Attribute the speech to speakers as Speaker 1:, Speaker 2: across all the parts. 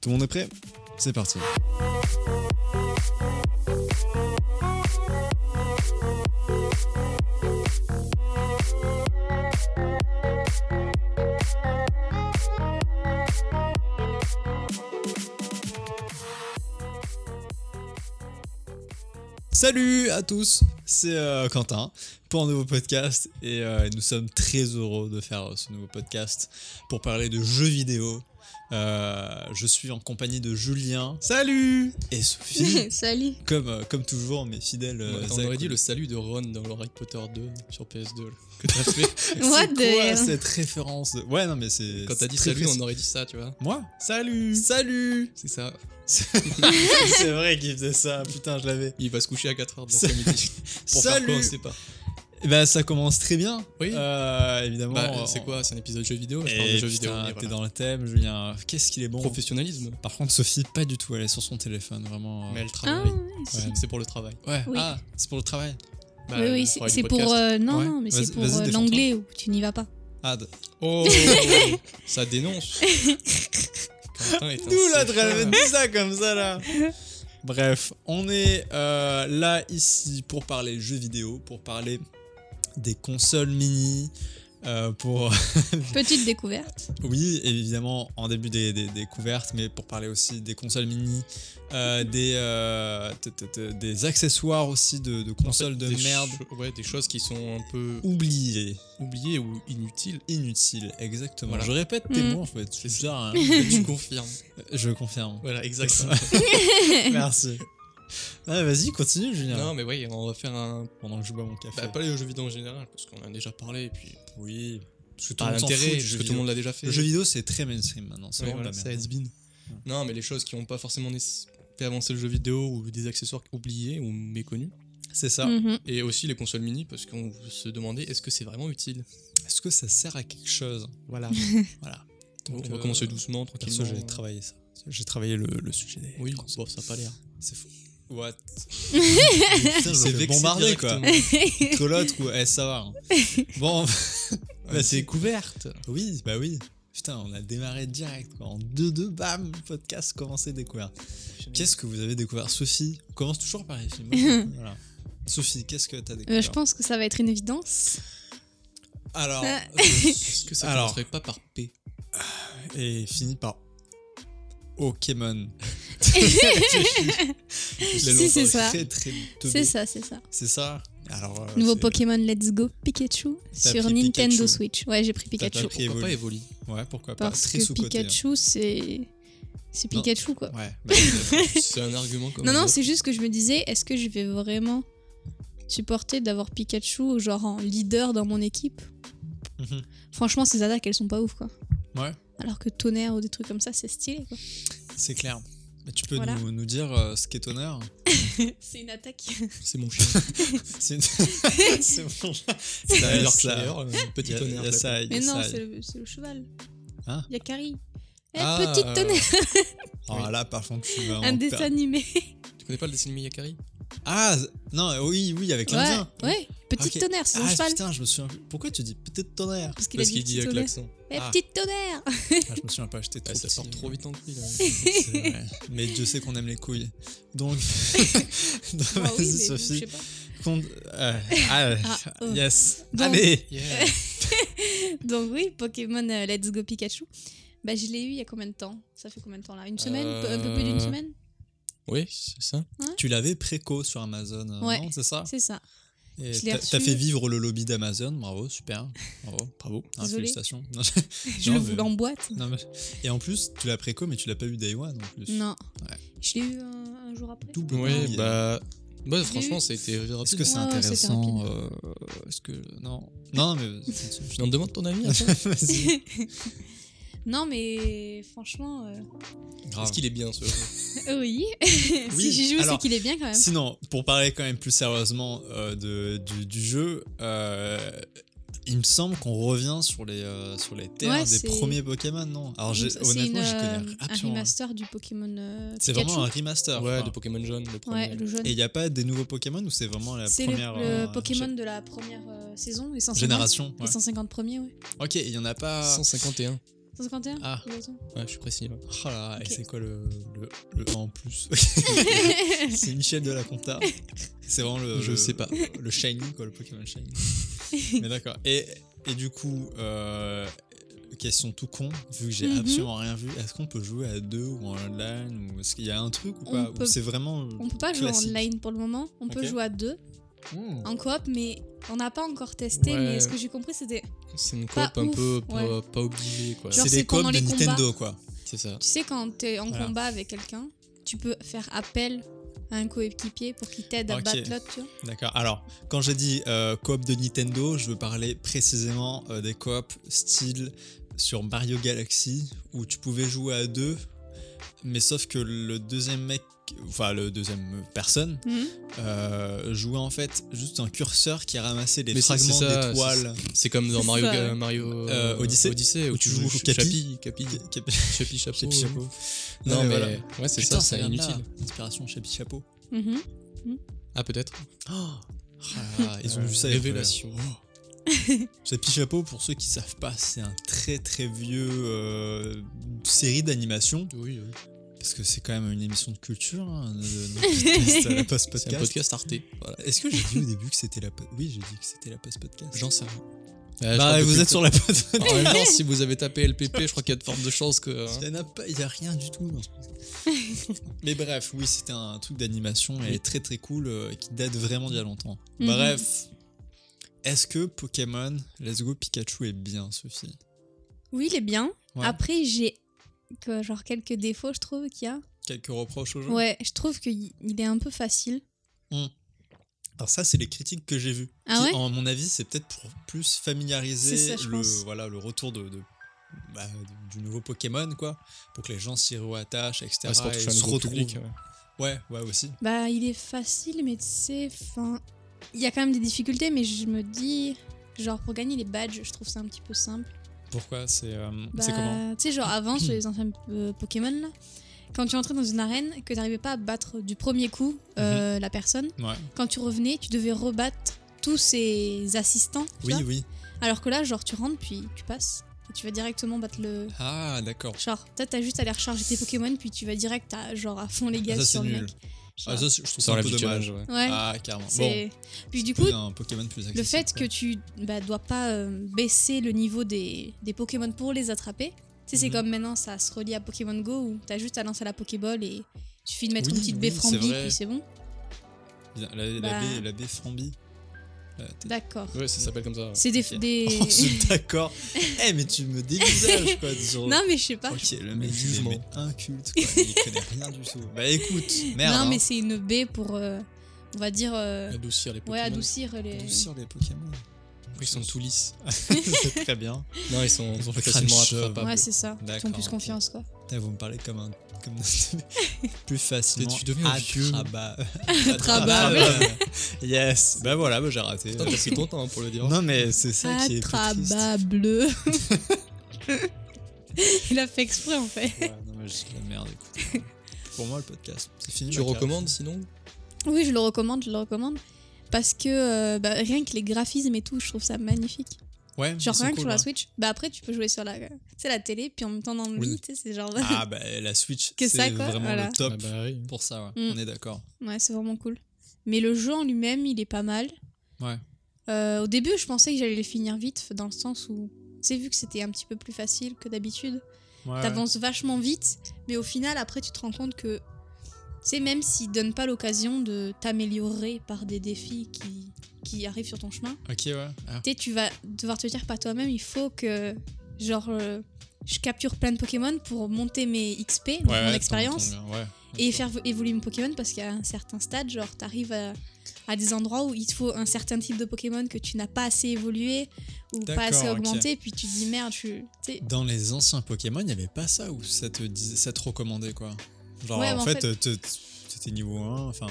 Speaker 1: Tout le monde est prêt C'est parti. Salut à tous, c'est euh, Quentin pour un nouveau podcast et euh, nous sommes très heureux de faire euh, ce nouveau podcast pour parler de jeux vidéo. Euh, je suis en compagnie de Julien. Salut Et Sophie,
Speaker 2: Salut.
Speaker 1: comme, euh, comme toujours, mes fidèles. euh,
Speaker 3: Bah, on aurait
Speaker 1: acolytes.
Speaker 3: dit le salut de Ron dans Harry Potter 2 sur PS2 là, que t'as fait.
Speaker 2: What
Speaker 1: C'est quoi
Speaker 2: the-
Speaker 1: cette référence de- Ouais, non, mais c'est.
Speaker 3: Quand t'as dit
Speaker 1: c'est
Speaker 3: salut,
Speaker 1: très précis.
Speaker 3: on aurait dit ça, tu vois.
Speaker 1: Moi
Speaker 3: Salut
Speaker 1: Salut
Speaker 3: C'est ça.
Speaker 1: C'est vrai qu'il faisait ça, putain, je l'avais.
Speaker 3: Il va se coucher à 4h de l'après-midi. Pour faire quoi, on
Speaker 1: Salut
Speaker 3: sait pas.
Speaker 1: Eh ben, ça commence très bien.
Speaker 3: Oui.
Speaker 1: Euh, évidemment.
Speaker 3: Bah,
Speaker 1: euh,
Speaker 3: c'est
Speaker 1: on-
Speaker 3: quoi C'est un épisode jeu vidéo Je parle
Speaker 1: Eh,
Speaker 3: de jeu vidéo.
Speaker 1: putain,
Speaker 3: mais
Speaker 1: T'es
Speaker 3: voilà.
Speaker 1: dans le thème, Julien. Qu'est-ce qu'il est bon.
Speaker 3: Professionnalisme.
Speaker 1: Par contre, Sophie, pas du tout. Elle est sur son téléphone, vraiment. euh,
Speaker 3: Mais elle
Speaker 2: Ah,
Speaker 3: travaille.
Speaker 2: ouais.
Speaker 3: Ouais, C'est pour le travail.
Speaker 1: Ouais.
Speaker 2: Oui.
Speaker 1: Ah, c'est pour le travail.
Speaker 3: Bah,
Speaker 2: oui,
Speaker 3: le
Speaker 2: oui, c'est
Speaker 3: travail du
Speaker 2: c'est pour.
Speaker 3: podcast.
Speaker 2: euh, non,
Speaker 1: Ouais.
Speaker 2: non, mais
Speaker 1: Vas-y-
Speaker 2: c'est pour
Speaker 1: vas-y,
Speaker 2: euh,
Speaker 1: défends-toi.
Speaker 2: l'anglais où tu n'y vas pas.
Speaker 1: Ah, d-
Speaker 3: Oh Ça dénonce. Quentin est un
Speaker 1: Nous là,
Speaker 3: sécheur.
Speaker 1: de dit ça comme ça là. Bref, on est euh, là ici pour parler jeux vidéo, pour parler des consoles mini, euh, pour
Speaker 2: Petite découverte.
Speaker 1: oui évidemment en début des, des- des découvertes, mais pour parler aussi des consoles mini, euh, des euh, t- t- t- des accessoires aussi de, de
Speaker 3: En fait,
Speaker 1: consoles de
Speaker 3: des
Speaker 1: merde
Speaker 3: cho- ouais, des choses qui sont un peu
Speaker 1: oubliées,
Speaker 3: oubliées ou inutiles.
Speaker 1: inutiles exactement.
Speaker 3: Voilà.
Speaker 1: Je répète tes
Speaker 2: Mm.
Speaker 1: mots en fait, c'est bizarre. hein.
Speaker 3: Mais tu confirmes.
Speaker 1: Je confirme.
Speaker 3: Voilà,
Speaker 1: exactement.
Speaker 3: exactement.
Speaker 1: Merci. Ah, vas-y, continue Julien.
Speaker 3: non, mais oui, on va faire un.
Speaker 1: Pendant que je bois mon café.
Speaker 3: Bah, pas les jeux vidéo en général, parce qu'on en a déjà parlé, et puis.
Speaker 1: Oui. Parce que tout
Speaker 3: Pas
Speaker 1: le monde s'en fout
Speaker 3: l'intérêt,
Speaker 1: du
Speaker 3: parce
Speaker 1: jeu
Speaker 3: que tout le
Speaker 1: vidéo.
Speaker 3: monde l'a déjà fait.
Speaker 1: Le jeu vidéo, c'est très mainstream maintenant. C'est
Speaker 3: Ouais,
Speaker 1: vraiment
Speaker 3: voilà,
Speaker 1: de la
Speaker 3: ça
Speaker 1: merde.
Speaker 3: has been. Non, mais les choses qui n'ont pas forcément né- fait avancer le jeu vidéo, ou des accessoires oubliés ou méconnus.
Speaker 1: C'est ça.
Speaker 2: Mhm.
Speaker 3: Et aussi les consoles mini, parce qu'on se demandait est-ce que c'est vraiment utile
Speaker 1: Est-ce que ça sert à quelque chose
Speaker 3: Voilà.
Speaker 1: Voilà.
Speaker 3: Donc,
Speaker 1: Donc,
Speaker 3: on va
Speaker 1: euh,
Speaker 3: commencer doucement,
Speaker 1: Perso,
Speaker 3: tranquillement.
Speaker 1: j'ai travaillé ça. J'ai travaillé le, le sujet des.
Speaker 3: Oui,
Speaker 1: consoles.
Speaker 3: bon, ça a pas l'air.
Speaker 1: C'est fou. What
Speaker 3: Putain, je
Speaker 1: C'est
Speaker 3: me fais
Speaker 1: vexé
Speaker 3: bombarder,
Speaker 1: Entre l'autre ou. Eh, ça va. hein. Bon.
Speaker 3: Ouais,
Speaker 1: bah, c'est.
Speaker 3: couverte.
Speaker 1: Oui, bah oui. Putain, on a démarré direct. quoi. En 2-2, bam, podcast commencé découvert. Qu'est-ce que vous avez découvert, Sophie On commence toujours par les films. Voilà. Sophie, qu'est-ce que t'as découvert
Speaker 2: Mhm. Euh, je pense que ça va être une évidence.
Speaker 1: Alors,
Speaker 2: Ah.
Speaker 3: Est-ce que ça
Speaker 1: Alors.
Speaker 3: commencerait pas par P
Speaker 1: et fini par Pokémon.
Speaker 2: si, c'est ça.
Speaker 1: Très, très teubé.
Speaker 2: C'est ça, c'est ça.
Speaker 1: C'est ça. Alors, euh,
Speaker 2: Nouveau
Speaker 1: c'est-
Speaker 2: Pokémon Let's Go Pikachu
Speaker 1: T'as
Speaker 2: sur
Speaker 1: pris
Speaker 2: Nintendo
Speaker 1: Pikachu.
Speaker 2: Switch. Ouais, j'ai pris
Speaker 1: T'as
Speaker 2: Pikachu.
Speaker 1: pris- Qui
Speaker 3: Pourquoi pas
Speaker 1: évolue.
Speaker 3: Evoli
Speaker 1: Ouais, pourquoi pas.
Speaker 2: Parce
Speaker 1: très
Speaker 2: que
Speaker 1: sous-côté. hein.
Speaker 2: Pikachu, c'est. C'est
Speaker 1: Non.
Speaker 2: Pikachu, quoi.
Speaker 1: Ouais. bah, c'est-
Speaker 3: C'est un argument comme
Speaker 2: Non,
Speaker 3: un
Speaker 2: non,
Speaker 3: autre.
Speaker 2: c'est juste que je me disais, est-ce que je vais vraiment supporter d'avoir Pikachu, genre en leader dans mon équipe
Speaker 1: Mhm.
Speaker 2: Franchement, ces attaques, elles sont pas ouf, quoi.
Speaker 1: Ouais.
Speaker 2: Alors que tonnerre ou des trucs comme ça, c'est stylé, quoi.
Speaker 1: c'est clair. Mais tu peux
Speaker 2: Voilà.
Speaker 1: nous, nous dire euh, ce qu'est Tonnerre
Speaker 2: c'est une attaque.
Speaker 3: C'est mon chien.
Speaker 1: C'est une- C'est bon. Ça,
Speaker 3: D'ailleurs,
Speaker 1: ça- Il y
Speaker 3: petit
Speaker 1: a-
Speaker 3: tonnerre.
Speaker 1: il y a
Speaker 3: je
Speaker 1: ça.
Speaker 3: l'appelle.
Speaker 1: il y a
Speaker 2: Mais non,
Speaker 1: ça.
Speaker 2: c'est le, c'est le cheval.
Speaker 1: Ah.
Speaker 2: Il y a Carrie. Eh,
Speaker 3: Ah,
Speaker 2: petite
Speaker 3: euh,
Speaker 2: tonnerre,
Speaker 1: Oh là, par contre, tu vas.
Speaker 2: un dessin animé.
Speaker 3: Tu connais pas le dessin animé Yakari
Speaker 1: Ah, non, oui, oui, avec
Speaker 2: Ouais,
Speaker 1: l'Indien.
Speaker 2: ouais, petite
Speaker 1: Ok.
Speaker 2: tonnerre, c'est son
Speaker 1: Ah
Speaker 2: cheval.
Speaker 1: putain, je me souviens. plus. Pourquoi tu dis peut-être tonnerre
Speaker 2: Parce qu'il a
Speaker 3: Parce
Speaker 2: dit
Speaker 3: qu'il dit
Speaker 2: petite
Speaker 3: avec
Speaker 2: tonnerre.
Speaker 3: l'accent.
Speaker 2: Eh,
Speaker 1: Ah.
Speaker 2: petite tonnerre
Speaker 1: Ah, Je me souviens pas, j'étais trop
Speaker 3: Ah, ça
Speaker 1: petit.
Speaker 3: part trop vite en couille. là.
Speaker 1: C'est vrai. Mais Dieu sait qu'on aime les couilles. Donc, donc,
Speaker 2: Ah
Speaker 1: vas-y,
Speaker 2: oui, mais bon, je
Speaker 1: Sophie.
Speaker 2: sais pas.
Speaker 1: Compte- euh, ah,
Speaker 2: Ah, oh.
Speaker 1: yes.
Speaker 2: Donc-
Speaker 1: Allez.
Speaker 3: Yeah.
Speaker 2: Donc oui, Pokémon euh, Let's Go Pikachu. Bah je l'ai eu il y a combien de temps Ça fait combien de temps là Une semaine Peu- Un peu plus d'une
Speaker 3: Euh,
Speaker 2: semaine
Speaker 3: Oui, c'est ça.
Speaker 1: Tu l'avais préco sur Amazon, euh,
Speaker 2: Ouais.
Speaker 1: non, c'est ça
Speaker 2: C'est ça.
Speaker 1: Et
Speaker 2: je l'ai
Speaker 1: T'as
Speaker 2: reçu.
Speaker 1: t'as fait vivre le lobby d'Amazon, bravo, super, bravo, bravo, hein,
Speaker 2: Désolée.
Speaker 1: félicitations. Non,
Speaker 2: Je
Speaker 1: non,
Speaker 2: le
Speaker 1: mais-
Speaker 2: voulais en boîte.
Speaker 1: non, mais- Et en plus, tu l'as préco, mais tu l'as pas eu Day One en plus.
Speaker 2: Non.
Speaker 1: Ouais.
Speaker 2: Je l'ai eu un, un jour après.
Speaker 1: Double
Speaker 3: Oui,
Speaker 1: douille.
Speaker 3: bah. Bah,
Speaker 2: J'ai
Speaker 3: franchement,
Speaker 2: eu-
Speaker 3: ça a été rapide.
Speaker 1: Est-ce que c'est
Speaker 2: Ouais, ouais, c'était
Speaker 1: intéressant euh, Est-ce que non Non, mais
Speaker 3: Je t'en demande ton avis. attends.
Speaker 1: Vas-y.
Speaker 2: non mais franchement, euh,
Speaker 1: Grave.
Speaker 3: Est-ce qu'il est bien ce jeu
Speaker 2: oui.
Speaker 1: Oui,
Speaker 2: si j'y joue,
Speaker 1: alors-
Speaker 2: c'est qu'il est bien quand même.
Speaker 1: Sinon, pour parler quand même plus sérieusement euh, de, du, du jeu, euh, il me semble qu'on revient sur les, euh, sur les terres
Speaker 2: Ouais,
Speaker 1: des
Speaker 2: c'est-
Speaker 1: premiers Pokémon, non Alors
Speaker 2: Donc,
Speaker 1: j'ai-
Speaker 2: c'est
Speaker 1: honnêtement,
Speaker 2: une,
Speaker 1: j'y
Speaker 2: euh,
Speaker 1: connais
Speaker 2: un
Speaker 1: absolument rien.
Speaker 2: remaster du Pokémon euh,
Speaker 1: C'est
Speaker 2: Pikachu.
Speaker 1: vraiment un remaster.
Speaker 3: Ouais,
Speaker 1: enfin.
Speaker 3: de Pokémon jaune, le premier.
Speaker 2: Ouais, le jaune.
Speaker 1: Et il n'y a pas des nouveaux Pokémon ou c'est vraiment la
Speaker 2: C'est le,
Speaker 1: première
Speaker 2: le
Speaker 1: euh,
Speaker 2: Pokémon de la première euh, saison, les
Speaker 1: gé-
Speaker 2: 150,
Speaker 1: génération ouais.
Speaker 2: les 150 premiers, ouais.
Speaker 3: Ah.
Speaker 1: Ok, il n'y en a pas.
Speaker 3: 151.
Speaker 2: 151
Speaker 1: Ah.
Speaker 2: Bientôt.
Speaker 3: Ouais, je suis précis. ouais.
Speaker 1: Oh là là,
Speaker 2: Ok.
Speaker 1: et c'est quoi le, le, le 1 en plus C'est Michel de la Compta. C'est vraiment le.
Speaker 3: Je
Speaker 1: le-
Speaker 3: sais pas.
Speaker 1: Le Shiny, quoi, le Pokémon Shiny. Mais d'accord. Et, et du coup, euh, question tout con, vu que j'ai
Speaker 2: Mhm.
Speaker 1: absolument rien vu, est-ce qu'on peut jouer à deux ou en online ou Est-ce qu'il y a un truc ou
Speaker 2: On
Speaker 1: pas Ou
Speaker 2: peut-
Speaker 1: c'est vraiment.
Speaker 2: On peut pas jouer en
Speaker 1: Classique.
Speaker 2: online pour le moment. On peut
Speaker 1: Ok.
Speaker 2: jouer à deux
Speaker 1: Hmm.
Speaker 2: en coop, mais on n'a pas encore testé.
Speaker 3: Ouais.
Speaker 2: Mais ce que j'ai compris, c'était.
Speaker 3: C'est une coop
Speaker 2: Pas
Speaker 3: un
Speaker 2: ouf,
Speaker 3: peu pas,
Speaker 2: ouais.
Speaker 3: pas obligée, quoi.
Speaker 2: Genre,
Speaker 1: C'est
Speaker 2: c'est
Speaker 1: des codes
Speaker 2: pendant
Speaker 1: de
Speaker 2: les combats.
Speaker 1: Nintendo, quoi.
Speaker 3: C'est ça.
Speaker 2: Tu sais, quand t'es en
Speaker 1: Voilà.
Speaker 2: combat avec quelqu'un, tu peux faire appel à un coéquipier pour qu'il t'aide à
Speaker 1: Ok.
Speaker 2: battre l'autre, tu vois.
Speaker 1: D'accord. Alors, quand j'ai dit euh, coop de Nintendo, je veux parler précisément euh, des coops style sur Mario Galaxy où tu pouvais jouer à deux, mais sauf que le deuxième mec, enfin le deuxième personne, euh, jouait en fait juste un curseur qui ramassait les
Speaker 3: Mais c'est-
Speaker 1: fragments
Speaker 3: c'est ça,
Speaker 1: d'étoiles.
Speaker 3: C'est comme dans
Speaker 2: C'est
Speaker 3: Mario,
Speaker 2: ça,
Speaker 3: Ga-
Speaker 2: ouais.
Speaker 3: Mario
Speaker 1: Euh, Odyssey,
Speaker 3: où, tu joues
Speaker 1: Capi.
Speaker 3: Chapi, Capi,
Speaker 1: Qui- qui-
Speaker 3: Chapi Chapeau.
Speaker 1: Chapi Chapeau.
Speaker 3: Non, mais,
Speaker 1: voilà.
Speaker 3: ouais, c'est
Speaker 1: Putain,
Speaker 3: ça, c'est
Speaker 1: vient de là.
Speaker 3: inutile.
Speaker 1: Inspiration Chapi Chapeau.
Speaker 2: Mhm.
Speaker 3: Ah, peut-être.
Speaker 1: Oh, là là, ils ont
Speaker 3: Euh,
Speaker 1: vu ça. ils ont fait,
Speaker 3: Révélation.
Speaker 1: Chapi Chapeau, pour ceux qui savent pas, c'est un très très vieux euh, série d'animation.
Speaker 3: Oh, Oui, oui.
Speaker 1: Parce que c'est quand même une émission de culture, hein, de- de- notre podcast, euh, la
Speaker 3: C'est un
Speaker 1: post-podcast.
Speaker 3: podcast Arte. Voilà.
Speaker 1: Est-ce que j'ai dit au début que c'était la po- Oui, j'ai dit que c'était la post-podcast.
Speaker 3: J'en sais rien.
Speaker 1: Bah, vous êtes sur la post-podcast.
Speaker 3: En même temps, si vous avez tapé LPP, je crois qu'il y a de fortes de chances que. hein.
Speaker 1: Il n'y a, pas- il y a rien du tout dans ce podcast. Mais bref, oui, c'était un truc d'animation et
Speaker 3: Oui.
Speaker 1: très très cool euh, qui date vraiment d'il y a longtemps.
Speaker 2: Mhm.
Speaker 1: Bref, est-ce que Pokémon Let's Go Pikachu est bien, Sophie
Speaker 2: Oui, il est bien.
Speaker 1: Ouais.
Speaker 2: Après, j'ai que- genre quelques défauts, je trouve qu'il y a.
Speaker 1: Quelques reproches au jeu
Speaker 2: Ouais, je trouve qu'il il est un peu facile.
Speaker 1: Alors ça, c'est les critiques que j'ai vues.
Speaker 2: Ah
Speaker 1: Qui,
Speaker 2: ouais
Speaker 1: en mon avis, c'est peut-être pour plus familiariser
Speaker 2: C'est ça, je
Speaker 1: le,
Speaker 2: pense.
Speaker 1: voilà, le retour de, de- bah, du nouveau Pokémon, quoi. Pour que les gens s'y reattachent, etc.
Speaker 3: Ouais, Ah, c'est pour
Speaker 1: et
Speaker 3: toucher un
Speaker 1: se
Speaker 3: nouveau
Speaker 1: retrouvent.
Speaker 3: public. ouais.
Speaker 1: Ouais, ouais, aussi.
Speaker 2: Bah, il est facile, mais tu sais, enfin, il y a quand même des difficultés, mais je me dis, genre pour gagner les badges, je trouve ça un petit peu simple.
Speaker 1: Pourquoi C'est euh,
Speaker 2: Bah,
Speaker 1: c'est comment
Speaker 2: Tu sais, genre avant sur les anciens euh, Pokémon là. Quand tu entrais dans une arène, que tu n'arrivais pas à battre du premier coup euh, la personne,
Speaker 1: Mhm. Ouais.
Speaker 2: quand tu revenais, tu devais rebattre tous ses assistants. tu
Speaker 1: Oui,
Speaker 2: vois.
Speaker 1: oui.
Speaker 2: Alors que là, genre, tu rentres, puis tu passes. Et tu vas directement battre le.
Speaker 1: Ah, d'accord.
Speaker 2: Genre, toi, t'as juste à aller recharger tes Pokémon, puis tu vas direct à, genre, à fond les gaz
Speaker 1: Ah, ça, c'est
Speaker 2: sur le
Speaker 1: nul.
Speaker 2: mec.
Speaker 1: Ah, ça, je trouve
Speaker 3: Ça
Speaker 1: ça un
Speaker 3: enlève
Speaker 1: peu
Speaker 3: du
Speaker 1: dommage.
Speaker 3: challenge, ouais.
Speaker 2: Ouais.
Speaker 1: Ah, carrément. Bon,
Speaker 2: c'est- Puis du coup,
Speaker 1: plus un Pokémon plus accessible.
Speaker 2: le fait
Speaker 1: quoi.
Speaker 2: que tu bah, dois pas euh, baisser le niveau des, des Pokémon pour les attraper, tu sais, c'est
Speaker 1: Mhm.
Speaker 2: comme maintenant ça se relie à Pokémon Go où t'as juste à lancer la Pokéball et il suffit de mettre
Speaker 1: Oui,
Speaker 2: une petite
Speaker 1: oui,
Speaker 2: baie
Speaker 1: c'est
Speaker 2: Frambi,
Speaker 1: vrai.
Speaker 2: puis c'est bon.
Speaker 1: Bien, La, la
Speaker 2: Bah.
Speaker 1: baie, la baie Frambi. Euh, t'es-
Speaker 2: D'accord.
Speaker 3: Ouais, ça s'appelle comme ça.
Speaker 2: C'est des.
Speaker 1: ok.
Speaker 2: des...
Speaker 1: Oh, c'est d'accord. Eh, mais tu me dévisages, quoi. sur-
Speaker 2: non, mais je sais pas.
Speaker 1: Ok, le mec,
Speaker 3: Le
Speaker 1: il est
Speaker 3: jugement.
Speaker 1: mais inculte, quoi. Il connaît rien du tout. Bah écoute, merde.
Speaker 2: non, mais
Speaker 1: hein.
Speaker 2: c'est une baie pour, euh, on va dire, euh,
Speaker 3: Adoucir les
Speaker 2: ouais,
Speaker 3: Pokémon.
Speaker 2: adoucir les.
Speaker 1: Adoucir les Pokémon.
Speaker 3: Après, Ils sont tout lisses.
Speaker 1: c'est très bien.
Speaker 3: Non, ils sont,
Speaker 1: Ils ont le
Speaker 3: facilement
Speaker 1: crâne chauve.
Speaker 3: attrapables.
Speaker 2: Ouais, c'est ça. Ils
Speaker 1: D'accord,
Speaker 2: ont plus
Speaker 1: ok.
Speaker 2: confiance, quoi.
Speaker 1: Putain, vous me parlez comme un. Comme plus facilement.
Speaker 3: Tu deviens un vieux.
Speaker 1: attraba-
Speaker 2: Attrabable.
Speaker 1: attrabable. yes. Bah voilà, bah, j'ai raté.
Speaker 3: Putain, T'as pris ton temps hein, pour le dire.
Speaker 1: Non, mais c'est ça qui est. plus triste.
Speaker 2: Attrabable. Il a fait exprès, en fait.
Speaker 1: Ouais, non, mais c'est de la merde, écoute. Pour moi, le podcast, c'est fini.
Speaker 3: Tu
Speaker 1: ma carte. Ah
Speaker 3: recommandes sinon
Speaker 2: Oui, je le recommande, je le recommande. Parce que euh, bah, rien que les graphismes et tout, je trouve ça magnifique.
Speaker 1: Ouais,
Speaker 2: Genre
Speaker 1: ils sont
Speaker 2: rien que
Speaker 1: cool,
Speaker 2: sur la
Speaker 1: hein.
Speaker 2: Switch. Bah après, tu peux jouer sur la, tu sais, la télé, puis en même temps dans le
Speaker 1: Oui.
Speaker 2: lit, tu sais, c'est genre...
Speaker 1: Ah, bah la Switch,
Speaker 2: Que
Speaker 1: c'est
Speaker 2: ça, quoi,
Speaker 1: vraiment
Speaker 2: voilà.
Speaker 1: le top
Speaker 3: Ah bah oui.
Speaker 1: pour ça, ouais.
Speaker 2: Mm.
Speaker 1: On est d'accord.
Speaker 2: Ouais, c'est vraiment cool. Mais le jeu en lui-même, il est pas mal.
Speaker 1: Ouais.
Speaker 2: Euh, au début, je pensais que j'allais le finir vite, dans le sens où, tu sais, vu que c'était un petit peu plus facile que d'habitude, t'avances vachement vite, mais au final, après, tu te rends compte que, tu sais, même s'il donne pas l'occasion de t'améliorer par des défis qui, qui arrivent sur ton chemin,
Speaker 1: Ok, ouais. Ah.
Speaker 2: tu sais, tu vas devoir te dire par toi-même, il faut que, genre, euh, je capture plein de Pokémon pour monter mes XP, donc
Speaker 1: Ouais, ouais,
Speaker 2: mon
Speaker 1: t'en-
Speaker 2: expérience,
Speaker 1: t'en- ouais.
Speaker 2: et faire vo- évoluer mon Pokémon parce qu'à un certain stade, genre, t'arrives à, à des endroits où il te faut un certain type de Pokémon que tu n'as pas assez évolué ou pas
Speaker 1: D'accord,
Speaker 2: assez
Speaker 1: ok.
Speaker 2: augmenté, puis tu te dis merde, tu tu sais.
Speaker 1: Dans les anciens Pokémon, il n'y avait pas ça où ça te, disait, ça te recommandait quoi. Genre
Speaker 2: Ouais, mais
Speaker 1: en
Speaker 2: en
Speaker 1: fait, te- te- t'étais niveau 1, enfin,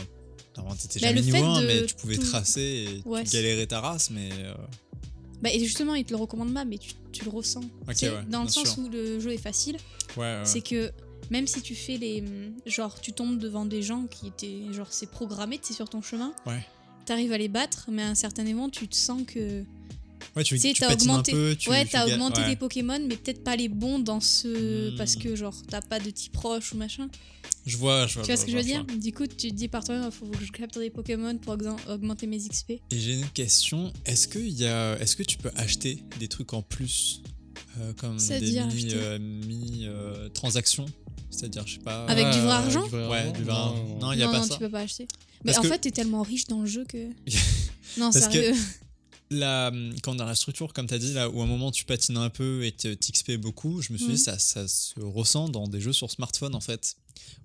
Speaker 1: normalement t'étais
Speaker 2: Bah,
Speaker 1: jamais
Speaker 2: le
Speaker 1: niveau
Speaker 2: fait
Speaker 1: 1,
Speaker 2: de
Speaker 1: mais tu pouvais
Speaker 2: tout-
Speaker 1: tracer et
Speaker 2: Ouais,
Speaker 1: tu
Speaker 2: c'est-
Speaker 1: galérais ta race, mais. euh,
Speaker 2: Bah, et justement, il te le recommande pas, mais tu, tu le ressens.
Speaker 1: Ok,
Speaker 2: C'est
Speaker 1: ouais.
Speaker 2: dans le
Speaker 1: bien
Speaker 2: sens
Speaker 1: sûr.
Speaker 2: où le jeu est facile,
Speaker 1: Ouais, ouais.
Speaker 2: c'est que même si tu fais les. mm, Genre, tu tombes devant des gens qui étaient. Genre, c'est programmé, tu sais, sur ton chemin.
Speaker 1: Ouais.
Speaker 2: T'arrives à les battre, mais à un certain moment, tu te sens que.
Speaker 1: Ouais, tu,
Speaker 2: Tu sais,
Speaker 1: tu
Speaker 2: t'as
Speaker 1: patines
Speaker 2: augmenté-
Speaker 1: un peu. Tu,
Speaker 2: ouais,
Speaker 1: tu
Speaker 2: t'as
Speaker 1: ga-
Speaker 2: augmenté
Speaker 1: ouais.
Speaker 2: tes Pokémon, mais peut-être pas les bons dans ce.
Speaker 1: Hmm.
Speaker 2: Parce que, genre, t'as pas de type proche ou machin.
Speaker 1: Je vois, je vois.
Speaker 2: tu vois ce que je veux
Speaker 1: bah,
Speaker 2: dire Du coup, tu te dis par toi, il faut que je capte des Pokémon pour exem- augmenter mes XP.
Speaker 1: Et j'ai une question. Est-ce que, y a... Est que tu peux acheter des trucs en plus euh, Comme des euh,
Speaker 2: C'est-à-dire acheter
Speaker 1: mini-transactions euh, C'est-à-dire, je sais pas.
Speaker 2: Avec du vrai
Speaker 3: euh,
Speaker 2: argent
Speaker 1: Ouais, du vrai argent. Non, il n'y a
Speaker 2: Non,
Speaker 1: pas
Speaker 2: non,
Speaker 1: ça.
Speaker 2: tu peux pas acheter. Mais
Speaker 1: Parce
Speaker 2: en
Speaker 1: que-
Speaker 2: fait, t'es tellement riche dans le jeu que. non,
Speaker 1: Parce que-
Speaker 2: sérieux.
Speaker 1: la, quand dans la structure, comme tu as dit, là où à un moment tu patines un peu et tu t'XP beaucoup, je me suis
Speaker 2: Mhm.
Speaker 1: dit, ça, ça se ressent dans des jeux sur smartphone en fait.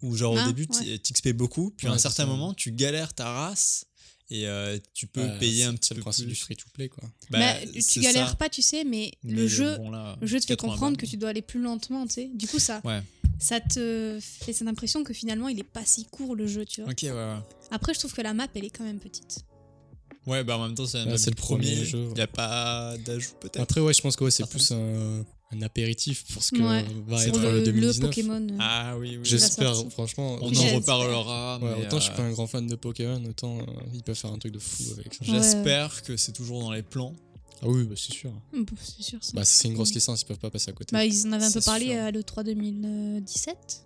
Speaker 1: Où genre
Speaker 2: Ah,
Speaker 1: au début, tu
Speaker 2: ouais.
Speaker 1: t'XP beaucoup, puis à un
Speaker 3: Ouais, c'est
Speaker 1: certain
Speaker 3: ça.
Speaker 1: moment, tu galères ta race et euh, tu peux
Speaker 3: Ouais,
Speaker 1: payer
Speaker 3: c'est-
Speaker 1: un
Speaker 3: C'est
Speaker 1: petit
Speaker 3: le
Speaker 1: peu
Speaker 3: principe
Speaker 1: plus.
Speaker 3: du free to play quoi.
Speaker 1: Bah,
Speaker 2: Bah,
Speaker 1: c'est
Speaker 2: tu galères
Speaker 1: ça.
Speaker 2: pas, tu sais, mais,
Speaker 1: Mais
Speaker 2: le jeu,
Speaker 1: bon, là,
Speaker 2: le jeu te fait
Speaker 1: 80
Speaker 2: comprendre que
Speaker 1: balles.
Speaker 2: tu dois aller plus lentement, tu sais. Du coup, ça,
Speaker 1: Ouais.
Speaker 2: ça te fait cette impression que finalement, il est pas si court le jeu, tu vois.
Speaker 1: Ok, ouais, ouais.
Speaker 2: Après, je trouve que la map, elle est quand même petite.
Speaker 1: Ouais, bah en même temps, c'est
Speaker 3: Bah, c'est
Speaker 1: le premier jeu. Il
Speaker 3: ouais.
Speaker 1: n'y a pas d'ajout peut-être.
Speaker 3: Après, ouais, je pense que ouais, c'est
Speaker 1: Après,
Speaker 3: plus un, un apéritif pour ce que
Speaker 2: Ouais.
Speaker 3: va
Speaker 1: C'est
Speaker 3: être
Speaker 2: Pour
Speaker 3: le, 2019.
Speaker 2: Pokémon. euh,
Speaker 1: Ah oui, oui.
Speaker 2: J'espère.
Speaker 3: J'espère,
Speaker 2: sortir.
Speaker 3: franchement.
Speaker 1: On
Speaker 2: Oui,
Speaker 1: en
Speaker 2: j'espère.
Speaker 1: reparlera.
Speaker 3: Ouais,
Speaker 1: mais,
Speaker 3: autant je suis
Speaker 1: euh,
Speaker 3: pas un grand fan de Pokémon, autant euh, ils peuvent faire un truc de fou avec ça.
Speaker 2: Ouais.
Speaker 1: J'espère que c'est toujours dans les plans.
Speaker 3: Ah oui, bah, c'est sûr.
Speaker 2: bon, c'est sûr, ça.
Speaker 3: Bah, c'est une grosse licence, ils peuvent pas passer à côté.
Speaker 2: Mm. Bah, ils en avaient un peu
Speaker 1: c'est
Speaker 2: parlé
Speaker 1: sûr.
Speaker 2: à l'E3 2017.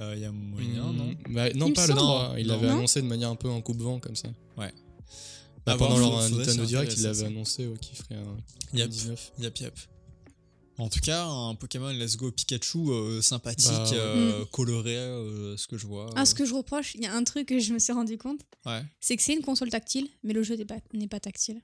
Speaker 1: Euh, Il y a
Speaker 3: Mmh,
Speaker 1: moyen, non
Speaker 3: bah, non,
Speaker 2: Il me
Speaker 3: pas le
Speaker 2: semble.
Speaker 3: 3. Ils
Speaker 1: Non.
Speaker 3: l'avaient
Speaker 2: Non
Speaker 3: annoncé de manière un peu en coupe-vent comme ça. Bah,
Speaker 1: À voir,
Speaker 3: pendant leur
Speaker 1: faudrait-
Speaker 3: euh,
Speaker 1: faudrait
Speaker 3: Nintendo
Speaker 1: s'y
Speaker 3: Direct, ils
Speaker 1: intéresser, ça.
Speaker 3: l'avaient annoncé ouais, qu'ils feraient un
Speaker 1: Yep,
Speaker 3: 19.
Speaker 1: yep, yep. En tout cas, un Pokémon Let's Go Pikachu euh, sympathique,
Speaker 3: Bah, ouais.
Speaker 1: euh, coloré, euh, ce que je vois.
Speaker 2: Ah, ce que je reproche, il y a un truc que je me suis rendu compte,
Speaker 1: Ouais.
Speaker 2: c'est que c'est une console tactile, mais le jeu n'est pas, n'est pas tactile.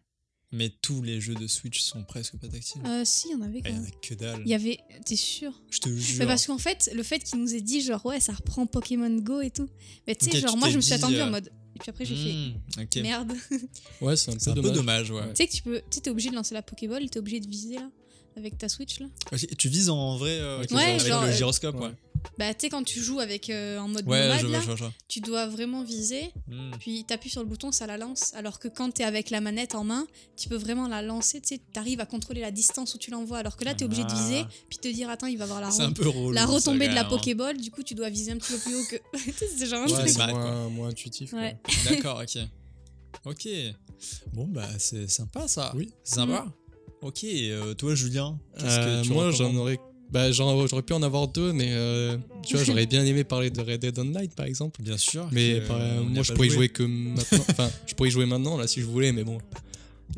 Speaker 1: Mais tous les jeux de Switch sont presque pas tactiles.
Speaker 2: Euh, si, il y en avait
Speaker 1: Ah,
Speaker 2: quand
Speaker 1: Il y en
Speaker 2: même.
Speaker 1: a que dalle.
Speaker 2: Il y avait. T'es sûr
Speaker 1: Je te
Speaker 2: Mais
Speaker 1: jure.
Speaker 2: parce qu'en fait, le fait qu'il nous ait dit, genre, ouais, ça reprend Pokémon Go et tout. Mais tu sais,
Speaker 1: Ok,
Speaker 2: genre,
Speaker 1: tu
Speaker 2: moi,
Speaker 1: t'es
Speaker 2: je me suis
Speaker 1: dit,
Speaker 2: attendue
Speaker 1: euh,
Speaker 2: en mode. Et puis après, j'ai
Speaker 1: Mmh, ok.
Speaker 2: fait merde. tu
Speaker 3: Ouais, c'est un,
Speaker 1: C'est un peu dommage, ouais.
Speaker 3: Ouais.
Speaker 2: sais que tu peux. Tu sais, t'es obligé de lancer la Pokéball, t'es obligé de viser là, avec ta Switch là.
Speaker 1: Ok, Tu vises en vrai euh,
Speaker 3: Ouais,
Speaker 1: avec, le- avec
Speaker 2: genre,
Speaker 1: le
Speaker 2: euh,
Speaker 1: gyroscope,
Speaker 3: ouais.
Speaker 1: ouais.
Speaker 2: Bah, tu sais, quand tu joues avec euh, en mode
Speaker 1: Ouais,
Speaker 2: nomade
Speaker 1: je vois,
Speaker 2: là,
Speaker 1: je vois, je vois.
Speaker 2: tu dois vraiment viser,
Speaker 1: Mmh.
Speaker 2: puis t'appuies sur le bouton, ça la lance. Alors que quand t'es avec la manette en main, tu peux vraiment la lancer, tu sais, t'arrives à contrôler la distance où tu l'envoies. Alors que là, t'es obligé de viser,
Speaker 1: Ah.
Speaker 2: puis te dire, attends, il va voir la,
Speaker 1: C'est un
Speaker 2: re-
Speaker 1: peu relou.
Speaker 2: la
Speaker 1: ça,
Speaker 2: retombée de la
Speaker 1: quand même,
Speaker 2: Pokéball, du coup, tu dois viser un petit peu plus haut que. Tu sais, c'est genre un
Speaker 3: Ouais,
Speaker 2: truc.
Speaker 3: c'est
Speaker 1: Bah,
Speaker 3: moins, moins intuitif. quoi.
Speaker 2: Ouais.
Speaker 1: hein. D'accord, ok. Ok. Bon, bah, c'est sympa ça.
Speaker 3: Oui.
Speaker 1: C'est sympa.
Speaker 2: Hmm.
Speaker 1: Ok, euh, toi, Julien, qu'est-ce
Speaker 3: Euh,
Speaker 1: que tu
Speaker 3: moi, j'en
Speaker 1: recommandes
Speaker 3: aurais. Bah, genre, j'aurais pu en avoir deux, mais euh, tu vois, j'aurais bien aimé parler de Red Dead Online par exemple.
Speaker 1: Bien sûr.
Speaker 3: Mais
Speaker 1: que,
Speaker 3: bah,
Speaker 1: euh, on y a
Speaker 3: moi, je
Speaker 1: pas
Speaker 3: pourrais y
Speaker 1: joué.
Speaker 3: jouer que maintenant. enfin, je pourrais y jouer maintenant, là, si je voulais, mais bon.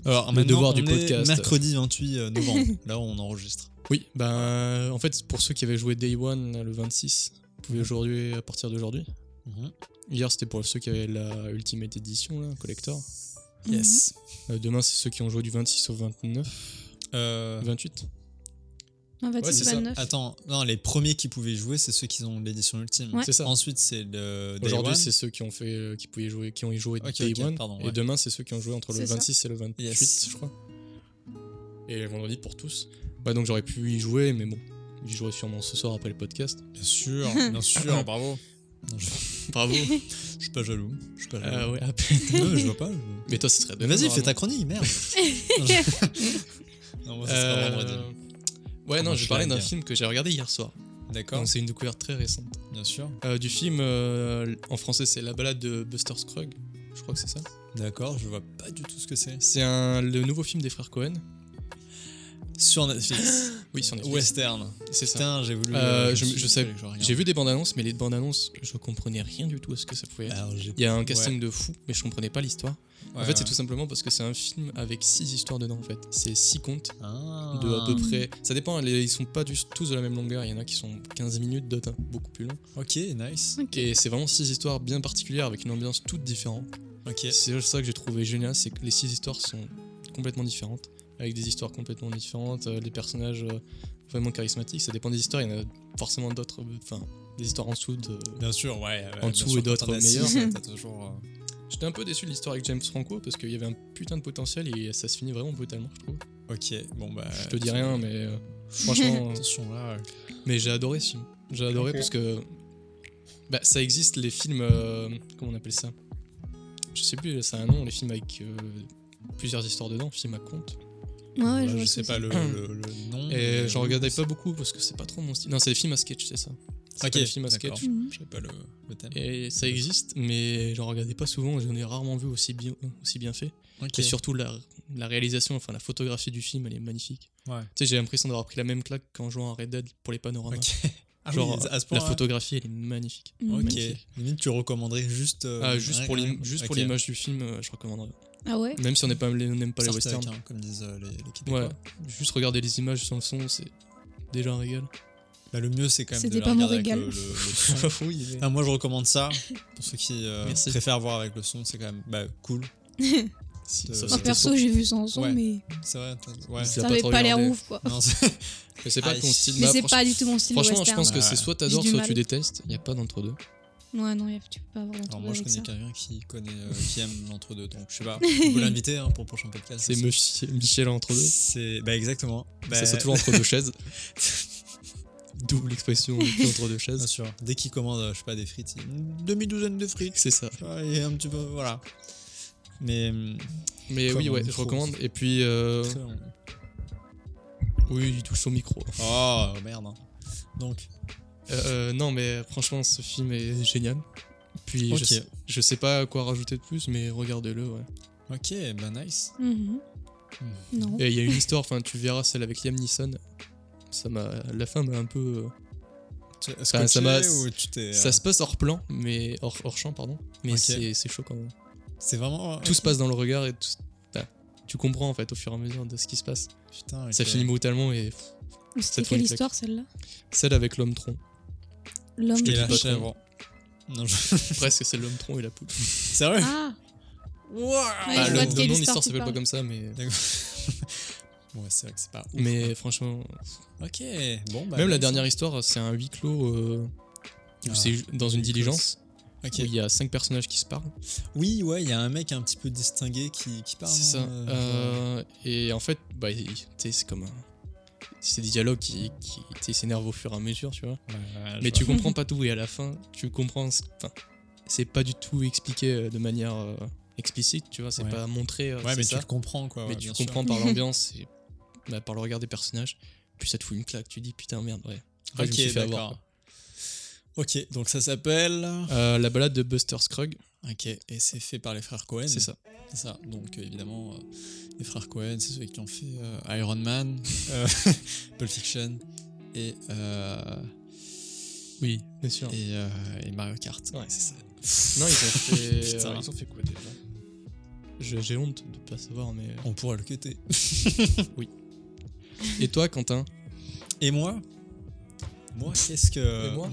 Speaker 1: Alors,
Speaker 3: Le
Speaker 1: maintenant,
Speaker 3: devoir
Speaker 1: on
Speaker 3: du
Speaker 1: est
Speaker 3: podcast.
Speaker 1: Mercredi 28 novembre. là, on enregistre.
Speaker 3: Oui, ben, en fait, pour ceux qui avaient joué Day One là, le 26, vous pouvez aujourd'hui, à partir d'aujourd'hui.
Speaker 1: Mhm.
Speaker 3: Hier, c'était pour ceux qui avaient la Ultimate Edition, là, Collector.
Speaker 2: Mhm.
Speaker 1: Yes.
Speaker 3: Euh, demain, c'est ceux qui ont joué du 26 au 29,
Speaker 1: Euh,
Speaker 3: 28.
Speaker 2: Non, bah,
Speaker 3: Ouais, c'est
Speaker 2: 26
Speaker 3: ça.
Speaker 2: 29.
Speaker 1: Attends, non, les premiers qui pouvaient jouer, c'est ceux qui ont l'édition ultime.
Speaker 2: Ouais.
Speaker 3: C'est ça.
Speaker 1: Ensuite, c'est le. Day
Speaker 3: Aujourd'hui,
Speaker 1: One.
Speaker 3: c'est ceux qui ont fait, euh, qui pouvaient jouer, qui ont y joué
Speaker 1: Ok,
Speaker 3: Day
Speaker 1: ok,
Speaker 3: One.
Speaker 1: pardon,
Speaker 3: Et
Speaker 1: ouais.
Speaker 3: demain, c'est ceux qui ont joué entre le
Speaker 2: C'est ça.
Speaker 3: 26 et le 28,
Speaker 1: Yes.
Speaker 3: je crois. Et vendredi pour tous. Ouais, donc j'aurais pu y jouer, mais bon, j'y jouerai sûrement ce soir après le podcast.
Speaker 1: Bien sûr, bien sûr, bravo. Non, je...
Speaker 3: Bravo.
Speaker 1: je suis pas jaloux. Je suis pas jaloux.
Speaker 3: Ah ouais, à peine. Euh,
Speaker 1: Non, mais je vois pas. je-
Speaker 3: Mais toi, ce serait
Speaker 1: Mais
Speaker 3: demain.
Speaker 1: vas-y, fais
Speaker 3: normalement.
Speaker 1: ta chronique, merde. non, je- Non, moi, ça sera
Speaker 3: Euh,
Speaker 1: vendredi.
Speaker 3: Ouais, non,
Speaker 1: Moi,
Speaker 3: je
Speaker 1: je
Speaker 3: parlais
Speaker 1: l'ai
Speaker 3: d'un
Speaker 1: bien.
Speaker 3: film que j'ai regardé hier soir.
Speaker 1: D'accord,
Speaker 3: Donc c'est une découverte très récente.
Speaker 1: bien sûr.
Speaker 3: Euh, du film, euh, en français, c'est La balade de Buster Scruggs. Je crois que c'est ça.
Speaker 1: D'accord, je vois pas du tout ce que c'est.
Speaker 3: C'est un- le nouveau film des frères Cohen.
Speaker 1: Sur Netflix,
Speaker 3: Oui, sur Netflix.
Speaker 1: western.
Speaker 3: C'est ça.
Speaker 1: Putain, j'ai voulu.
Speaker 3: Euh,
Speaker 1: me
Speaker 3: je-
Speaker 1: suis
Speaker 3: je
Speaker 1: dit,
Speaker 3: sais-
Speaker 1: fallait que je regarde.
Speaker 3: J'ai vu des bandes annonces, mais les bandes annonces, je comprenais rien du tout à ce que ça pouvait être.
Speaker 1: Alors, j'ai-
Speaker 3: Il y a un casting de fou, mais je comprenais pas l'histoire. en
Speaker 1: Ouais,
Speaker 3: fait, c'est
Speaker 1: ouais.
Speaker 3: tout simplement parce que c'est un film avec six histoires dedans. En fait, c'est six contes
Speaker 1: Ah.
Speaker 3: de à peu près. Ça dépend. les- Ils sont pas du- tous de la même longueur. Il y en a qui sont 15 minutes, d'autres hein, beaucoup plus longs.
Speaker 1: Ok, nice.
Speaker 2: Ok.
Speaker 3: Et c'est vraiment six histoires bien particulières avec une ambiance toute différente.
Speaker 1: Ok.
Speaker 3: C'est ça que j'ai trouvé génial, c'est que les six histoires sont complètement différentes, avec des histoires complètement différentes, euh, des personnages euh, vraiment charismatiques. Ça dépend des histoires. Il y en a forcément d'autres, euh, enfin des histoires en dessous. de-
Speaker 1: Bien sûr, ouais. ouais,
Speaker 3: En
Speaker 1: bien
Speaker 3: dessous
Speaker 1: sûr,
Speaker 3: et d'autres
Speaker 1: quand t'en as six,
Speaker 3: meilleurs.
Speaker 1: T'as toujours. euh,
Speaker 3: J'étais un peu déçu de l'histoire avec James Franco parce qu'il y avait un putain de potentiel et ça se finit vraiment brutalement, je trouve.
Speaker 1: Ok, bon bah.
Speaker 3: je te dis rien, mais euh, franchement. euh,
Speaker 1: Attention là. euh,
Speaker 3: Mais j'ai adoré ce film. J'ai adoré
Speaker 1: Ok.
Speaker 3: parce que bah, ça existe les films. euh, comment on appelle ça Je sais plus, ça a un nom, les films avec euh, plusieurs histoires dedans, films à compte.
Speaker 2: Ouais, ouais,
Speaker 1: voilà,
Speaker 2: je
Speaker 1: je
Speaker 2: vois ce
Speaker 1: sais
Speaker 2: que
Speaker 1: pas
Speaker 2: c'est.
Speaker 1: le, le- le nom.
Speaker 3: Et
Speaker 1: mais,
Speaker 3: j'en
Speaker 1: euh,
Speaker 3: regardais pas beaucoup parce que c'est pas trop mon style. Non, c'est les films à sketch, c'est ça. C'est pas le film à
Speaker 1: d'accord.
Speaker 3: sketch.
Speaker 1: Je sais pas le, le thème.
Speaker 3: Et ça existe, mais j'en regardais pas souvent, j'en ai rarement vu aussi bien, aussi bien fait.
Speaker 1: Ok.
Speaker 3: Et surtout la, la réalisation, enfin la photographie du film, elle est magnifique.
Speaker 1: Ouais.
Speaker 3: Tu sais, j'ai l'impression d'avoir pris la même claque qu'en jouant à Red Dead pour les panoramas.
Speaker 1: Ok. Ah oui,
Speaker 3: Genre,
Speaker 1: à ce
Speaker 3: la
Speaker 1: point-là.
Speaker 3: photographie, elle est magnifique.
Speaker 2: Mm.
Speaker 1: Ok.
Speaker 3: magnifique.
Speaker 1: Limite, tu recommanderais juste. euh,
Speaker 3: Ah, juste
Speaker 1: rien-
Speaker 3: pour
Speaker 1: rien-
Speaker 3: l'im- juste pour
Speaker 1: ok.
Speaker 3: l'image du film, euh, je recommanderais.
Speaker 2: Ah ouais
Speaker 3: Même si on n'est pas- on n'aime pas les
Speaker 1: Sartre,
Speaker 3: westerns.
Speaker 1: hein, comme disent euh, les, les Québécois.
Speaker 3: Ouais, juste regarder les images sans le son, c'est déjà un régal.
Speaker 1: Bah, le mieux, c'est quand même de
Speaker 2: C'était
Speaker 1: la
Speaker 2: pas mon
Speaker 1: regarder avec euh,
Speaker 2: régal.
Speaker 1: le, le- le son.
Speaker 3: oui, mais-
Speaker 1: Ah, moi, je recommande ça. Pour ceux qui euh,
Speaker 3: Merci.
Speaker 1: préfèrent voir avec le son, c'est quand même bah, cool.
Speaker 3: Si,
Speaker 1: Euh,
Speaker 3: ça,
Speaker 2: Moi
Speaker 3: c'est-
Speaker 2: perso, j'ai vu sans son,
Speaker 1: Ouais.
Speaker 2: mais
Speaker 1: C'est vrai. t'as- Ouais.
Speaker 3: C'est- Tu
Speaker 2: ça
Speaker 3: l'as pas
Speaker 2: avait
Speaker 3: trop
Speaker 2: pas l'air
Speaker 3: regardé.
Speaker 2: ouf quoi.
Speaker 1: Non, c'est-
Speaker 3: Mais c'est pas
Speaker 1: Ah,
Speaker 3: ton style.
Speaker 2: Mais
Speaker 3: Bah,
Speaker 2: c'est
Speaker 3: franch-
Speaker 2: pas du tout mon style
Speaker 3: Franchement, je
Speaker 2: western.
Speaker 3: pense que c'est
Speaker 1: Ouais.
Speaker 3: soit t'adores,
Speaker 2: J'ai du
Speaker 3: soit
Speaker 2: mal.
Speaker 3: tu détestes. Il y a pas d'entre deux.
Speaker 2: Ouais, non, y a- tu peux pas avoir
Speaker 1: Alors,
Speaker 2: d'entre
Speaker 1: moi, je
Speaker 2: avec
Speaker 1: connais
Speaker 2: ça.
Speaker 1: quelqu'un qui connaît, euh, qui aime l'entre-deux. Donc, je sais pas. Vous l'invitez hein, pour le prochain podcast.
Speaker 3: C'est
Speaker 1: ça.
Speaker 3: Mich- Michel Ben entre deux.
Speaker 1: C'est. Bah, exactement. Bah,
Speaker 3: Ça c'est toujours entre deux chaises. Double expression depuis entre deux
Speaker 1: Bien
Speaker 3: chaises.
Speaker 1: sûr. Dès qu'il commande, euh, je sais pas, des frites, il- une demi-douzaine de frites.
Speaker 3: C'est ça.
Speaker 1: Ouais, Et un petit peu. Voilà. Mais. hum,
Speaker 3: Ah, Mais
Speaker 1: Comme
Speaker 3: oui, ouais,
Speaker 1: on
Speaker 3: je
Speaker 1: trouve.
Speaker 3: recommande. Et puis, euh,
Speaker 1: très bon.
Speaker 3: oui, il touche son micro.
Speaker 1: Oh, merde. hein. Donc,
Speaker 3: Euh, euh, non, mais franchement, ce film est génial. Puis, je,
Speaker 1: Ok.
Speaker 3: sais, je sais pas quoi rajouter de plus, mais regardez-le. Ouais.
Speaker 1: ok, bah, nice.
Speaker 2: Mhm. Non.
Speaker 3: Et il y a une histoire, enfin, tu verras celle avec Liam Neeson. Ça m'a, la fin m'a un peu. euh,
Speaker 1: Tu- est-ce
Speaker 3: Ça-
Speaker 1: que
Speaker 3: Bah, ça
Speaker 1: tu
Speaker 3: m'a-
Speaker 1: es ou tu t'es. euh,
Speaker 3: Ça se passe hors plan, mais hors, hors champ, pardon. Mais
Speaker 1: Ok.
Speaker 3: c'est, c'est chaud quand même.
Speaker 1: C'est vraiment.
Speaker 3: Tout se passe dans le regard et tout, bah, tu comprends en fait au fur et à mesure de ce qui se passe.
Speaker 1: Putain,
Speaker 3: Ça
Speaker 1: ok.
Speaker 3: finit brutalement et
Speaker 2: Mais
Speaker 3: Cette
Speaker 2: C'était
Speaker 3: fois,
Speaker 2: quelle
Speaker 3: il claque.
Speaker 2: histoire celle-là
Speaker 3: celle avec l'homme tronc.
Speaker 2: L'homme.
Speaker 1: Et
Speaker 3: dis
Speaker 1: la
Speaker 3: pas
Speaker 1: chèvre. Non, je-
Speaker 3: Presque c'est l'homme tronc et la poule.
Speaker 1: Sérieux
Speaker 2: Ah Ouais,
Speaker 3: Ah,
Speaker 2: je vois de
Speaker 3: le
Speaker 2: quelle
Speaker 3: le nom de
Speaker 2: histoire
Speaker 3: l'histoire
Speaker 2: tu
Speaker 3: s'appelle pas
Speaker 2: parles.
Speaker 3: comme ça, mais.
Speaker 1: D'accord. Ouais, c'est vrai que c'est pas ouf. hein.
Speaker 3: Mais franchement,
Speaker 1: Ok, bon, bah.
Speaker 3: même la
Speaker 1: nice.
Speaker 3: dernière histoire, c'est un huis clos. euh, où
Speaker 1: Ah,
Speaker 3: c'est dans une
Speaker 1: huis clos.
Speaker 3: diligence
Speaker 1: Ok.
Speaker 3: où il y a cinq personnages qui se parlent.
Speaker 1: Oui, ouais, il y a un mec un petit peu distingué qui, qui parle.
Speaker 3: c'est ça.
Speaker 1: hein, euh,
Speaker 3: Euh, et en fait, bah, il- tu sais, c'est comme un. C'est des dialogues qui, qui tu sais, s'énervent au fur et à mesure, tu vois.
Speaker 1: ouais, ouais, Ah, je
Speaker 3: Mais tu
Speaker 1: vois.
Speaker 3: comprends pas tout et à la fin, tu comprends. ce- Enfin, c'est pas du tout expliqué euh, de manière euh, explicite, tu vois. C'est
Speaker 1: Ouais.
Speaker 3: pas montré. euh,
Speaker 1: Ouais,
Speaker 3: c'est
Speaker 1: mais
Speaker 3: ça.
Speaker 1: tu le comprends, quoi.
Speaker 3: mais
Speaker 1: ouais,
Speaker 3: tu
Speaker 1: bien sûr.
Speaker 3: comprends par l'ambiance et bah, par le regard des personnages. Puis ça te fout une claque. Tu dis putain merde, ouais. Ouais, je me suis
Speaker 1: Ok,
Speaker 3: fait avoir,
Speaker 1: d'accord. Ok, donc ça s'appelle.
Speaker 3: Euh, la balade de Buster Scruggs,
Speaker 1: Ok, et c'est fait par les frères Cohen.
Speaker 3: c'est ça.
Speaker 1: C'est ça. Donc euh, évidemment, euh, les frères Cohen, c'est ceux qui ont fait euh, Iron Man, euh, Pulp Fiction et, euh,
Speaker 3: Oui, bien sûr.
Speaker 1: et, euh, et Mario Kart.
Speaker 3: Ouais, c'est ça.
Speaker 1: Pff,
Speaker 3: Non, ils ont fait. euh,
Speaker 1: Putain.
Speaker 3: ils ont fait quoi déjà Je- J'ai honte de pas savoir, mais.
Speaker 1: On pourra le cutter.
Speaker 3: Et toi, Quentin
Speaker 1: Et moi Moi, qu'est-ce que.
Speaker 3: Et moi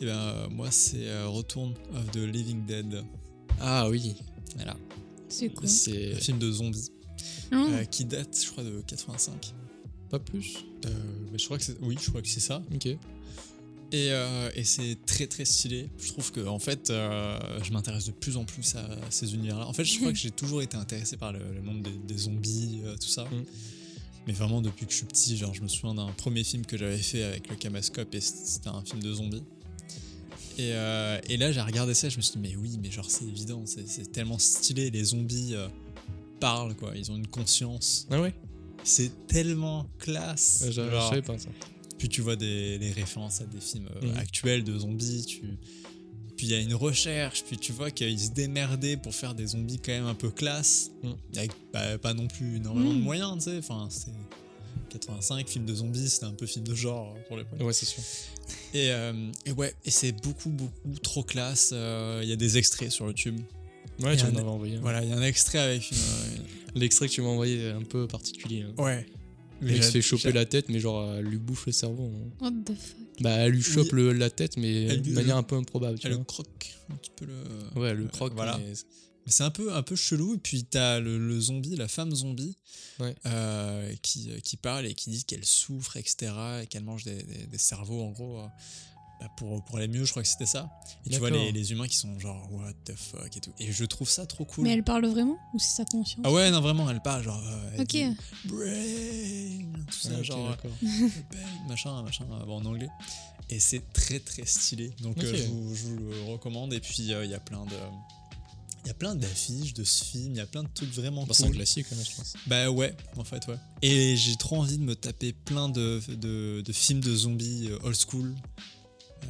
Speaker 1: Eh ben, euh, moi, c'est euh, Return of the Living Dead.
Speaker 3: Ah oui.
Speaker 1: Voilà.
Speaker 2: C'est quoi
Speaker 1: C'est
Speaker 3: C'est
Speaker 1: un film de zombies
Speaker 2: Non,
Speaker 1: euh, qui date, je crois, de 85.
Speaker 3: pas plus.
Speaker 1: Euh, mais je crois que c'est. Oui, je crois que c'est ça.
Speaker 3: Ok.
Speaker 1: Et, euh, et c'est très très stylé. Je trouve que en fait, euh, je m'intéresse de plus en plus à ces univers-là. En fait, je crois que j'ai toujours été intéressé par le, le monde des, des zombies, euh, tout ça.
Speaker 3: Mm.
Speaker 1: Mais vraiment depuis que je suis petit, genre je me souviens d'un premier film que j'avais fait avec le Camascope et c'était un film de zombies. Et, euh, et là, j'ai regardé ça, je me suis dit mais oui, mais genre c'est évident, c'est c'est tellement stylé, les zombies euh, parlent quoi, ils ont une conscience.
Speaker 3: Ah ouais
Speaker 1: C'est tellement classe.
Speaker 3: Ouais, Je je
Speaker 1: Genre,
Speaker 3: savais pas ça.
Speaker 1: puis tu vois des, des références à des films euh,
Speaker 3: Mhm.
Speaker 1: actuels de zombies. Tu... Puis il y a une recherche. Puis tu vois qu'ils se démerdaient pour faire des zombies quand même un peu classe.
Speaker 3: Mhm.
Speaker 1: Avec bah, pas non plus énormément de
Speaker 2: Mhm.
Speaker 1: moyens, tu sais. Enfin, c'est 85, film de zombies, c'était un peu film de genre hein, pour l'époque.
Speaker 3: Ouais, c'est sûr.
Speaker 1: Et, euh, et ouais, et c'est beaucoup, beaucoup trop classe. Euh, Il y a des extraits sur YouTube.
Speaker 3: Ouais,
Speaker 1: y
Speaker 3: tu
Speaker 1: a
Speaker 3: m'en
Speaker 1: un-
Speaker 3: avais envoyé. un.
Speaker 1: Voilà, il y a un extrait avec une. euh,
Speaker 3: L'extrait que tu m'as envoyé est un peu particulier. hein.
Speaker 1: ouais.
Speaker 3: Le mec se fait choper la tête, mais genre, elle lui bouffe le cerveau. hein.
Speaker 2: what the fuck
Speaker 3: Bah, elle lui chope
Speaker 1: Oui.
Speaker 3: le- la tête, mais
Speaker 1: Elle
Speaker 3: de
Speaker 1: lui-
Speaker 3: manière un peu improbable. Tu
Speaker 1: Elle le
Speaker 3: vois.
Speaker 1: croque un petit peu le.
Speaker 3: Ouais, elle le croque.
Speaker 1: Voilà.
Speaker 3: mais-
Speaker 1: Mais c'est un peu, un peu chelou. Et puis t'as le, le zombie, la femme zombie,
Speaker 3: Ouais.
Speaker 1: euh, qui, qui parle et qui dit qu'elle souffre, etc. Et qu'elle mange des, des- des cerveaux, en gros. euh, bah, pour, pour aller mieux, je crois que c'était ça. Et tu vois
Speaker 3: D'accord.
Speaker 1: les, les humains qui sont genre, what the fuck et tout. Et je trouve ça trop cool.
Speaker 2: Mais elle parle vraiment Ou c'est sa conscience
Speaker 1: Ah ouais, non, vraiment, elle parle genre. euh, elle
Speaker 2: Ok.
Speaker 1: dit, brain, tout ça,
Speaker 3: Ah, ok,
Speaker 1: genre, euh,
Speaker 3: d'accord.
Speaker 1: bang, machin, machin, euh, en anglais. Et c'est très très stylé. Donc euh,
Speaker 3: Ok.
Speaker 1: je, vous, je vous le recommande. Et puis euh, il y a plein de. Il y a plein d'affiches de ce film, il y a plein de trucs vraiment
Speaker 3: Bah, c'est un
Speaker 1: cool.
Speaker 3: classique, hein, je pense.
Speaker 1: Bah ouais, en fait, ouais. Et j'ai trop envie de me taper plein de, de, de films de zombies euh, old school.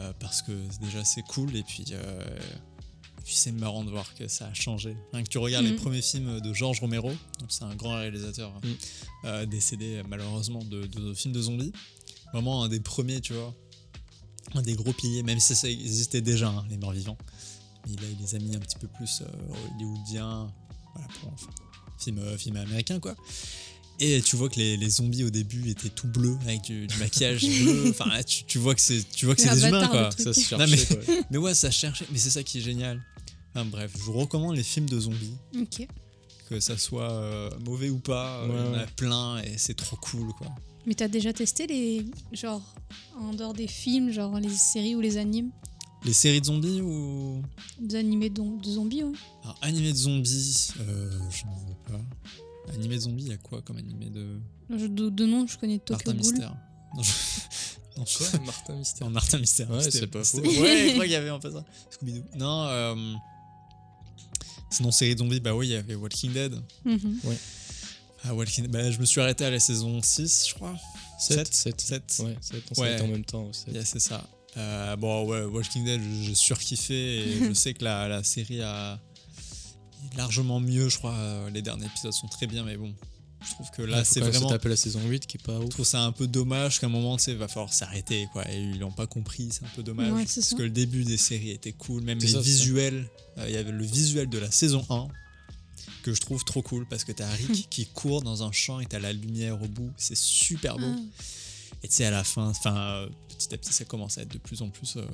Speaker 1: euh, parce que déjà c'est cool et puis, euh, et puis c'est marrant de voir que ça a changé. Hein, que tu regardes les
Speaker 2: Mhm.
Speaker 1: premiers films de George Romero, donc c'est un grand réalisateur
Speaker 3: Mhm.
Speaker 1: euh, décédé malheureusement de, de, de films de zombies, vraiment un des premiers, tu vois, un des gros piliers, même si ça existait déjà, hein, les morts vivants. Mais là, il les a mis un petit peu plus euh, hollywoodiens, voilà, pour enfin, film, euh, film américain quoi. Et tu vois que les, les zombies au début étaient tout bleus avec du, du maquillage bleu. Enfin, là, tu, tu vois que c'est tu vois que c'est des
Speaker 2: L'avatar,
Speaker 1: humains
Speaker 2: le
Speaker 1: quoi.
Speaker 2: truc.
Speaker 3: Ça se
Speaker 1: Non,
Speaker 3: cherchait, quoi.
Speaker 1: Mais ouais, ça cherchait. Mais c'est ça qui est génial. Enfin, bref, je vous recommande les films de zombies,
Speaker 2: Ok.
Speaker 1: que ça soit euh, mauvais ou pas. euh, Il y en a
Speaker 3: Ouais.
Speaker 1: plein et c'est trop cool quoi.
Speaker 2: Mais t'as déjà testé les. genre. en dehors des films, genre les séries ou les animes
Speaker 1: Les séries de zombies ou
Speaker 2: Des animés don- de zombies, ouais.
Speaker 1: Alors, animé de zombies, euh, je ne sais pas. Animé de zombies, il y a quoi comme animé de
Speaker 2: Je- De, de nom, je connais Tokyo
Speaker 1: Martin
Speaker 2: Ghoul.
Speaker 1: Mystère Non, je- non, je-
Speaker 3: Quoi, Martin Mystère
Speaker 1: C'était en Martin Mystère.
Speaker 3: Ouais,
Speaker 1: c'était-
Speaker 3: c'est pas
Speaker 1: c'était-
Speaker 2: faux.
Speaker 1: Ouais, je crois qu'il y avait en fait ça. Scooby-Doo. Non, euh... sinon, série de zombies, bah oui, il y avait Walking Dead.
Speaker 2: Mhm.
Speaker 1: Ah, Walking bah, je me suis arrêté à la saison 6, je crois.
Speaker 3: 7
Speaker 1: Sept.
Speaker 3: 7
Speaker 1: Sept.
Speaker 3: Ouais, 7 on
Speaker 1: Ouais.
Speaker 3: s'est en même temps. sept.
Speaker 1: Yeah, c'est ça. Euh, bon, ouais, Walking Dead, je- j'ai surkiffé et je sais que la, la série a est largement mieux, je crois. Euh, Les derniers épisodes sont très bien, mais bon, je trouve que là,
Speaker 3: Faut
Speaker 1: c'est
Speaker 3: quand même se
Speaker 1: vraiment.
Speaker 3: taper la saison 8 qui est pas
Speaker 1: Je
Speaker 3: ouf.
Speaker 1: trouve ça un peu dommage qu'à un moment, tu sais, va falloir s'arrêter, quoi. Et ils l'ont pas compris, c'est un peu dommage.
Speaker 2: Ouais, c'est
Speaker 1: parce
Speaker 2: ça.
Speaker 1: que le début des séries était cool, même
Speaker 3: C'est
Speaker 1: les
Speaker 3: ça, c'est ça.
Speaker 1: visuels. euh, Il y avait le visuel de la saison 1 que je trouve trop cool parce que t'as
Speaker 2: Hmm.
Speaker 1: Rick qui court dans un champ et t'as la lumière au bout. C'est super beau.
Speaker 2: Ah.
Speaker 1: Et tu sais, à la fin, enfin, euh, petit à petit, ça commence à être de plus en plus. euh,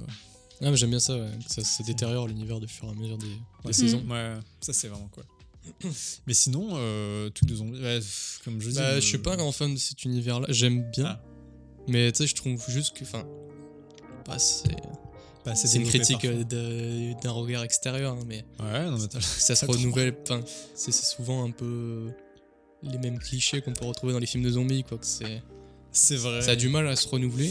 Speaker 3: Ah, mais j'aime bien ça, ouais, que ça, ça détériore l'univers de fur et à mesure des,
Speaker 1: la
Speaker 2: Hmm.
Speaker 3: des
Speaker 1: saison.
Speaker 3: saisons.
Speaker 1: Ouais, ça c'est vraiment cool. Mais sinon, euh, tous les zombies, ouais, pff, comme je dis.
Speaker 3: Bah,
Speaker 1: euh,
Speaker 3: je suis pas un grand fan de cet univers-là. J'aime bien.
Speaker 1: Ah.
Speaker 3: Mais tu sais, je trouve juste que. Enfin. pas assez-
Speaker 1: pas assez
Speaker 3: C'est une
Speaker 1: développé
Speaker 3: critique
Speaker 1: parfois.
Speaker 3: euh, de- d'un regard extérieur, hein, mais
Speaker 1: Ouais, non, mais t'as-
Speaker 3: ça se
Speaker 1: Pas trop.
Speaker 3: renouvelle. Enfin, c'est c'est souvent un peu les mêmes clichés qu'on peut retrouver dans les films de zombies, quoi. Que c'est-
Speaker 1: c'est vrai.
Speaker 3: Ça a du mal à se renouveler.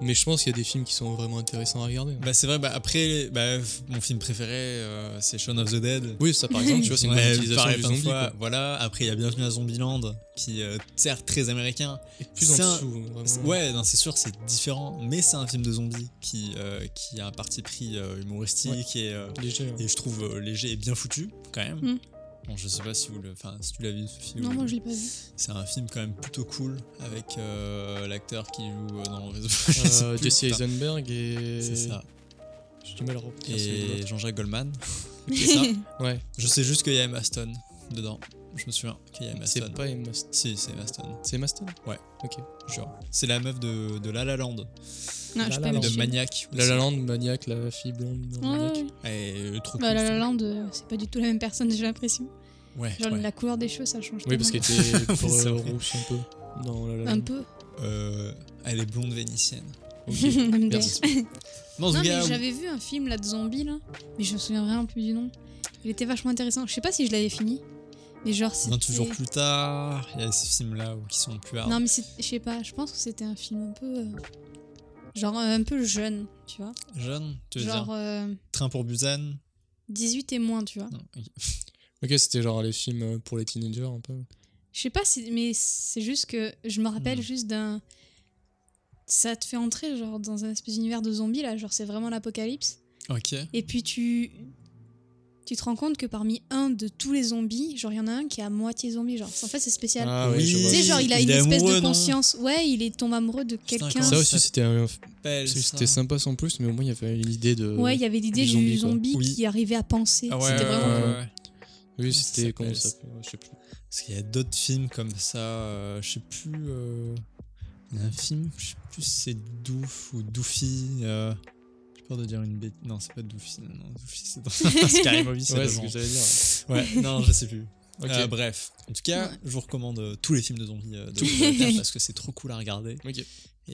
Speaker 3: Mais je pense qu'il y a des films qui sont vraiment intéressants à regarder.
Speaker 1: Bah, c'est vrai, bah, après, bah, f- mon film préféré, euh, c'est Shaun of the Dead.
Speaker 3: Oui, ça par exemple, tu vois, c'est une
Speaker 1: Ouais,
Speaker 3: bonne utilisation
Speaker 1: pareil,
Speaker 3: du
Speaker 1: plein de
Speaker 3: zombie.
Speaker 1: fois.
Speaker 3: Quoi.
Speaker 1: Voilà, après, il y a Bienvenue à Zombieland, qui euh, sert très américain.
Speaker 3: Et de plus en
Speaker 1: C'est un-
Speaker 3: dessous, vraiment.
Speaker 1: C'est- Ouais, non, c'est sûr, c'est différent, mais c'est un film de zombies qui, euh, qui a un parti pris euh, humoristique et, euh,
Speaker 3: Léger. hein.
Speaker 1: et je trouve euh, léger et bien foutu, quand même.
Speaker 2: Mm.
Speaker 1: Bon, je sais pas si, vous le, enfin, si tu l'as vu, Sophie.
Speaker 2: Non,
Speaker 1: ou-
Speaker 2: moi je l'ai pas vu.
Speaker 1: C'est un film quand même plutôt cool avec euh, l'acteur qui joue euh, dans le réseau.
Speaker 3: Euh,
Speaker 1: je sais plus,
Speaker 3: Jesse
Speaker 1: putain.
Speaker 3: Eisenberg et.
Speaker 1: C'est ça.
Speaker 3: J'ai du mal à retenir celui de
Speaker 1: Et
Speaker 3: l'autre.
Speaker 1: Jean-Jacques Goldman. C'est ça.
Speaker 3: Ouais,
Speaker 1: Je sais juste qu'il y a Emma Stone dedans. Je me souviens qu'il y a Emma Stone.
Speaker 3: c'est pas Emma Stone.
Speaker 1: Si, c'est Emma Stone.
Speaker 3: C'est Emma Stone
Speaker 1: Jure. C'est la meuf de, de La La Land.
Speaker 2: Non,
Speaker 3: La
Speaker 2: Ah, je
Speaker 3: La
Speaker 2: pas
Speaker 3: Land.
Speaker 1: de
Speaker 2: vu.
Speaker 1: Maniac. aussi.
Speaker 3: La La Land, Maniac, la fille blonde, dans
Speaker 2: Ouais,
Speaker 3: Maniac.
Speaker 2: ouais.
Speaker 1: Et euh, trop
Speaker 2: Bah,
Speaker 1: cool.
Speaker 2: la
Speaker 1: ce
Speaker 2: La Land, euh, c'est pas du tout la même personne, j'ai l'impression.
Speaker 1: film. Ouais.
Speaker 2: Genre
Speaker 1: ouais.
Speaker 2: la couleur des cheveux, ça change.
Speaker 3: Oui, parce qu'elle
Speaker 2: tellement.
Speaker 3: était pour
Speaker 1: Oui, c'est
Speaker 3: euh,
Speaker 1: vrai.
Speaker 3: rouge un peu. Non, la la
Speaker 2: Un
Speaker 3: Land.
Speaker 2: peu.
Speaker 1: Euh, elle est blonde vénitienne.
Speaker 3: Ok.
Speaker 2: MDR.
Speaker 3: merci.
Speaker 1: Non, en tout
Speaker 2: Non,
Speaker 1: cas,
Speaker 2: mais j'avais vu un film là de zombie là, mais je me souviens vraiment plus du nom. Il était vachement intéressant. Je sais pas si je l'avais fini, mais genre c'était.
Speaker 1: 28 jours plus tard, il y a ces films-là où- qui sont plus hard.
Speaker 2: Non, mais c'est- je sais pas. Je pense que c'était un film un peu. euh, Genre euh, un peu jeune, tu vois.
Speaker 1: Jeune, tu veux
Speaker 2: Genre
Speaker 1: dire
Speaker 2: euh,
Speaker 1: Train pour Busan
Speaker 2: 18 et moins, tu vois.
Speaker 1: Non, ok.
Speaker 3: Ok, c'était genre les films euh, pour les teenagers un peu.
Speaker 2: Je sais pas, si- mais c'est juste que je me rappelle
Speaker 1: Hmm.
Speaker 2: juste d'un. Ça te fait entrer genre dans un espèce d'univers de zombies là, genre c'est vraiment l'apocalypse.
Speaker 1: Ok.
Speaker 2: Et puis tu. Tu te rends compte que parmi un de tous les zombies, genre il y en a un qui est à moitié zombie, genre en fait c'est spécial.
Speaker 3: Ah
Speaker 1: oui, je
Speaker 3: oui, je
Speaker 2: tu
Speaker 1: vois.
Speaker 2: sais, genre il a
Speaker 1: Il
Speaker 2: une
Speaker 1: est
Speaker 2: espèce
Speaker 1: amoureux,
Speaker 2: de
Speaker 1: non
Speaker 2: conscience. Ouais, il est tombe amoureux de
Speaker 1: Putain,
Speaker 2: quelqu'un.
Speaker 1: comment
Speaker 3: Ça aussi, c'était un-
Speaker 1: Belle,
Speaker 3: c'était
Speaker 1: ça.
Speaker 3: sympa sans plus, mais au moins il y avait une idée
Speaker 1: euh,
Speaker 3: de.
Speaker 2: Ouais, il y avait l'idée
Speaker 3: du
Speaker 2: du
Speaker 3: zombie,
Speaker 2: zombie,
Speaker 3: quoi.
Speaker 1: Oui.
Speaker 2: qui arrivait à penser.
Speaker 1: Ah ouais,
Speaker 2: C'était
Speaker 1: ouais,
Speaker 2: vraiment
Speaker 1: ouais,
Speaker 3: cool.
Speaker 1: ouais.
Speaker 3: Oui,
Speaker 1: ça
Speaker 3: c'était comment
Speaker 1: s'appelle
Speaker 3: ça s'appelle Je sais plus.
Speaker 1: Parce qu'il y a d'autres films comme ça, euh, je sais plus. euh, il y a un film, je sais plus si c'est Douf ou Doofy. euh, J'ai peur de dire une bête. Non, c'est pas Doofy. Non, Doofy, c'est dans Scary Movie, c'est
Speaker 3: Ouais,
Speaker 1: dans
Speaker 3: c'est ce
Speaker 1: genre.
Speaker 3: que j'allais dire.
Speaker 1: Ouais, non, je sais plus.
Speaker 3: Ok.
Speaker 1: Euh, bref, en tout cas,
Speaker 2: Ouais.
Speaker 1: je vous recommande euh, tous les films de zombies euh, de Jonathan Demme parce que c'est trop cool à regarder.
Speaker 3: Ok.
Speaker 1: Et,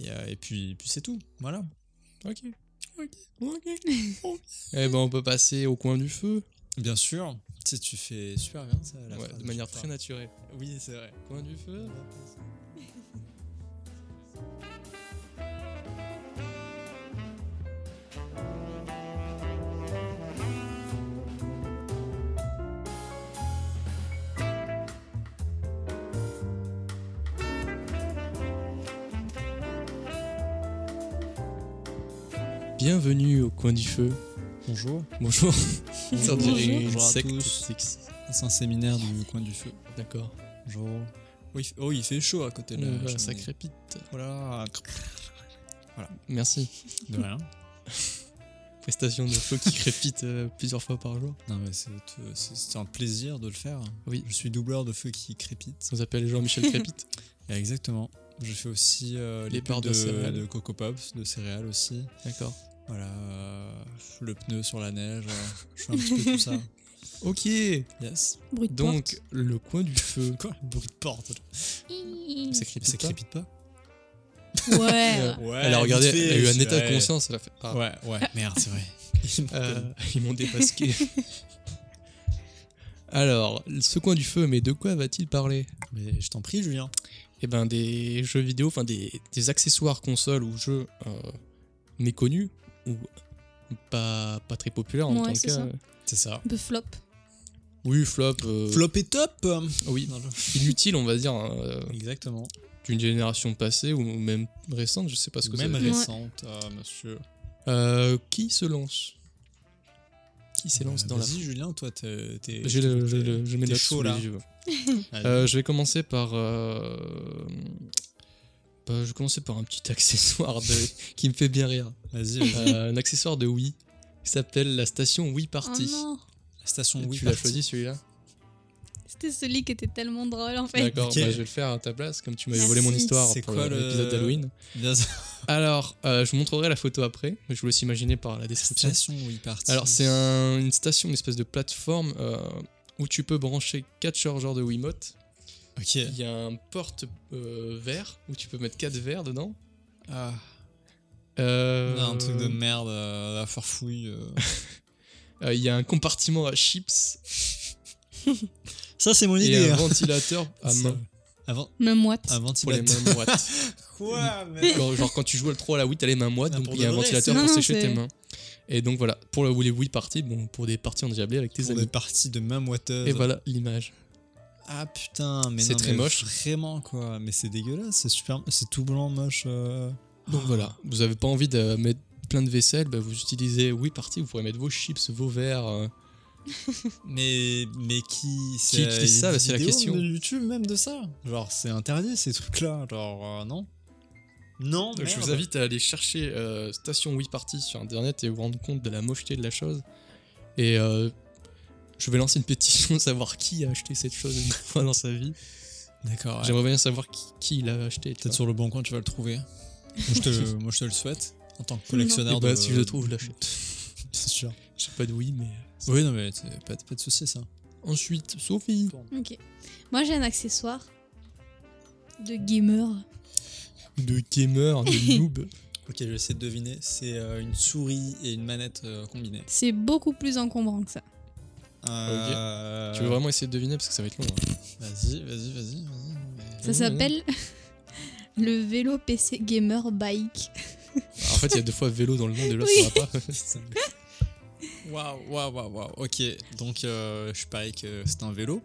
Speaker 1: euh, et puis, puis c'est tout. Voilà.
Speaker 3: Ok. Ok. Eh ben, on peut passer au coin du feu.
Speaker 1: Bien sûr, tu sais, tu fais super bien ça. la
Speaker 3: Ouais,
Speaker 1: phrase,
Speaker 3: de manière
Speaker 1: je sais
Speaker 3: très
Speaker 1: pas.
Speaker 3: naturelle.
Speaker 1: Oui, c'est vrai.
Speaker 3: Coin du feu. Bienvenue au coin du feu.
Speaker 1: Bonjour.
Speaker 3: Bonjour.
Speaker 1: Ça
Speaker 2: Bonjour.
Speaker 1: dirait une
Speaker 3: Bonjour à
Speaker 1: secte
Speaker 3: tous.
Speaker 1: sexy. C'est un séminaire du coin du feu.
Speaker 3: D'accord. Euh,
Speaker 1: Bonjour. Oui, il fait- oh, il fait chaud à côté de la
Speaker 3: Voilà,
Speaker 1: cheminée.
Speaker 3: ça crépite.
Speaker 1: Voilà.
Speaker 3: Merci.
Speaker 1: De rien.
Speaker 3: Prestation de feu qui crépite euh, plusieurs fois par jour.
Speaker 1: Non, mais c'est euh, c'est- c'est un plaisir de le faire.
Speaker 3: Oui.
Speaker 1: Je suis doubleur de feu qui crépite.
Speaker 3: Ça s'appelle Jean-Michel Crépite.
Speaker 1: Et exactement. Je fais aussi euh,
Speaker 3: Les
Speaker 1: les
Speaker 3: barres
Speaker 1: pubs
Speaker 3: de
Speaker 1: de,
Speaker 3: céréales.
Speaker 1: de Coco Pops, de céréales aussi.
Speaker 3: D'accord.
Speaker 1: Voilà. euh, le pneu sur la neige. euh, je fais un petit peu tout ça.
Speaker 3: Ok.
Speaker 1: Yes.
Speaker 2: Bruit de
Speaker 3: Donc, le coin du feu.
Speaker 1: Quoi Bruit de porte.
Speaker 2: porte.
Speaker 3: Ça
Speaker 1: Mais ça
Speaker 3: crépite. pas Euh,
Speaker 1: crépite pas
Speaker 2: Ouais.
Speaker 1: Ouais.
Speaker 3: elle a regardé,
Speaker 1: vite fait,
Speaker 3: elle a eu un
Speaker 1: je-
Speaker 3: état
Speaker 1: ouais.
Speaker 3: de conscience. Elle a fait. Ah,
Speaker 1: Ouais, ouais. Merde, c'est vrai.
Speaker 3: Euh, ils m'ont dépasqué. Alors, ce coin du feu, mais de quoi va-t-il parler
Speaker 1: Mais je t'en prie, Julien.
Speaker 3: Eh ben, des jeux vidéo, enfin des, des accessoires consoles ou jeux euh, méconnus ou pas, pas très populaires en
Speaker 2: Ouais,
Speaker 3: tant
Speaker 2: c'est
Speaker 3: que cas.
Speaker 2: ça.
Speaker 1: C'est ça.
Speaker 2: Un peu flop. Oh
Speaker 3: Oui, flop. euh,
Speaker 1: Flop et top
Speaker 3: Oui, inutile, on va dire, hein, euh,
Speaker 1: Exactement.
Speaker 3: d'une génération passée ou même récente, je sais pas ce que
Speaker 1: Même
Speaker 3: c'est.
Speaker 1: récente, euh, monsieur.
Speaker 3: Ah, Euh, qui se lance Qui s'élance
Speaker 1: Euh,
Speaker 3: dans la.
Speaker 1: Vas-y, Julien, toi, t'es. t'es-
Speaker 3: J'ai le- je,
Speaker 1: t'es-
Speaker 3: le- je mets
Speaker 1: t'es
Speaker 3: la
Speaker 1: chaud,
Speaker 3: sous
Speaker 1: là.
Speaker 3: les yeux.
Speaker 1: Allez.
Speaker 3: Euh, je vais commencer par. euh, bah, je vais commencer par un petit accessoire de- qui me fait bien rire.
Speaker 1: Vas-y, vas-y.
Speaker 3: Euh, un accessoire de Wii qui s'appelle la station Wii Party.
Speaker 2: Oh non.
Speaker 1: La station
Speaker 3: Et
Speaker 1: Wii
Speaker 3: tu l'as
Speaker 1: Party.
Speaker 3: choisi celui-là
Speaker 2: C'était celui qui était tellement drôle en fait.
Speaker 3: D'accord,
Speaker 1: Ok.
Speaker 3: bah, je vais le faire à ta place comme tu m'avais
Speaker 2: Merci.
Speaker 3: volé mon histoire
Speaker 1: C'est
Speaker 3: pour
Speaker 1: quoi
Speaker 3: le-
Speaker 1: le-
Speaker 3: l'épisode d'Halloween.
Speaker 1: Bien sûr.
Speaker 3: Alors, euh, je vous montrerai la photo après, mais je vous laisse imaginer par la description.
Speaker 1: Station Wii Party.
Speaker 3: Alors, c'est un- une station, une espèce de plateforme euh, où tu peux brancher quatre chargeurs de Wiimote.
Speaker 1: Ok.
Speaker 3: Il y a un porte euh, vert où tu peux mettre quatre verres dedans.
Speaker 1: Ah.
Speaker 3: Euh,
Speaker 1: Un truc de merde, euh, la farfouille. euh.
Speaker 3: euh, Il y a un compartiment à chips
Speaker 1: Ça, c'est mon
Speaker 3: et
Speaker 1: idée.
Speaker 3: un
Speaker 1: hein.
Speaker 3: ventilateur à
Speaker 1: Ça.
Speaker 3: main
Speaker 1: Avant.
Speaker 2: Même moite.
Speaker 1: Un
Speaker 3: hein. pour les
Speaker 1: ventilateur.
Speaker 3: mains moites.
Speaker 1: Quoi, mais.
Speaker 3: Quand- genre quand tu joues à le 3 à la 8, t'as les mains moites,
Speaker 1: Ah,
Speaker 3: donc
Speaker 1: pour
Speaker 3: il y a
Speaker 1: de
Speaker 3: un
Speaker 1: vrai,
Speaker 3: ventilateur
Speaker 2: c'est-
Speaker 3: pour
Speaker 2: Non,
Speaker 3: sécher
Speaker 2: c'est-
Speaker 3: tes mains. Et donc voilà, pour le- les Wii parties, bon, pour des parties endiablées avec tes
Speaker 1: Pour des
Speaker 3: amis.
Speaker 1: parties de main moiteuse.
Speaker 3: Et voilà l'image.
Speaker 1: Ah putain, mais
Speaker 3: C'est
Speaker 1: non,
Speaker 3: très
Speaker 1: mais
Speaker 3: moche.
Speaker 1: Vraiment quoi, mais c'est dégueulasse, c'est super, c'est tout blanc moche. euh.
Speaker 3: Donc voilà, vous avez pas envie de mettre plein de vaisselle, bah, vous utilisez Wii Party, vous pourrez mettre vos chips, vos verres. euh.
Speaker 1: Oh, Mais mais qui
Speaker 3: Qui utilise
Speaker 1: il y a
Speaker 3: ça,
Speaker 1: des
Speaker 3: bah, c'est la
Speaker 1: vidéos
Speaker 3: question.
Speaker 1: De YouTube même de ça. Genre c'est interdit ces trucs là, genre euh, non. Non.
Speaker 3: Donc, je
Speaker 1: merde.
Speaker 3: vous invite à aller chercher euh, Station Wii Party sur internet et vous rendre compte de la mocheté de la chose. Et euh, je vais lancer une pétition, savoir qui a acheté cette chose une fois dans sa vie.
Speaker 1: D'accord. ouais.
Speaker 3: J'aimerais bien savoir qui, qui l'a acheté. tu
Speaker 1: Peut-être sur le bon coin tu vas le trouver. moi, je te, moi, je te le souhaite en tant que
Speaker 3: vois.
Speaker 1: collectionneur.
Speaker 3: Et bah,
Speaker 1: de-
Speaker 3: si je le trouve, je l'achète.
Speaker 1: C'est sûr.
Speaker 3: J'ai pas de Wii, mais. euh,
Speaker 1: Oui non mais c'est pas, pas de souci ça.
Speaker 3: Ensuite, Sophie.
Speaker 2: Ok. Moi j'ai un accessoire de gamer.
Speaker 3: De gamer, de
Speaker 1: Euh.
Speaker 3: noob.
Speaker 1: Ok je vais essayer de deviner. C'est euh, une souris et une manette euh, combinée.
Speaker 2: C'est beaucoup plus encombrant que ça.
Speaker 1: Euh,
Speaker 3: Tu veux vraiment essayer de deviner parce que ça va être long. hein.
Speaker 1: Vas-y vas-y vas-y vas-y.
Speaker 2: Ça
Speaker 3: Mmh.
Speaker 2: s'appelle le vélo PC gamer bike.
Speaker 3: En fait, il y a deux fois vélo dans le nom, déjà,
Speaker 2: Oui.
Speaker 3: ça va pas.
Speaker 1: Waouh, waouh, waouh, waouh. Ok, donc euh, je parie que c'est un vélo.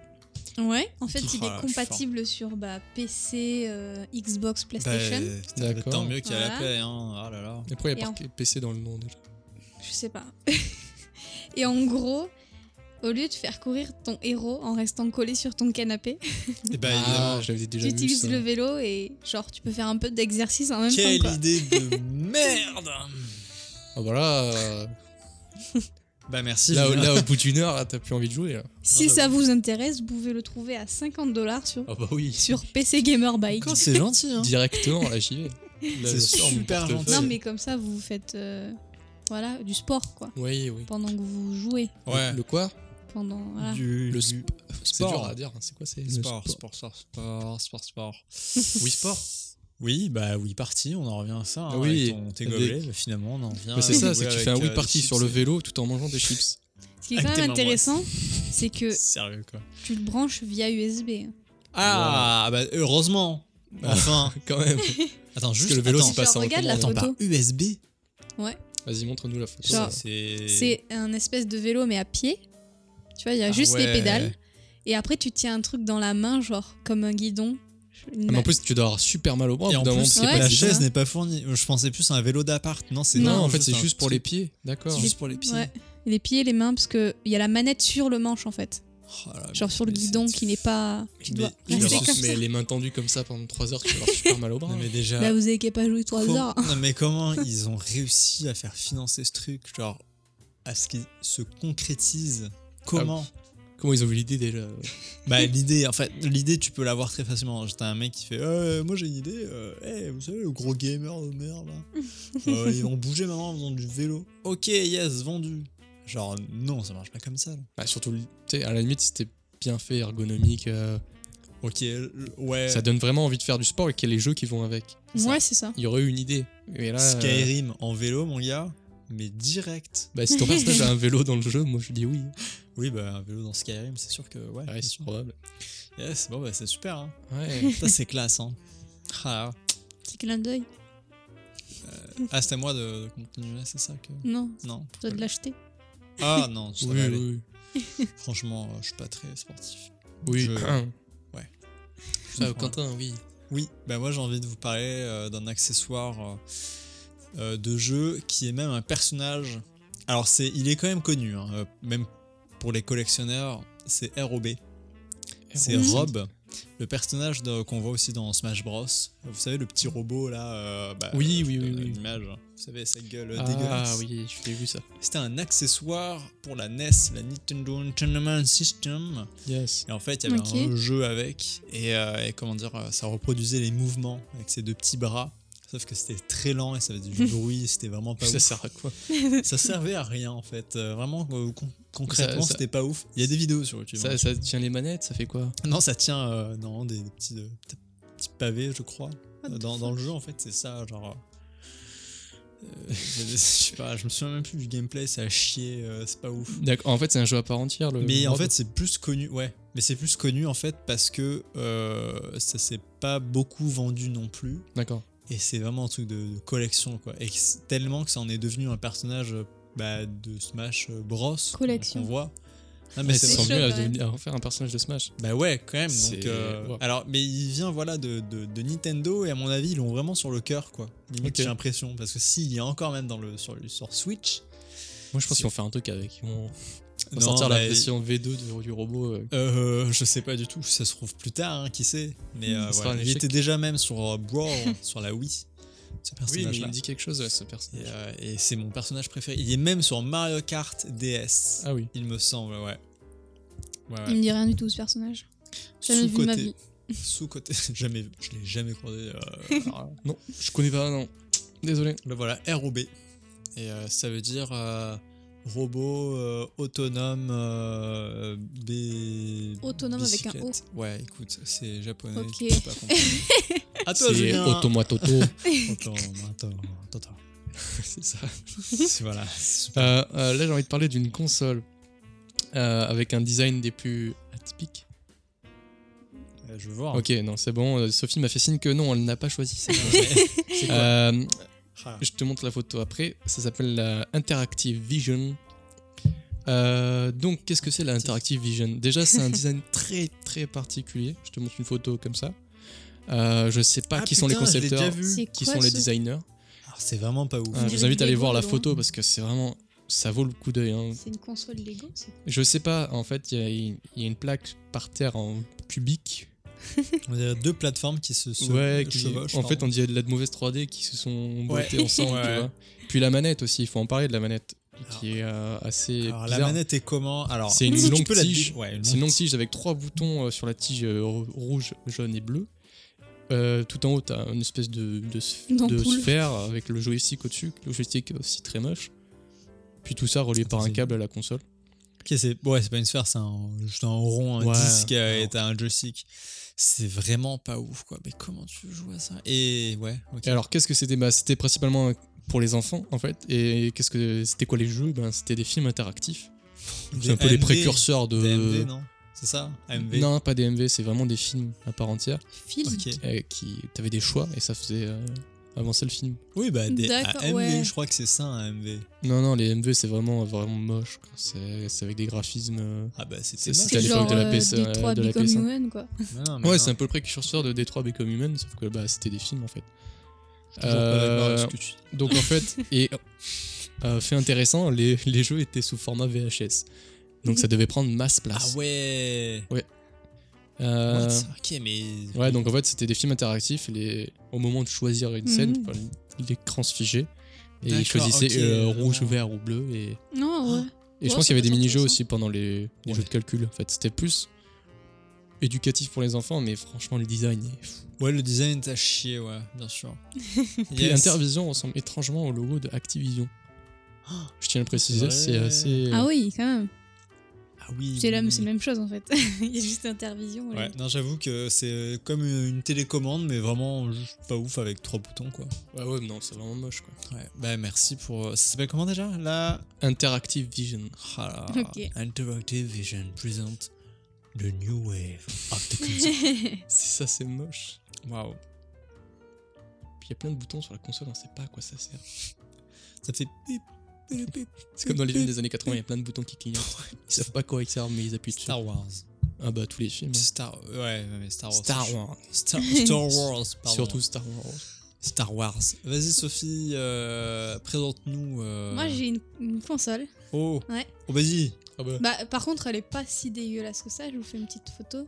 Speaker 2: Ouais. En fait, il
Speaker 1: Oh là,
Speaker 2: est
Speaker 1: je suis
Speaker 2: compatible sur bah, PC, euh, Xbox, PlayStation.
Speaker 1: Bah,
Speaker 3: D'accord.
Speaker 1: tant mieux qu'il y a la
Speaker 2: Voilà.
Speaker 1: paix, hein. Ah là là.
Speaker 3: Et pourquoi il y
Speaker 2: Et
Speaker 3: a
Speaker 2: en-
Speaker 3: marqué PC dans le nom déjà
Speaker 2: Je sais pas. Et en gros, au lieu de faire courir ton héros en restant collé sur ton canapé,
Speaker 1: Et bah,
Speaker 3: Ah,
Speaker 1: évidemment.
Speaker 3: je l'avais déjà
Speaker 2: tu
Speaker 3: vu.
Speaker 2: utilises
Speaker 3: ça.
Speaker 2: le vélo et genre tu peux faire un peu d'exercice en même
Speaker 1: Quelle
Speaker 2: temps. quoi.
Speaker 1: idée de merde
Speaker 3: Ah, voilà. euh,
Speaker 1: Bah, merci.
Speaker 3: Là,
Speaker 1: Julien.
Speaker 3: là, au bout d'une heure, là, t'as plus envie de jouer. Là.
Speaker 2: Si ça vous intéresse, vous pouvez le trouver à 50 dollars sur,
Speaker 3: Ah bah oui.
Speaker 2: sur PC Gamer Bike.
Speaker 1: Encore, c'est gentil, hein.
Speaker 3: Directement, là, j'y vais. Là,
Speaker 1: C'est
Speaker 3: je sors mon
Speaker 1: super
Speaker 3: portefeuille.
Speaker 1: gentil.
Speaker 2: Non, mais comme ça, vous faites euh, voilà, du sport quoi.
Speaker 3: Oui, oui.
Speaker 2: Pendant que vous jouez.
Speaker 1: Ouais.
Speaker 3: Le quoi
Speaker 2: Pendant, voilà.
Speaker 1: Du,
Speaker 3: Le
Speaker 1: du-
Speaker 3: C'est dur
Speaker 1: sport.
Speaker 3: à dire. hein. C'est quoi c'est
Speaker 1: Sport, sport, sport, sport, sport, sport.
Speaker 3: Oui, sport.
Speaker 1: Oui, bah, oui, parti, on en revient à ça. hein,
Speaker 3: Oui.
Speaker 1: avec ton thé
Speaker 3: Des-
Speaker 1: gobelet, mais finalement, on en revient.
Speaker 3: Mais c'est
Speaker 1: à jouer
Speaker 3: ça, c'est que tu
Speaker 1: avec,
Speaker 3: fais un
Speaker 1: euh,
Speaker 3: Wii
Speaker 1: des
Speaker 3: Party
Speaker 1: chips
Speaker 3: sur le
Speaker 1: et-
Speaker 3: vélo tout en mangeant des chips.
Speaker 2: Ce qui est
Speaker 1: Avec
Speaker 2: quand
Speaker 1: tes
Speaker 2: même
Speaker 1: mains,
Speaker 2: intéressant, c'est que
Speaker 1: Sérieux, quoi.
Speaker 2: tu le branches via USB.
Speaker 1: Ah, bah, heureusement. Enfin.
Speaker 3: Quand même.
Speaker 1: Attends, juste.
Speaker 3: que le vélo,
Speaker 1: attends.
Speaker 3: c'est pas ça,
Speaker 2: Genre,
Speaker 3: on
Speaker 2: regarde la
Speaker 1: Attends, par
Speaker 2: photo.
Speaker 1: USB
Speaker 3: Vas-y, montre-nous la photo.
Speaker 2: Genre-
Speaker 1: C'est.
Speaker 2: C'est un espèce de vélo mais à pied. Tu vois, il y a
Speaker 1: Ah
Speaker 2: juste les
Speaker 1: ouais.
Speaker 2: pédales. Et après, tu tiens un truc dans la main, genre comme un guidon. Je- une
Speaker 3: Ah, mais
Speaker 2: ma-
Speaker 3: en plus, tu dois avoir super mal au
Speaker 2: Oh,
Speaker 3: bras. au
Speaker 1: Et
Speaker 3: bout
Speaker 1: en
Speaker 3: d'un
Speaker 1: plus,
Speaker 3: moment,
Speaker 1: c'est
Speaker 3: parce
Speaker 1: pas-
Speaker 2: Ouais,
Speaker 3: que
Speaker 1: la
Speaker 2: c'est
Speaker 1: chaise
Speaker 2: ça.
Speaker 1: n'est pas fournie. Je pensais plus à un vélo d'appart. Non, c'est
Speaker 3: c'est- Non,
Speaker 1: vraiment
Speaker 3: en fait,
Speaker 1: juste
Speaker 3: c'est
Speaker 1: un
Speaker 3: juste pour les
Speaker 1: truc.
Speaker 3: pieds. D'accord.
Speaker 1: C'est juste pour les pieds.
Speaker 2: Ouais. Les pieds, les mains, parce qu'il y a la manette sur le manche en fait.
Speaker 1: Oh là là,
Speaker 2: Genre sur le
Speaker 1: mais c'est-
Speaker 2: guidon qui n'est pas. qui
Speaker 1: Mais-
Speaker 2: doit
Speaker 1: mais
Speaker 2: rester
Speaker 1: alors,
Speaker 2: comme
Speaker 3: mais
Speaker 2: ça.
Speaker 3: les mains tendues comme ça pendant 3 heures, tu vas avoir super mal au bras.
Speaker 1: Non, mais déjà.
Speaker 2: Là, vous avez qu'à pas jouer 3
Speaker 1: com-
Speaker 2: heures.
Speaker 1: non, mais comment ils ont réussi à faire financer ce truc Genre, à ce qu'il se concrétise Comment
Speaker 2: Ah
Speaker 3: Comment ils ont eu l'idée déjà
Speaker 1: Bah l'idée, en fait, l'idée tu peux l'avoir très facilement. J'étais un mec qui fait, Euh, moi j'ai une idée. euh, hey, vous savez le gros gamer de merde là, Euh, ils vont bouger maintenant en faisant du vélo. Ok, yes, vendu. Genre non, ça marche pas comme ça. là.
Speaker 3: Bah, surtout, le- tu sais, à la limite, c'était bien fait, ergonomique. euh,
Speaker 1: Ok, l- ouais.
Speaker 3: Ça donne vraiment envie de faire du sport et qu'il y a les jeux qui vont avec.
Speaker 1: ça.
Speaker 2: Ouais, c'est ça.
Speaker 3: Il y aurait eu une idée. Et là, euh,
Speaker 1: Skyrim en vélo, mon gars, mais direct.
Speaker 3: bah, si ton personnage a un vélo dans le jeu, moi je dis oui.
Speaker 1: Oui, bah un vélo dans Skyrim, c'est sûr que ouais.
Speaker 3: Ouais,
Speaker 1: bien
Speaker 3: c'est
Speaker 1: sûr.
Speaker 3: probable.
Speaker 1: Yes, bon bah c'est super. Hein.
Speaker 3: Ouais.
Speaker 1: Ça c'est classe. Hein. Ah,
Speaker 2: Petit clin d'œil.
Speaker 1: ah, c'était à moi de, de continuer, c'est ça que.
Speaker 2: Non,
Speaker 1: Non.
Speaker 2: tu dois de l'acheter.
Speaker 1: Ah non, ça
Speaker 3: oui,
Speaker 1: va aller.
Speaker 3: oui,
Speaker 1: Franchement, euh, je suis pas très sportif.
Speaker 3: oui.
Speaker 1: Je-
Speaker 3: Hein.
Speaker 1: ouais.
Speaker 3: Ah, Quentin, oui.
Speaker 1: Oui, bah moi j'ai envie de vous parler euh, d'un accessoire euh, euh, de jeu qui est même un personnage. Alors c'est, il est quand même connu, hein, euh, même pour les collectionneurs, c'est ROB. C'est
Speaker 2: Mhm.
Speaker 1: Rob, le personnage de- qu'on voit aussi dans Smash Bros. Vous savez le petit robot là. euh, bah,
Speaker 3: Oui,
Speaker 1: je
Speaker 3: oui,
Speaker 1: donne
Speaker 3: oui, oui.
Speaker 1: L'image, hein. vous savez sa gueule euh, dégueulasse.
Speaker 3: Ah oui, je l'ai vu ça.
Speaker 1: C'était un accessoire pour la NES, la Nintendo Entertainment System.
Speaker 3: Yes.
Speaker 1: Et en fait, il y avait
Speaker 2: Ok.
Speaker 1: un jeu avec, et, euh, et comment dire, euh, ça reproduisait les mouvements avec ses deux petits bras. Sauf que c'était très lent et ça faisait du bruit, c'était vraiment pas
Speaker 3: Bah ça
Speaker 1: ouf.
Speaker 3: sert à quoi
Speaker 1: Ça servait à rien en fait. Euh, vraiment, euh, con- concrètement,
Speaker 3: Ça- ça-
Speaker 1: c'était pas ouf. Il y a des vidéos sur YouTube.
Speaker 3: ça,
Speaker 1: hein.
Speaker 3: ça tient les manettes, ça fait quoi
Speaker 1: Non, ça tient euh, non, des, des petits, euh, p- petits pavés, je crois.
Speaker 2: What
Speaker 1: Euh,
Speaker 2: the
Speaker 1: Dans, dans le jeu, en fait, c'est ça, genre. euh, euh, je sais pas, je me souviens même plus du gameplay, c'est à chier, euh, c'est pas ouf.
Speaker 3: D'accord. En fait, c'est un jeu à part entière.
Speaker 2: Euh,
Speaker 3: Le
Speaker 1: Mais
Speaker 3: le
Speaker 1: en
Speaker 3: Rob.
Speaker 1: fait, c'est plus connu, ouais. Mais c'est plus connu en fait parce que euh, ça s'est pas beaucoup vendu non plus.
Speaker 3: D'accord.
Speaker 1: Et c'est vraiment un truc de, de collection, quoi. Et que c'est- tellement que ça en est devenu un personnage euh, bah, de Smash Bros. qu'on-
Speaker 2: Collection.
Speaker 1: Qu'on voit. Ah, mais
Speaker 3: Mais
Speaker 1: c'est
Speaker 3: ça
Speaker 2: chaud,
Speaker 3: sent mieux à,
Speaker 2: quand même.
Speaker 3: devenir- à en faire un personnage de Smash.
Speaker 1: Bah ouais, quand même. Donc,
Speaker 3: C'est-
Speaker 1: euh,
Speaker 3: ouais.
Speaker 1: alors, mais il vient voilà de, de- de Nintendo et à mon avis, ils l'ont vraiment sur le cœur, quoi. Limite,
Speaker 3: Ok.
Speaker 1: j'ai l'impression. Parce que s'il y a encore même dans le, sur, le- sur Switch.
Speaker 3: Moi, je pense
Speaker 1: C'est-
Speaker 3: qu'ils vont faire un truc avec. Ils vont vont
Speaker 1: Non,
Speaker 3: sortir la
Speaker 1: mais-
Speaker 3: version V2 du, du robot. euh,
Speaker 1: Euh, je sais pas du tout, ça se trouve plus tard, hein, qui sait. Mais euh,
Speaker 3: Ça Hmm, sera
Speaker 1: voilà,
Speaker 3: un
Speaker 1: il
Speaker 3: échec.
Speaker 1: était déjà même sur euh, Brawl, sur la Wii, ce
Speaker 3: Oui, mais
Speaker 1: personnage-là.
Speaker 3: il me dit quelque chose, ouais, ce personnage.
Speaker 1: et euh, et c'est mon personnage préféré. Il est même sur Mario Kart DS,
Speaker 3: Ah oui.
Speaker 1: il me semble, ouais. Ouais,
Speaker 2: Il me dit rien du tout ce personnage. Jamais vu de ma
Speaker 1: Sous-côté.
Speaker 2: vie.
Speaker 1: Sous-côté. jamais vu. Je l'ai jamais croisé. euh, alors,
Speaker 3: Non, je connais pas, non. Désolé.
Speaker 1: là, Ben voilà, ROB. Et euh, ça veut dire euh, robot euh, autonome euh, B.
Speaker 2: Autonome avec un O.
Speaker 1: bicyclette. Ouais, écoute, c'est japonais.
Speaker 2: Ok.
Speaker 1: tu peux pas comprendre. À toi,
Speaker 3: C'est Euh,
Speaker 1: Julien.
Speaker 3: Automatoto.
Speaker 1: Attends, attends, attends.
Speaker 3: c'est ça.
Speaker 1: voilà.
Speaker 3: Euh, euh, là, j'ai envie de parler d'une console euh, avec un design des plus atypiques.
Speaker 1: je veux voir.
Speaker 3: Ok, non, c'est bon. euh, Sophie m'a fait signe que non, elle n'a pas choisi. c'est bon.
Speaker 1: C'est quoi
Speaker 3: Euh,
Speaker 1: Ah,
Speaker 3: je te montre la photo après. Ça s'appelle la Interactive Vision. Euh, donc, qu'est-ce que c'est la Interactive Vision Déjà, c'est un design très très particulier. Je te montre une photo comme ça. Euh, je sais pas
Speaker 1: Ah,
Speaker 3: qui sont les
Speaker 1: putain, je l'ai
Speaker 3: concepteurs,
Speaker 1: déjà vu.
Speaker 2: C'est
Speaker 3: qui
Speaker 2: quoi
Speaker 3: sont les
Speaker 2: ce-
Speaker 3: designers.
Speaker 1: alors, C'est vraiment pas ouf.
Speaker 3: Euh, je
Speaker 2: dirait
Speaker 3: vous invite à
Speaker 2: des
Speaker 3: aller voir la
Speaker 2: Lego,
Speaker 3: photo
Speaker 2: hein.
Speaker 3: parce que c'est vraiment. Ça vaut le coup d'œil. hein.
Speaker 2: C'est une console Lego, c'est
Speaker 3: Je sais pas, en fait, il y a- il y, a une plaque par terre en cubique.
Speaker 1: On dirait deux plateformes qui se, se
Speaker 3: ouais, qui,
Speaker 1: chevauchent.
Speaker 3: en fait,
Speaker 1: pardon.
Speaker 3: on dirait de la de mauvaise 3D qui se sont
Speaker 1: Ouais.
Speaker 3: bottées ensemble, tu
Speaker 1: Ouais.
Speaker 3: vois. Puis la manette aussi, il faut en parler de la manette, qui est euh, assez
Speaker 1: Alors, la
Speaker 3: bizarre.
Speaker 1: manette est comment Alors,
Speaker 3: C'est une
Speaker 1: si tu
Speaker 3: longue
Speaker 1: peux la
Speaker 3: tige.
Speaker 1: dé- Ouais, une
Speaker 3: C'est une
Speaker 1: longue
Speaker 3: longue tige avec trois boutons euh, sur la tige euh, rou- rouge, jaune et bleu. Euh, tout en haut, t'as une espèce de, de, sph-
Speaker 2: Une
Speaker 3: de
Speaker 2: ampoule.
Speaker 3: sphère avec le joystick au-dessus, le joystick aussi très moche. Puis tout ça relié par un
Speaker 1: Attends,
Speaker 3: câble à la console.
Speaker 1: Ok, c'est ouais, c'est pas une sphère, c'est un, juste un rond, un
Speaker 3: Ouais.
Speaker 1: disque euh, et t'as un joystick. C'est vraiment pas ouf, quoi. Mais comment tu joues à ça Et ouais, ok.
Speaker 3: Et alors, qu'est-ce que c'était bah, C'était principalement pour les enfants, en fait. Et qu'est-ce que c'était quoi les jeux ben, C'était des films interactifs. C'est un peu les
Speaker 1: AMV,
Speaker 3: précurseurs de.
Speaker 1: des AMV, non C'est ça AMV
Speaker 3: Non, pas des MV, c'est vraiment des films à part entière.
Speaker 2: film.
Speaker 1: Ok.
Speaker 3: euh, qui T'avais des choix et ça faisait euh, avancer le film.
Speaker 1: Oui, bah des
Speaker 2: D'accord,
Speaker 1: AMV,
Speaker 2: ouais.
Speaker 1: je crois que c'est ça un AMV.
Speaker 3: Non, non, les MV, c'est vraiment, vraiment moche. quoi. C'est c'est avec des graphismes. euh,
Speaker 1: Ah bah c'était moche.
Speaker 3: C'est- c'était à l'époque
Speaker 2: genre
Speaker 3: de la
Speaker 2: euh,
Speaker 3: PS, euh,
Speaker 2: Detroit
Speaker 3: de la
Speaker 2: Become
Speaker 1: hein.
Speaker 3: PS1.
Speaker 2: Human, quoi.
Speaker 1: Mais non, mais
Speaker 3: Ouais,
Speaker 1: non,
Speaker 3: c'est un peu le précurseur de Detroit Become Human, sauf que bah, c'était des films en fait.
Speaker 1: je suis toujours pas d'accord avec
Speaker 3: Euh,
Speaker 1: ce que tu dis.
Speaker 3: Donc en fait, et euh, fait intéressant, les, les jeux étaient sous format VHS. Donc ça devait prendre masse
Speaker 1: Ah
Speaker 3: place.
Speaker 1: ouais.
Speaker 3: bah, Euh,
Speaker 1: What ok, mais
Speaker 3: ouais, donc en fait, c'était des films interactifs. Les, au moment de choisir une scène,
Speaker 2: Mhm.
Speaker 3: enfin, l'écran se figeait. Et
Speaker 1: D'accord,
Speaker 3: ils choisissaient
Speaker 1: ok, Ah.
Speaker 3: euh,
Speaker 1: vraiment.
Speaker 3: rouge, vert ou bleu. Et, et
Speaker 2: Non, ouais.
Speaker 3: je
Speaker 2: Ouais, ça
Speaker 3: pense qu'il y avait des
Speaker 2: peut être
Speaker 3: mini-jeux
Speaker 2: intéressant.
Speaker 3: aussi pendant les, les
Speaker 1: Ouais.
Speaker 3: jeux de calcul. En fait, c'était plus éducatif pour les enfants, mais franchement, le design est fou.
Speaker 1: ouais, le design t'a chier, ouais, bien sûr.
Speaker 3: Puis
Speaker 1: Yes.
Speaker 3: Intervision ressemble étrangement au logo de Activision.
Speaker 1: Ah,
Speaker 3: Je tiens à le préciser,
Speaker 1: c'est
Speaker 3: c'est
Speaker 1: vrai.
Speaker 3: assez. euh,
Speaker 2: Ah oui, quand même.
Speaker 1: Ah oui.
Speaker 2: C'est la,
Speaker 1: oui,
Speaker 2: c'est
Speaker 1: oui.
Speaker 2: la même chose en fait. Il y a juste Intervision. et-
Speaker 1: Ouais, non, j'avoue que c'est comme une télécommande, mais vraiment juste pas ouf avec trois boutons, quoi.
Speaker 3: Ouais, ouais, mais non, c'est vraiment moche quoi.
Speaker 1: Ouais, bah merci pour. Ça s'appelle comment déjà La.
Speaker 3: Interactive Vision.
Speaker 1: Ah,
Speaker 2: Ok.
Speaker 1: Interactive Vision présente The New Wave of the console.
Speaker 3: C'est ça, c'est moche.
Speaker 1: Waouh.
Speaker 3: Puis il y a plein de boutons sur la console, on sait pas à quoi ça sert.
Speaker 1: Ça fait pip, pip, pip.
Speaker 3: C'est comme dans les films des années 80, il y a plein de boutons qui clignotent. Ils savent pas à quoi ils servent, mais ils appuient dessus.
Speaker 1: Star Wars.
Speaker 3: Ah bah, tous les films. hein.
Speaker 1: Star. Ouais, mais Star Wars.
Speaker 3: Wars.
Speaker 1: Star, Star Wars, pardon.
Speaker 3: Surtout Star Wars.
Speaker 1: Star Wars. Vas-y, Sophie, euh, présente-nous. euh,
Speaker 2: Moi j'ai une, une console.
Speaker 1: Oh
Speaker 2: Ouais.
Speaker 1: Oh, vas-y
Speaker 3: Ah bah.
Speaker 2: Bah, par contre, elle est pas si dégueulasse que ça. Je vous fais une petite photo.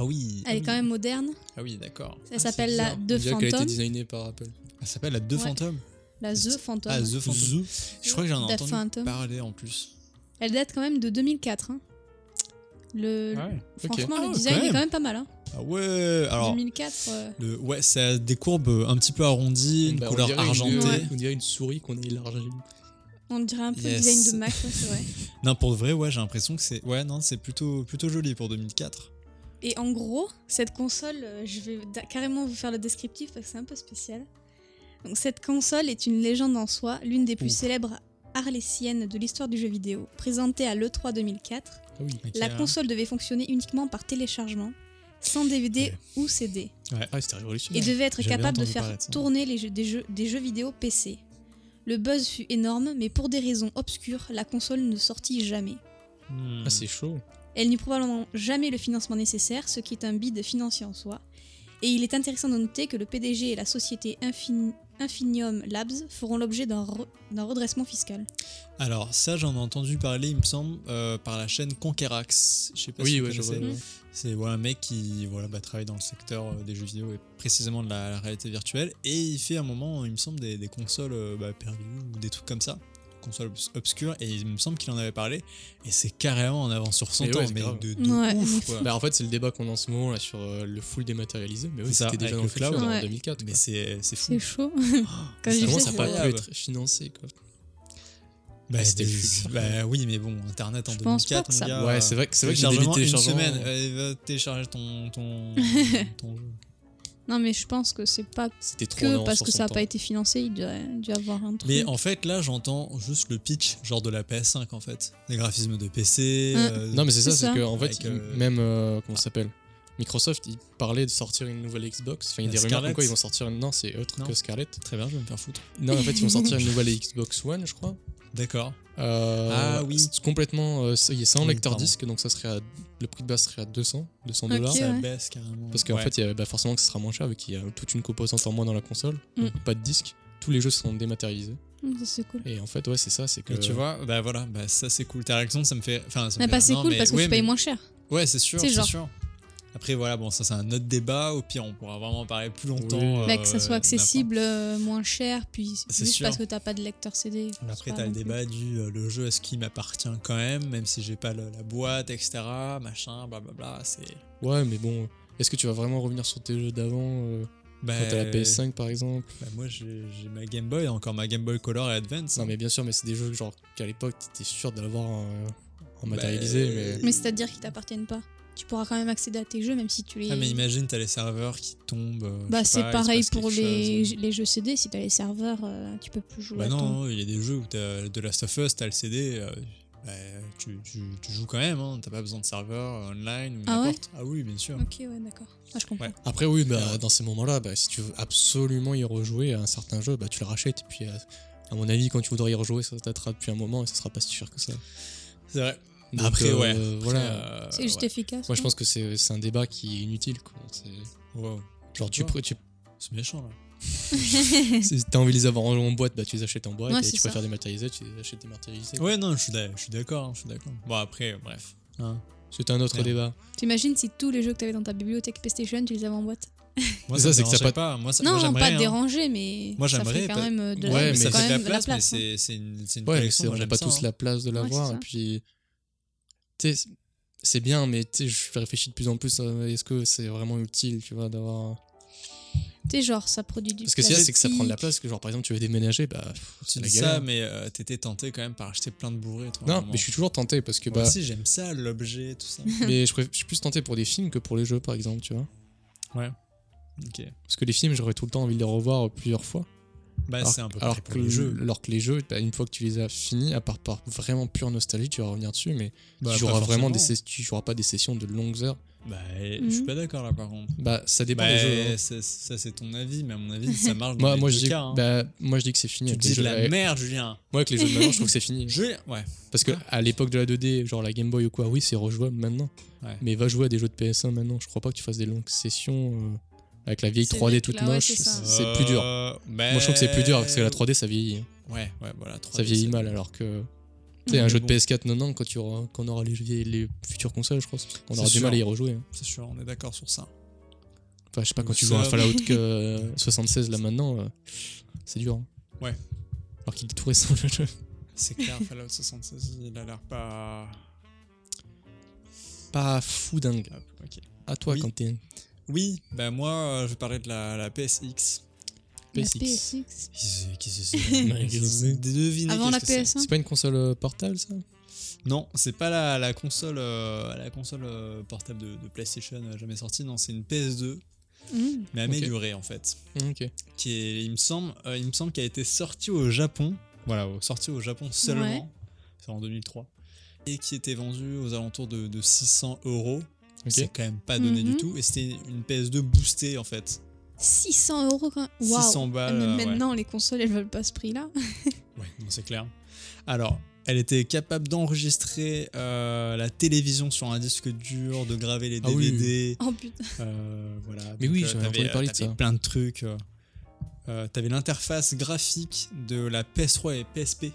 Speaker 1: Ah oui
Speaker 2: Elle est quand même moderne.
Speaker 1: Ah oui, d'accord.
Speaker 2: Ça
Speaker 1: Ah,
Speaker 2: s'appelle
Speaker 1: c'est
Speaker 2: la
Speaker 1: bizarre.
Speaker 2: The
Speaker 3: On dirait qu'elle a été
Speaker 2: Phantom.
Speaker 3: designée par Apple.
Speaker 1: Elle s'appelle la Deux
Speaker 2: Ouais.
Speaker 1: Fantômes
Speaker 2: La The Phantom.
Speaker 1: Ah, The Phantom. Je crois que j'en ai
Speaker 2: The
Speaker 1: entendu
Speaker 2: Phantom.
Speaker 1: parler en plus.
Speaker 2: Elle date quand même de 2004. hein. Le,
Speaker 1: ouais
Speaker 2: Franchement,
Speaker 1: Ah ouais,
Speaker 2: le design
Speaker 1: quand
Speaker 2: est
Speaker 1: même.
Speaker 2: quand même pas mal. Hein.
Speaker 1: Ah ouais Alors,
Speaker 2: 2004. euh,
Speaker 1: le, ouais, ça a des courbes euh, un petit peu arrondies, une
Speaker 3: Bah, on
Speaker 1: couleur
Speaker 3: dirait
Speaker 1: argentée.
Speaker 2: Ouais.
Speaker 3: On dirait une souris qu'on a élargie.
Speaker 2: On dirait un peu
Speaker 1: Yes.
Speaker 2: le design de Mac, ouais, c'est vrai.
Speaker 1: Non, pour de vrai, ouais, j'ai l'impression que c'est. Ouais, non, c'est plutôt, plutôt joli pour 2004.
Speaker 2: Et en gros, cette console, euh, je vais da- carrément vous faire le descriptif parce que c'est un peu spécial. Donc, cette console est une légende en soi, l'une des plus
Speaker 1: Ouf.
Speaker 2: célèbres arlésiennes de l'histoire du jeu vidéo. Présentée à l'E3 2004,
Speaker 3: Ah oui.
Speaker 1: Ok, hein.
Speaker 2: la
Speaker 1: ouais.
Speaker 2: console devait fonctionner uniquement par téléchargement, sans DVD ou CD,
Speaker 3: Ah, c'était
Speaker 2: et
Speaker 3: révolutionnaire.
Speaker 2: devait être
Speaker 1: j'avais
Speaker 2: capable de
Speaker 1: entendu
Speaker 2: faire
Speaker 1: parler de ça.
Speaker 2: tourner les jeux, des, jeux, des jeux vidéo PC. Le buzz fut énorme, mais pour des raisons obscures, la console ne sortit jamais.
Speaker 1: Hmm.
Speaker 3: Ah, c'est chaud.
Speaker 2: Elle n'eut probablement jamais le financement nécessaire, ce qui est un bide financier en soi. Et il est intéressant de noter que le PDG et la société Infin- Infinium Labs feront l'objet d'un re- d'un redressement fiscal.
Speaker 1: Alors, ça, j'en ai entendu parler, il me semble, euh, par la chaîne Conquerax. Je sais pas si
Speaker 3: Oui,
Speaker 1: vous
Speaker 3: ouais, je vois.
Speaker 1: connaissez.
Speaker 3: ouais.
Speaker 1: C'est voilà, un mec qui voilà, bah, travaille dans le secteur euh, des jeux vidéo et précisément de la, la réalité virtuelle. Et il fait un moment, il me semble, des, des consoles euh, bah, perdues ou des trucs comme ça. Consoles obs- obscures. Et il me semble qu'il en avait parlé. Et c'est carrément en avance sur 100
Speaker 3: Mais
Speaker 1: ans.
Speaker 3: ouais, c'est
Speaker 1: mais
Speaker 3: grave.
Speaker 1: de, de
Speaker 2: Ouais.
Speaker 1: ouf, quoi.
Speaker 3: Bah en fait c'est le débat qu'on a en ce moment là sur euh, le full dématérialisé mais oui
Speaker 1: C'est ça,
Speaker 3: c'était déjà dans le
Speaker 1: avec le
Speaker 3: futur
Speaker 1: cloud.
Speaker 3: en
Speaker 2: Ouais.
Speaker 3: 2004
Speaker 1: Mais
Speaker 3: mais
Speaker 1: c'est c'est fou.
Speaker 2: C'est chaud. Quand
Speaker 1: Mais
Speaker 2: j'ai vu
Speaker 3: vraiment
Speaker 1: c'est
Speaker 3: ça
Speaker 2: ça,
Speaker 3: n'a
Speaker 1: vrai.
Speaker 3: pas
Speaker 2: ça-
Speaker 3: pu être financé quoi.
Speaker 1: Bah,
Speaker 3: Ah, c'était
Speaker 1: des-
Speaker 3: le futur.
Speaker 1: bah oui, mais bon, Internet en
Speaker 2: Je pense pas
Speaker 1: 2004,
Speaker 2: que
Speaker 1: mon
Speaker 2: ça-
Speaker 1: gars.
Speaker 3: ouais c'est vrai que c'est vrai que j'ai
Speaker 1: téléchargement,
Speaker 3: débité
Speaker 1: Ah. une
Speaker 3: téléchargement.
Speaker 1: semaine. Allez, va télécharger ton, ton, ton jeu.
Speaker 2: Non, mais je pense que c'est pas
Speaker 3: C'était trop en
Speaker 2: que
Speaker 3: avance
Speaker 2: parce
Speaker 3: sur
Speaker 2: que
Speaker 3: son
Speaker 2: ça n'a
Speaker 3: temps.
Speaker 2: pas été financé, il doit, il doit y avoir un truc.
Speaker 1: Mais en fait, là, j'entends juste le pitch, genre de la PS5 en fait. Les graphismes de PC.
Speaker 2: Hein.
Speaker 1: euh,
Speaker 3: Non mais c'est ça
Speaker 2: C'est
Speaker 3: c'est
Speaker 2: ça.
Speaker 3: que en fait
Speaker 1: Avec, euh,
Speaker 3: il- même euh, comment ça s'appelle Microsoft il parlait de sortir une nouvelle Xbox enfin il y
Speaker 1: La
Speaker 3: a des rumeurs
Speaker 1: Scarlett.
Speaker 3: comme quoi ils vont sortir une- non c'est autre
Speaker 1: Non.
Speaker 3: que Scarlett.
Speaker 1: Très bien, je vais me faire foutre.
Speaker 3: Non en fait ils vont sortir une nouvelle Xbox One je crois.
Speaker 1: D'accord.
Speaker 3: Euh,
Speaker 1: Ah oui.
Speaker 3: c'est Complètement euh, ça- il y a sans
Speaker 1: Oui,
Speaker 3: lecteur
Speaker 1: pardon.
Speaker 3: disque donc ça serait à- le prix de base serait à 200 200
Speaker 2: Ok.
Speaker 3: dollars.
Speaker 1: Ça
Speaker 2: ouais.
Speaker 1: baisse carrément.
Speaker 3: Parce qu'en
Speaker 1: Ouais.
Speaker 3: fait, il y a, bah, forcément que ce sera moins cher, vu qu'il y a toute une composante en moins dans la console,
Speaker 2: Mm.
Speaker 3: donc pas de disque. Tous les jeux sont dématérialisés.
Speaker 2: Hum, ça, c'est cool.
Speaker 3: Et en fait, ouais, c'est ça, c'est que.
Speaker 1: Mais tu vois, bah voilà, bah ça c'est cool. Ta réaction, ça me fait. Enfin, ça me
Speaker 2: Mais
Speaker 1: fait-
Speaker 2: pas c'est
Speaker 1: non,
Speaker 2: cool
Speaker 1: mais-
Speaker 2: parce que
Speaker 1: ouais,
Speaker 2: tu payes
Speaker 1: mais-
Speaker 2: moins cher.
Speaker 1: Ouais, c'est sûr,
Speaker 2: C'est
Speaker 1: c'est
Speaker 2: genre.
Speaker 1: sûr. Après, voilà, bon, ça c'est un autre débat. Au pire, on pourra vraiment en parler plus longtemps.
Speaker 3: Oui.
Speaker 2: Bah,
Speaker 1: euh,
Speaker 2: que ça soit
Speaker 1: n'importe.
Speaker 2: accessible, euh, moins cher, puis
Speaker 1: C'est
Speaker 2: juste
Speaker 1: sûr.
Speaker 2: parce que t'as pas de lecteur CD.
Speaker 1: Mais Après,
Speaker 2: c'est
Speaker 1: t'as
Speaker 2: pas
Speaker 1: le
Speaker 2: non plus-
Speaker 1: débat du euh, le jeu, est-ce qu'il m'appartient quand même, même si j'ai pas le- la boîte, etc. Machin, blablabla. C'est.
Speaker 3: Ouais, mais bon, est-ce que tu vas vraiment revenir sur tes jeux d'avant euh,
Speaker 1: Bah,
Speaker 3: Quand t'as la PS5 par exemple
Speaker 1: bah, moi j'ai j'ai ma Game Boy, encore ma Game Boy Color et Advance. hein.
Speaker 3: Non, mais bien sûr, mais c'est des jeux genre qu'à l'époque, t'étais sûr d'avoir en, en
Speaker 1: Bah,
Speaker 3: matérialisé, mais.
Speaker 2: Mais c'est-à-dire qu'ils t'appartiennent pas. Tu pourras quand même accéder à tes jeux, même si tu les.
Speaker 1: Ah, mais imagine, t'as les serveurs qui tombent. euh, je
Speaker 2: bah,
Speaker 1: sais
Speaker 2: c'est
Speaker 1: pas, il se
Speaker 2: pareil
Speaker 1: passe
Speaker 2: pour
Speaker 1: quelque
Speaker 2: les,
Speaker 1: chose.
Speaker 2: les jeux CD. Si t'as les serveurs, euh, tu peux plus jouer.
Speaker 1: Bah
Speaker 2: à ton-
Speaker 1: non, il y a des jeux où t'as de Last of Us, t'as le CD, euh, bah, tu, tu, tu joues quand même, hein, t'as pas besoin de serveur euh, online ou
Speaker 2: Ah ouais
Speaker 1: n'importe. ah oui, bien sûr.
Speaker 2: Ok, ouais, d'accord. Ah, je comprends.
Speaker 1: Ouais.
Speaker 3: Après, oui, bah, dans ces moments-là, bah, si tu veux absolument y rejouer à un certain jeu, bah, tu le rachètes. Et puis, euh, à mon avis, quand tu voudras y rejouer, ça t'attendra depuis un moment et ça sera pas si cher que ça.
Speaker 1: C'est vrai.
Speaker 3: Donc,
Speaker 1: après,
Speaker 3: euh,
Speaker 1: ouais.
Speaker 3: voilà.
Speaker 1: Après, euh,
Speaker 2: C'est juste
Speaker 1: ouais.
Speaker 2: efficace.
Speaker 3: Moi, je
Speaker 2: quoi.
Speaker 3: pense que c'est c'est un débat qui est inutile. Quoi. C'est-
Speaker 1: Wow,
Speaker 3: Genre, tu,
Speaker 1: Ouais.
Speaker 3: pr- tu
Speaker 1: c'est méchant là.
Speaker 3: c'est- t'as envie de les avoir en, en boîte, bah, tu les achètes en boîte.
Speaker 2: Ouais,
Speaker 3: et
Speaker 2: c'est
Speaker 3: tu
Speaker 2: ça.
Speaker 3: préfères dématérialiser, tu les achètes dématérialisés.
Speaker 1: Ouais, non, je suis d'a- je suis d'accord, hein, je suis d'accord. Bon, après, euh, bref. hein.
Speaker 3: C'était un autre
Speaker 1: Ouais.
Speaker 3: débat.
Speaker 2: T'imagines si tous les jeux que t'avais dans ta bibliothèque PlayStation, tu les avais en boîte
Speaker 1: Moi,
Speaker 3: Ça,
Speaker 1: ça,
Speaker 3: c'est que ça
Speaker 1: me dérangerait pas. Moi, ça, moi,
Speaker 2: Non, non,
Speaker 1: j'aimerais,
Speaker 2: pas
Speaker 1: hein.
Speaker 2: te déranger, mais
Speaker 1: Moi,
Speaker 2: ça
Speaker 1: j'aimerais
Speaker 2: ferait quand
Speaker 1: pas-
Speaker 2: même euh, de la,
Speaker 3: Ouais,
Speaker 1: mais
Speaker 2: ça
Speaker 1: ça
Speaker 2: fait
Speaker 1: fait de la
Speaker 2: même
Speaker 1: place, mais
Speaker 2: hein.
Speaker 1: c'est c'est une, c'est une
Speaker 3: Ouais, mais c'est-
Speaker 1: collection.
Speaker 3: on
Speaker 1: moi,
Speaker 3: n'a
Speaker 1: j'aime
Speaker 3: pas
Speaker 1: ça,
Speaker 3: tous
Speaker 1: hein.
Speaker 3: la place de
Speaker 2: Ouais,
Speaker 3: l'avoir.
Speaker 2: c'est
Speaker 3: et
Speaker 2: ça.
Speaker 3: puis, tu sais, c'est bien, mais tu sais, je réfléchis de plus en plus. euh, Est-ce que c'est vraiment utile, tu vois, d'avoir.
Speaker 2: T'es genre, ça produit du
Speaker 3: Parce que si c'est que ça prend de la place, que genre par exemple tu veux déménager, bah pff,
Speaker 1: Tu
Speaker 3: c'est la
Speaker 1: dis
Speaker 3: galère.
Speaker 1: ça, mais euh, t'étais tenté quand même par acheter plein de bourrées. Toi, à un
Speaker 3: Non,
Speaker 1: moment.
Speaker 3: mais je suis toujours tenté parce que
Speaker 1: Moi
Speaker 3: bah,
Speaker 1: aussi, j'aime ça, l'objet, tout ça.
Speaker 3: mais je, préf- je suis plus tenté pour des films que pour les jeux par exemple, tu vois.
Speaker 1: ok.
Speaker 3: Parce que les films, j'aurais tout le temps envie de les revoir euh, plusieurs fois.
Speaker 1: Bah,
Speaker 3: alors
Speaker 1: c'est un peu
Speaker 3: alors
Speaker 1: pareil pour
Speaker 3: que
Speaker 1: les jeux.
Speaker 3: alors que les jeux, bah, une fois que tu les as finis, à part par vraiment pure nostalgie, tu vas revenir dessus, mais
Speaker 1: Bah,
Speaker 3: tu
Speaker 1: pas
Speaker 3: joueras vraiment des
Speaker 1: forcément.
Speaker 3: ses- tu joueras pas des sessions de longues heures.
Speaker 1: Bah, je suis
Speaker 2: Mhm.
Speaker 1: pas d'accord là, par contre.
Speaker 3: Bah ça dépend
Speaker 1: Bah,
Speaker 3: des jeux. hein.
Speaker 1: c'est- ça, c'est ton avis, mais à mon avis, ça marche. dans
Speaker 3: Moi,
Speaker 1: les
Speaker 3: moi,
Speaker 1: deux
Speaker 3: je dis,
Speaker 1: cas, hein.
Speaker 3: bah, moi je dis que c'est fini.
Speaker 1: tu
Speaker 3: avec
Speaker 1: dis
Speaker 3: les
Speaker 1: de
Speaker 3: jeux.
Speaker 1: la
Speaker 3: Avec-
Speaker 1: merde, Julien.
Speaker 3: Moi avec les jeux de maintenant, je trouve que c'est fini.
Speaker 1: Julien, ouais.
Speaker 3: Parce que à l'époque de la 2D, genre la Game Boy ou quoi, oui, c'est rejouable maintenant.
Speaker 1: Ouais.
Speaker 3: Mais va jouer à des jeux de PS1 maintenant. Je crois pas que tu fasses des longues sessions euh, avec la vieille
Speaker 2: C'est
Speaker 3: 3D
Speaker 2: vrai que
Speaker 3: toute
Speaker 2: là, ouais,
Speaker 3: moche.
Speaker 2: c'est ça.
Speaker 3: c'est c'est plus dur.
Speaker 1: Euh, bah,
Speaker 3: Moi, je trouve que c'est plus dur parce que la 3D, ça vieillit. hein.
Speaker 1: Ouais, ouais, voilà. 3D,
Speaker 3: Ça vieillit
Speaker 1: c'est-
Speaker 3: mal alors que. Tu sais, un
Speaker 1: Mais
Speaker 3: jeu
Speaker 1: bon.
Speaker 3: de PS4 non quand, tu auras, quand on aura les, vieilles- les futures consoles, je crois, on
Speaker 1: C'est
Speaker 3: aura du
Speaker 1: sûr.
Speaker 3: mal à y rejouer. hein.
Speaker 1: C'est sûr, on est d'accord sur ça.
Speaker 3: Enfin, je sais pas, quand
Speaker 1: Nous
Speaker 3: tu joues à un
Speaker 1: sommes-
Speaker 3: Fallout que, euh, 76 là maintenant, euh, c'est dur. hein.
Speaker 1: Ouais.
Speaker 3: Alors qu'il est tout récent le jeu.
Speaker 1: C'est clair, Fallout 76, il a l'air pas.
Speaker 3: Pas fou dingue.
Speaker 1: Hop, ok.
Speaker 3: À toi,
Speaker 1: Oui.
Speaker 3: quand t'es
Speaker 1: Oui, bah moi, euh, je vais parler de la, la PSX.
Speaker 2: La
Speaker 3: PS6.
Speaker 2: PSX.
Speaker 1: Qu'est-ce que
Speaker 3: Mais qu'est-ce que
Speaker 1: c'est Devinez
Speaker 2: Avant la
Speaker 1: qu'est-ce que c'est.
Speaker 2: PS1
Speaker 3: C'est pas une console euh, portable ça
Speaker 1: Non, c'est pas la, la console, euh, la console euh, portable de, de PlayStation euh, jamais sortie. Non, c'est une PS2,
Speaker 2: Mhm.
Speaker 1: mais
Speaker 3: Ok.
Speaker 1: améliorée en fait.
Speaker 3: Mm, Ok.
Speaker 1: qui est, il me semble, euh, il me semble qu'elle a été sortie au Japon. Voilà, au- sortie au Japon seulement.
Speaker 2: Ouais.
Speaker 1: C'est en 2003. Et qui était vendue aux alentours de, de 600 euros.
Speaker 3: Ok.
Speaker 1: C'est quand même pas donné
Speaker 2: Mhm.
Speaker 1: du tout. Et c'était une PS2 boostée en fait.
Speaker 2: 600 euros quand même. Waouh.
Speaker 1: 600
Speaker 2: Ah,
Speaker 1: balles.
Speaker 2: mais
Speaker 1: euh, ouais.
Speaker 2: maintenant, les consoles, elles veulent pas ce prix-là.
Speaker 1: Ouais, non, c'est clair. Alors, elle était capable d'enregistrer euh, la télévision sur un disque dur, de graver les
Speaker 3: Ah oui.
Speaker 1: DVD.
Speaker 2: Oh putain.
Speaker 1: Euh, voilà.
Speaker 3: Mais
Speaker 1: Donc,
Speaker 3: oui,
Speaker 1: euh,
Speaker 3: j'avais
Speaker 1: t'avais-
Speaker 3: entendu parler de
Speaker 1: t'avais
Speaker 3: ça.
Speaker 1: plein de trucs. euh. Euh, t'avais l'interface graphique de la PS3 et PSP.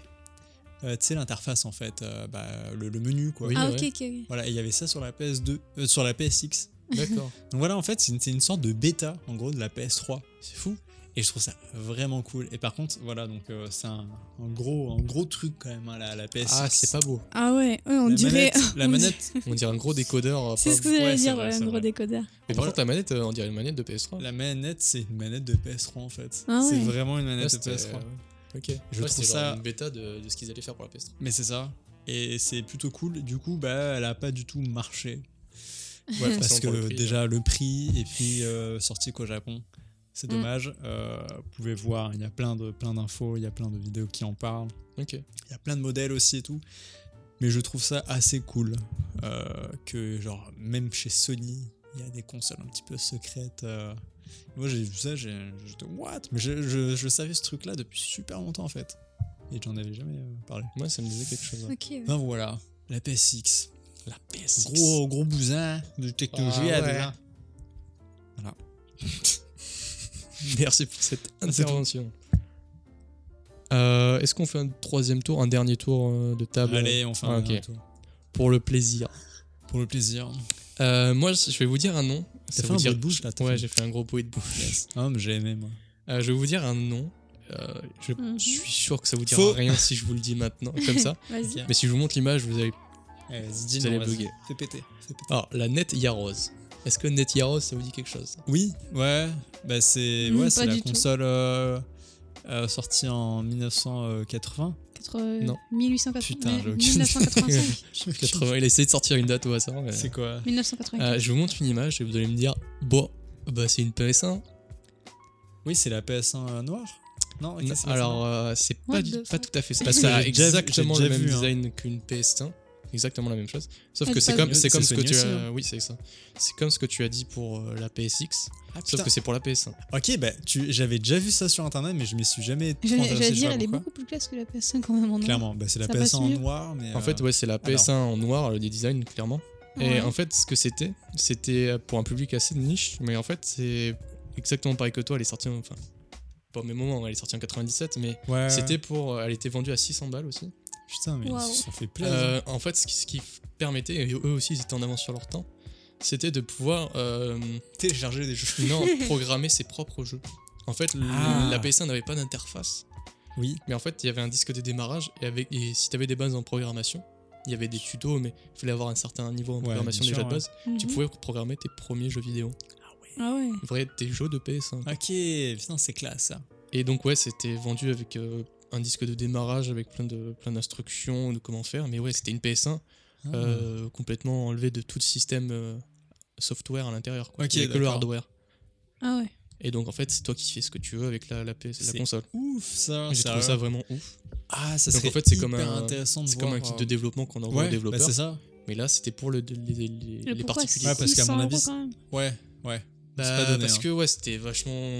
Speaker 1: Euh, tu sais, l'interface en fait, euh, bah, le, le menu quoi.
Speaker 3: Oui,
Speaker 2: ah,
Speaker 3: ouais.
Speaker 2: ok, ok, ok.
Speaker 1: Voilà, et il y avait ça sur la PS2, euh, sur la PSX.
Speaker 3: D'accord.
Speaker 1: Donc voilà, en fait, c'est une, c'est une sorte de bêta en gros de la PS3.
Speaker 3: C'est fou.
Speaker 1: Et je trouve ça vraiment cool. Et par contre, voilà, donc euh, c'est un, un gros, un gros truc quand même, hein, la, la PSX.
Speaker 3: Ah, c'est pas beau.
Speaker 2: Ah ouais, ouais, on
Speaker 1: La
Speaker 2: dirait.
Speaker 1: manette- la
Speaker 2: on dirait-
Speaker 1: manette,
Speaker 3: On dirait un gros décodeur. euh,
Speaker 2: C'est
Speaker 3: pas-
Speaker 2: ce que j'allais
Speaker 1: Ouais, c'est
Speaker 2: dire,
Speaker 1: vrai,
Speaker 2: ouais,
Speaker 1: c'est
Speaker 2: un gros
Speaker 1: vrai.
Speaker 2: décodeur.
Speaker 3: Mais par contre, la manette, euh, on dirait une manette de PS3.
Speaker 1: la manette, c'est une manette de PS3 en fait.
Speaker 2: Ah
Speaker 1: C'est
Speaker 2: ouais.
Speaker 1: vraiment une
Speaker 3: Là,
Speaker 1: manette de
Speaker 3: c'était,
Speaker 1: PS3.
Speaker 3: euh, Ok.
Speaker 1: Je
Speaker 3: Ouais,
Speaker 1: trouve
Speaker 3: c'était
Speaker 1: ça-
Speaker 3: genre une bêta de, de ce qu'ils allaient faire pour la PS3.
Speaker 1: Mais c'est ça. Et c'est plutôt cool. Du coup, bah, elle a pas du tout marché.
Speaker 3: Ouais,
Speaker 1: Parce que
Speaker 3: pour le prix,
Speaker 1: déjà le prix et puis euh, sorti qu'au Japon. C'est
Speaker 2: Mm.
Speaker 1: dommage. Euh, vous pouvez voir, il y a plein de plein d'infos, il y a plein de vidéos qui en parlent.
Speaker 3: Ok.
Speaker 1: Il y a plein de modèles aussi et tout. Mais je trouve ça assez cool euh, que genre même chez Sony, il y a des consoles un petit peu secrètes. euh. Moi j'ai vu ça, j'ai- j'étais what Mais je, je- je savais ce truc-là depuis super longtemps en fait. Et j'en avais jamais euh, parlé.
Speaker 3: Moi, ça me disait quelque chose. hein.
Speaker 2: Ok, ouais.
Speaker 1: Ben voilà, la PSX. La
Speaker 3: PSX.
Speaker 1: Gros, gros bousin de technologie
Speaker 3: Ah
Speaker 1: à
Speaker 3: ouais.
Speaker 1: déjà.
Speaker 3: Merci pour cette
Speaker 1: c'est tout.
Speaker 3: intervention. Euh, Est-ce qu'on fait un troisième tour, un dernier tour euh, de table
Speaker 1: Allez, on fait un
Speaker 3: Ah, ok.
Speaker 1: dernier tour.
Speaker 3: pour le plaisir
Speaker 1: Pour le plaisir.
Speaker 3: Euh, Moi, je je vais vous dire un nom. Ça
Speaker 1: fait
Speaker 3: vous
Speaker 1: un
Speaker 3: dire-
Speaker 1: bruit de bouche, là, t'as
Speaker 3: Ouais,
Speaker 1: fait.
Speaker 3: j'ai fait un gros bruit de bouche.
Speaker 1: Ah, mais j'ai aimé, moi.
Speaker 3: Euh, je vais vous dire un nom. Euh, je
Speaker 2: Mhm.
Speaker 3: suis sûr que ça vous dira
Speaker 1: Faux.
Speaker 3: rien si je vous le dis maintenant, comme ça.
Speaker 2: Vas-y.
Speaker 1: Ok.
Speaker 3: Mais si je vous montre l'image, vous avez.
Speaker 1: Eh, vas-y,
Speaker 3: Vous
Speaker 1: dis-nous.
Speaker 3: allez
Speaker 1: vas-y.
Speaker 3: bugger.
Speaker 1: Fais péter. fais péter.
Speaker 3: Alors, la Net Yaros. Est-ce que Net Yaros, ça vous dit quelque chose
Speaker 1: Oui, ouais. Bah, c'est
Speaker 2: Mm,
Speaker 1: ouais,
Speaker 2: pas
Speaker 1: c'est la
Speaker 2: du tout.
Speaker 1: console euh, euh, sortie en 1980.
Speaker 2: 80...
Speaker 3: Non.
Speaker 2: 1880.
Speaker 1: Putain, j'ai aucune-
Speaker 2: 1985.
Speaker 3: Il a essayé de sortir une date au hasard. mais-
Speaker 1: C'est quoi
Speaker 2: 1984.
Speaker 3: Euh, je vous montre une image et vous allez me dire Bon, bah, c'est une PS1.
Speaker 1: Oui, c'est la PS1 noire. Non, ok, c'est pas
Speaker 3: Alors, euh, c'est pas,
Speaker 2: What
Speaker 3: du-
Speaker 2: the
Speaker 3: pas
Speaker 2: fuck
Speaker 3: tout à fait ça.
Speaker 1: Parce que
Speaker 3: ça a
Speaker 1: j'ai déjà vu- j'ai
Speaker 3: exactement
Speaker 1: déjà
Speaker 3: le même
Speaker 1: vu, hein.
Speaker 3: design qu'une PS1. Exactement la même chose. Sauf
Speaker 2: Elle
Speaker 3: que c'est
Speaker 2: passe-
Speaker 3: comme, c'est
Speaker 1: C'est
Speaker 3: comme ce que
Speaker 1: Sony
Speaker 3: tu
Speaker 1: aussi, hein.
Speaker 3: as. Oui, c'est ça. C'est comme ce que tu as dit pour euh, la PSX.
Speaker 1: ça. Ah,
Speaker 3: Sauf
Speaker 1: putain.
Speaker 3: que c'est pour la PS1.
Speaker 1: Ok, bah, tu- j'avais déjà vu ça sur internet, mais je m'y suis jamais trop
Speaker 2: J'allais
Speaker 1: intéressé. je
Speaker 2: j'allais
Speaker 1: sais
Speaker 2: dire,
Speaker 1: pas
Speaker 2: elle est
Speaker 1: pourquoi.
Speaker 2: beaucoup plus classe que la PS5 quand même en noir.
Speaker 1: Clairement, bah, c'est la
Speaker 2: Ça
Speaker 1: PS1
Speaker 2: passe
Speaker 1: en
Speaker 2: mieux.
Speaker 1: noir, mais.
Speaker 3: En fait, ouais, c'est la PS1 en noir, le design, clairement. Et
Speaker 2: Ouais.
Speaker 3: en fait, ce que c'était, c'était pour un public assez de niche, mais en fait, c'est exactement pareil que toi. Elle est sortie, en- enfin, pas au même moment, elle est sortie en 97, mais
Speaker 1: ouais, ouais.
Speaker 3: c'était pour. Elle était vendue à 600 balles aussi.
Speaker 1: euh, Putain, mais
Speaker 2: Waouh.
Speaker 1: ça fait plaisir.
Speaker 3: Euh, en fait, ce qui, ce qui permettait, et eux aussi, ils étaient en avance sur leur temps, c'était de pouvoir euh,
Speaker 1: Télécharger des jeux.
Speaker 3: non, programmer ses propres jeux. En fait, le-
Speaker 1: Ah.
Speaker 3: la PS1 n'avait pas d'interface,
Speaker 1: Oui.
Speaker 3: mais en fait, il y avait un disque de démarrage, et, avec, et si tu avais des bases en programmation, il y avait des tutos, mais il fallait avoir un certain niveau en
Speaker 1: Ouais,
Speaker 3: programmation
Speaker 1: bien
Speaker 3: déjà
Speaker 1: sûr,
Speaker 3: de base.
Speaker 2: Mhm.
Speaker 3: Tu pouvais programmer tes premiers jeux vidéo.
Speaker 2: Ah ouais.
Speaker 3: Vrai, tes jeux de PS1.
Speaker 1: Ok, putain, c'est classe ça.
Speaker 3: Et donc, ouais, c'était vendu avec euh, un disque de démarrage, avec plein de plein d'instructions de comment faire, mais ouais, c'était une PS1.
Speaker 1: Ah.
Speaker 3: euh, complètement enlevé de tout le système euh, software à l'intérieur. Quoi.
Speaker 1: Ok,
Speaker 3: Il y avait que le
Speaker 1: d'accord.
Speaker 3: hardware.
Speaker 2: Ah ouais.
Speaker 3: Et donc en fait, c'est toi qui fais ce que tu veux avec la, la, PS,
Speaker 1: C'est
Speaker 3: la console.
Speaker 1: Ouf, Ah, ça.
Speaker 3: J'ai trouvé
Speaker 1: sérieux.
Speaker 3: ça vraiment ouf.
Speaker 1: Ah, ça
Speaker 3: Donc, en
Speaker 1: serait
Speaker 3: fait, c'est comme
Speaker 1: hyper
Speaker 3: un-
Speaker 1: intéressant de
Speaker 3: C'est comme
Speaker 1: voir,
Speaker 3: un kit
Speaker 1: euh,
Speaker 3: de développement qu'on
Speaker 1: Ouais,
Speaker 3: envoie aux
Speaker 1: bah,
Speaker 3: développeurs.
Speaker 1: c'est ça.
Speaker 3: Mais là, c'était pour le, les, les- les
Speaker 2: Le pourquoi
Speaker 3: particuliers.
Speaker 1: Ouais, parce qu'à
Speaker 2: 600
Speaker 1: mon
Speaker 2: euros,
Speaker 1: avis,
Speaker 2: quand même
Speaker 1: Ouais,
Speaker 2: Ah,
Speaker 1: ouais.
Speaker 3: Bah,
Speaker 1: c'est pas donné,
Speaker 3: parce
Speaker 1: hein.
Speaker 3: que ouais, c'était vachement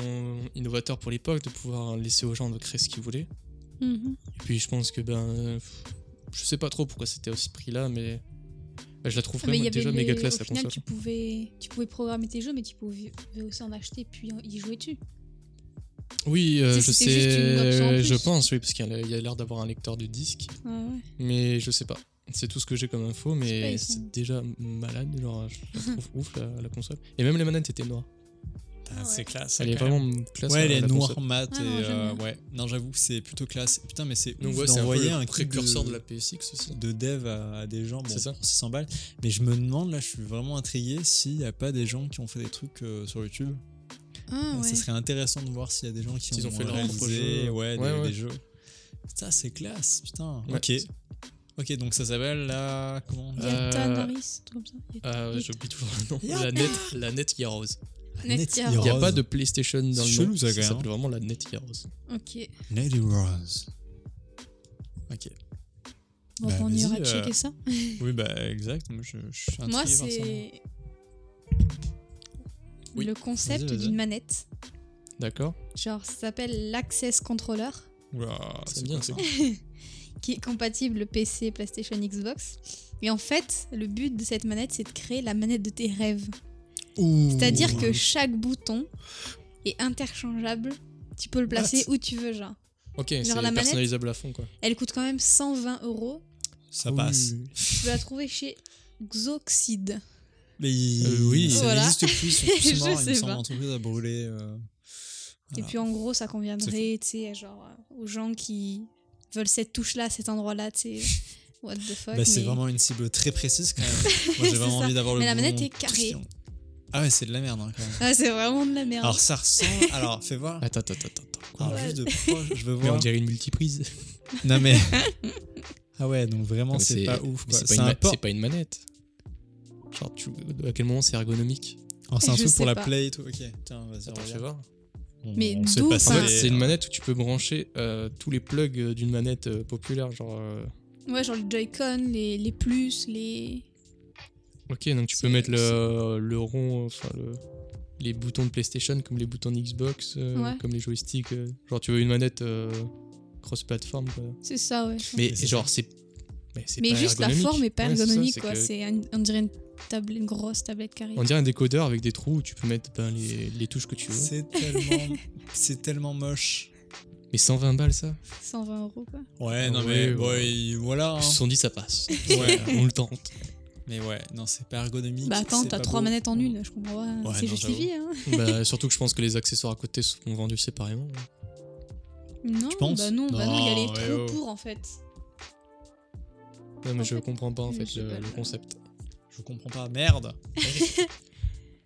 Speaker 3: innovateur pour l'époque de pouvoir laisser aux gens de créer ce qu'ils voulaient.
Speaker 2: Mhm.
Speaker 3: Et puis je pense que ben, euh, je sais pas trop pourquoi c'était à ce prix-là, mais bah, je la trouve
Speaker 2: Ah, mais il
Speaker 3: vraiment
Speaker 2: y avait
Speaker 3: déjà
Speaker 2: les-
Speaker 3: méga classe
Speaker 2: au
Speaker 3: la
Speaker 2: final,
Speaker 3: console.
Speaker 2: tu pouvais, tu pouvais programmer tes jeux, mais tu pouvais aussi en acheter puis y jouer dessus.
Speaker 3: Oui,
Speaker 2: Si
Speaker 3: euh, je
Speaker 2: c'était juste une option en
Speaker 3: sais,
Speaker 2: plus.
Speaker 3: je pense, oui, parce qu'il y a- il y a l'air d'avoir un lecteur de disque,
Speaker 2: Ah ouais.
Speaker 3: mais je sais pas. C'est tout ce que j'ai comme info,
Speaker 2: sais pas,
Speaker 3: mais
Speaker 2: ils sont-
Speaker 3: c'est déjà malade, genre je la trouve ouf la, la console. Et même les manettes étaient noires.
Speaker 1: Putain,
Speaker 2: Ah,
Speaker 1: C'est
Speaker 2: ouais.
Speaker 1: classe. ça,
Speaker 3: Elle est
Speaker 1: quand même.
Speaker 3: vraiment classe.
Speaker 1: Ouais, elle
Speaker 3: la-
Speaker 1: est
Speaker 3: la
Speaker 1: noire
Speaker 3: console.
Speaker 1: mat
Speaker 2: Ah,
Speaker 1: et
Speaker 2: non, j'aime
Speaker 1: euh,
Speaker 2: bien.
Speaker 1: ouais. Non, j'avoue, c'est plutôt classe. Putain, mais c'est
Speaker 3: Donc
Speaker 1: ouf
Speaker 3: ouais, c'est un peu
Speaker 1: d'envoyer
Speaker 3: le
Speaker 1: un kit
Speaker 3: précurseur de... la PSX aussi.
Speaker 1: de dev à, à des gens bon,
Speaker 3: C'est ça.
Speaker 1: pour 600 balles. Mais je me demande, là, je suis vraiment intrigué s'il n'y a pas des gens qui ont fait des trucs euh, sur YouTube.
Speaker 2: Ah ouais.
Speaker 1: Ça serait intéressant de voir s'il y a des gens qui
Speaker 3: S'ils
Speaker 1: ont, euh,
Speaker 3: ont fait leur propre
Speaker 1: réalisé
Speaker 3: jeu.
Speaker 1: ouais,
Speaker 3: Ouais,
Speaker 1: des,
Speaker 3: ouais.
Speaker 1: des jeux. Ça, c'est classe, putain.
Speaker 3: Ouais.
Speaker 1: Ok. Ok, donc ça s'appelle la. Comment
Speaker 3: Euh,
Speaker 2: Yata Norris, un truc comme ça. Yata.
Speaker 3: Euh,
Speaker 2: Yata.
Speaker 3: J'oublie toujours le nom.
Speaker 1: Y'a
Speaker 3: La net, la net Heroes.
Speaker 2: Net
Speaker 1: Net
Speaker 2: Hero.
Speaker 1: Hero.
Speaker 3: Il n'y a
Speaker 1: Rose.
Speaker 3: pas de PlayStation dans le
Speaker 1: C'est
Speaker 3: nom.
Speaker 1: chelou, ça, quand même.
Speaker 3: s'appelle vraiment la net Heroes.
Speaker 2: Ok.
Speaker 1: Lady Rose. Ok.
Speaker 2: Bon,
Speaker 1: Bah,
Speaker 2: on
Speaker 1: vas-y,
Speaker 2: ira
Speaker 1: euh,
Speaker 2: checker ça.
Speaker 1: Oui, bah, exact. Moi, je, je suis intrigué
Speaker 2: Moi,
Speaker 1: par ça,
Speaker 2: c'est
Speaker 1: hein, Oui.
Speaker 2: le concept
Speaker 1: Vas-y, vas-y.
Speaker 2: d'une manette.
Speaker 3: D'accord
Speaker 2: Genre, ça s'appelle l'Access Controller,
Speaker 1: Oula,
Speaker 3: C'est
Speaker 1: c'est
Speaker 3: bien,
Speaker 1: bien,
Speaker 3: c'est
Speaker 1: ça.
Speaker 2: qui est compatible PC, PlayStation, Xbox. Et en fait, le but de cette manette, c'est de créer la manette de tes rêves. C'est-à-dire que chaque bouton est interchangeable. Tu peux le placer où tu veux, genre.
Speaker 3: Ok, c'est
Speaker 2: la manette
Speaker 3: personnalisable à fond quoi.
Speaker 2: Elle coûte quand même 120 euros.
Speaker 1: Ça passe.
Speaker 3: Oui, oui, oui.
Speaker 2: Tu peux la trouver chez Xoxid.
Speaker 1: Mais il-
Speaker 3: Euh, oui.
Speaker 1: ça
Speaker 2: Voilà.
Speaker 1: n'existe plus, surtout, c'est
Speaker 2: Je
Speaker 1: mort, il me
Speaker 2: sais
Speaker 1: semble,
Speaker 2: pas.
Speaker 1: l'entreprise a brûlé. euh,
Speaker 2: Et
Speaker 1: voilà.
Speaker 2: puis en gros, ça conviendrait, tu sais, genre euh, aux gens qui veulent cette touche-là, cet endroit-là, tu sais. What the fuck.
Speaker 1: Bah, c'est
Speaker 2: mais-
Speaker 1: vraiment une cible très précise quand même. Moi j'ai
Speaker 2: C'est
Speaker 1: vraiment
Speaker 2: ça.
Speaker 1: envie d'avoir le
Speaker 2: Mais la
Speaker 1: bon
Speaker 2: manette est
Speaker 1: tout
Speaker 2: carrée.
Speaker 1: ce qui- Ah ouais, c'est de la merde hein, quand même.
Speaker 2: Ah, c'est vraiment de la merde.
Speaker 1: Alors ça ressemble. Alors fais voir.
Speaker 3: Attends, attends, attends, attends. quoi
Speaker 1: Alors
Speaker 2: Ah Ouais.
Speaker 1: juste de proche, je veux
Speaker 3: Mais on
Speaker 1: voir.
Speaker 3: dirait une multiprise.
Speaker 1: Non mais. Ah ouais, donc vraiment
Speaker 3: Mais
Speaker 1: c'est pas ouf
Speaker 3: mais
Speaker 1: quoi.
Speaker 3: C'est pas,
Speaker 1: C'est
Speaker 3: une
Speaker 1: un
Speaker 3: ma-
Speaker 1: port.
Speaker 3: c'est pas une manette. Genre, tu, à quel moment c'est ergonomique
Speaker 1: Oh, C'est un
Speaker 2: Je
Speaker 1: truc pour
Speaker 2: sais
Speaker 1: la
Speaker 2: pas.
Speaker 1: play et tout. Ok, tiens, vas-y,
Speaker 3: Attends, je vais
Speaker 1: regarde.
Speaker 3: voir.
Speaker 1: On-
Speaker 2: Mais
Speaker 1: on sait
Speaker 2: d'où,
Speaker 1: pas
Speaker 3: En
Speaker 1: si
Speaker 2: enfin,
Speaker 3: fait,
Speaker 2: c'est-
Speaker 3: c'est une manette où tu peux brancher euh, tous les plugs d'une manette euh, populaire. Genre, euh,
Speaker 2: Ouais, genre le Joy-Con, les, les plus, les.
Speaker 3: ok, donc tu
Speaker 2: C'est-
Speaker 3: peux mettre le, le rond, enfin le- les boutons de PlayStation comme les boutons de Xbox, euh,
Speaker 2: Ouais.
Speaker 3: comme les joysticks. euh. genre, tu veux une manette euh, cross-platform. quoi.
Speaker 2: C'est ça, ouais.
Speaker 3: Mais
Speaker 1: Mais c'est
Speaker 3: genre, c'est. Mais, c'est
Speaker 2: Mais
Speaker 3: pas
Speaker 2: juste la
Speaker 3: ergonomique.
Speaker 2: forme est pas
Speaker 3: Ouais, c'est ça,
Speaker 2: ergonomique,
Speaker 3: c'est
Speaker 2: quoi.
Speaker 3: que-
Speaker 2: C'est un- on dirait une, tablette, une grosse tablette carrée.
Speaker 3: On dirait un décodeur avec des trous où tu peux mettre ben, les, les touches que tu veux.
Speaker 1: C'est tellement, c'est tellement moche.
Speaker 3: Mais 120 balles, ça
Speaker 2: 120 euros, quoi.
Speaker 1: Ouais,
Speaker 3: Ah
Speaker 1: non
Speaker 3: ouais,
Speaker 1: mais
Speaker 3: ouais.
Speaker 1: bon, il- voilà. hein.
Speaker 3: Ils se sont dit, ça passe.
Speaker 1: Ouais.
Speaker 3: on le tente.
Speaker 1: Mais ouais, non, c'est pas ergonomique.
Speaker 2: Bah attends,
Speaker 1: c'est
Speaker 2: t'as
Speaker 1: pas
Speaker 2: trois
Speaker 1: beau.
Speaker 2: manettes en une, je comprends pas.
Speaker 1: Ouais,
Speaker 2: c'est
Speaker 1: non,
Speaker 2: justifié, hein.
Speaker 3: Bah, surtout que je pense que les accessoires à côté sont vendus séparément.
Speaker 2: Non,
Speaker 1: penses
Speaker 2: bah non, bah non, il y a les
Speaker 1: Non,
Speaker 2: trous
Speaker 1: eh oh.
Speaker 2: pour en fait.
Speaker 3: Non, mais
Speaker 2: En
Speaker 3: je
Speaker 2: fait,
Speaker 3: comprends pas en
Speaker 2: je
Speaker 3: fait
Speaker 2: sais
Speaker 3: le,
Speaker 2: pas,
Speaker 3: le
Speaker 2: là.
Speaker 3: concept.
Speaker 1: Je comprends pas, merde.
Speaker 3: Bah,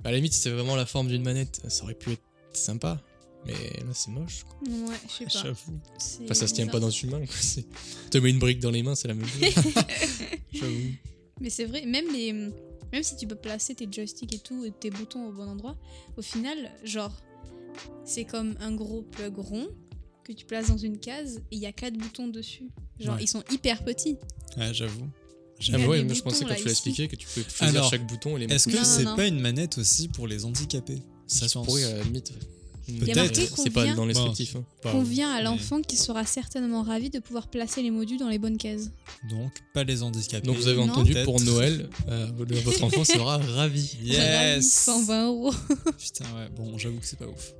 Speaker 3: À la limite, si c'était vraiment la forme d'une manette, ça aurait pu être sympa. Mais là, c'est moche. quoi.
Speaker 2: Ouais, je sais pas.
Speaker 1: J'avoue,
Speaker 2: C'est
Speaker 3: Enfin, ça se tient
Speaker 2: bizarre.
Speaker 3: pas dans une main. quoi. C'est- Te mets une brique dans les mains, c'est la même chose.
Speaker 1: j'avoue.
Speaker 2: Mais c'est vrai, même les, même si tu peux placer tes joysticks et tout et tes boutons au bon endroit, au final, genre, c'est comme un gros plug rond que tu places dans une case et il y a quatre boutons dessus. Genre,
Speaker 1: Ouais.
Speaker 2: ils sont hyper petits.
Speaker 1: Ouais, j'avoue.
Speaker 3: Ah
Speaker 2: Il y a
Speaker 3: ouais,
Speaker 2: des
Speaker 3: mais je pensais
Speaker 2: boutons,
Speaker 3: quand
Speaker 2: là,
Speaker 3: tu l'as
Speaker 2: ici.
Speaker 3: expliqué que tu pouvais choisir
Speaker 1: Alors,
Speaker 3: chaque bouton et les
Speaker 1: Est-ce
Speaker 3: mettre.
Speaker 1: que
Speaker 2: Non,
Speaker 1: c'est
Speaker 2: non, non.
Speaker 1: pas une manette aussi pour les handicapés
Speaker 3: ça
Speaker 1: je
Speaker 3: se
Speaker 1: pense.
Speaker 3: pourrait à la limite.
Speaker 1: y a
Speaker 3: Mais
Speaker 1: marqué
Speaker 3: C'est pas
Speaker 2: combien
Speaker 3: dans
Speaker 1: Bon.
Speaker 3: l'instructif. hein.
Speaker 1: Pas-
Speaker 2: Convient à
Speaker 1: mais-
Speaker 2: l'enfant qui sera certainement ravi de pouvoir placer les modules dans les bonnes cases.
Speaker 1: Donc, pas les handicapés.
Speaker 3: Donc vous avez
Speaker 2: Non.
Speaker 3: entendu pour
Speaker 1: peut-être.
Speaker 3: Noël, euh, votre enfant sera ravi.
Speaker 2: Ravi,
Speaker 1: Yes
Speaker 2: 120 euros
Speaker 1: Putain, ouais, bon, j'avoue que c'est pas ouf.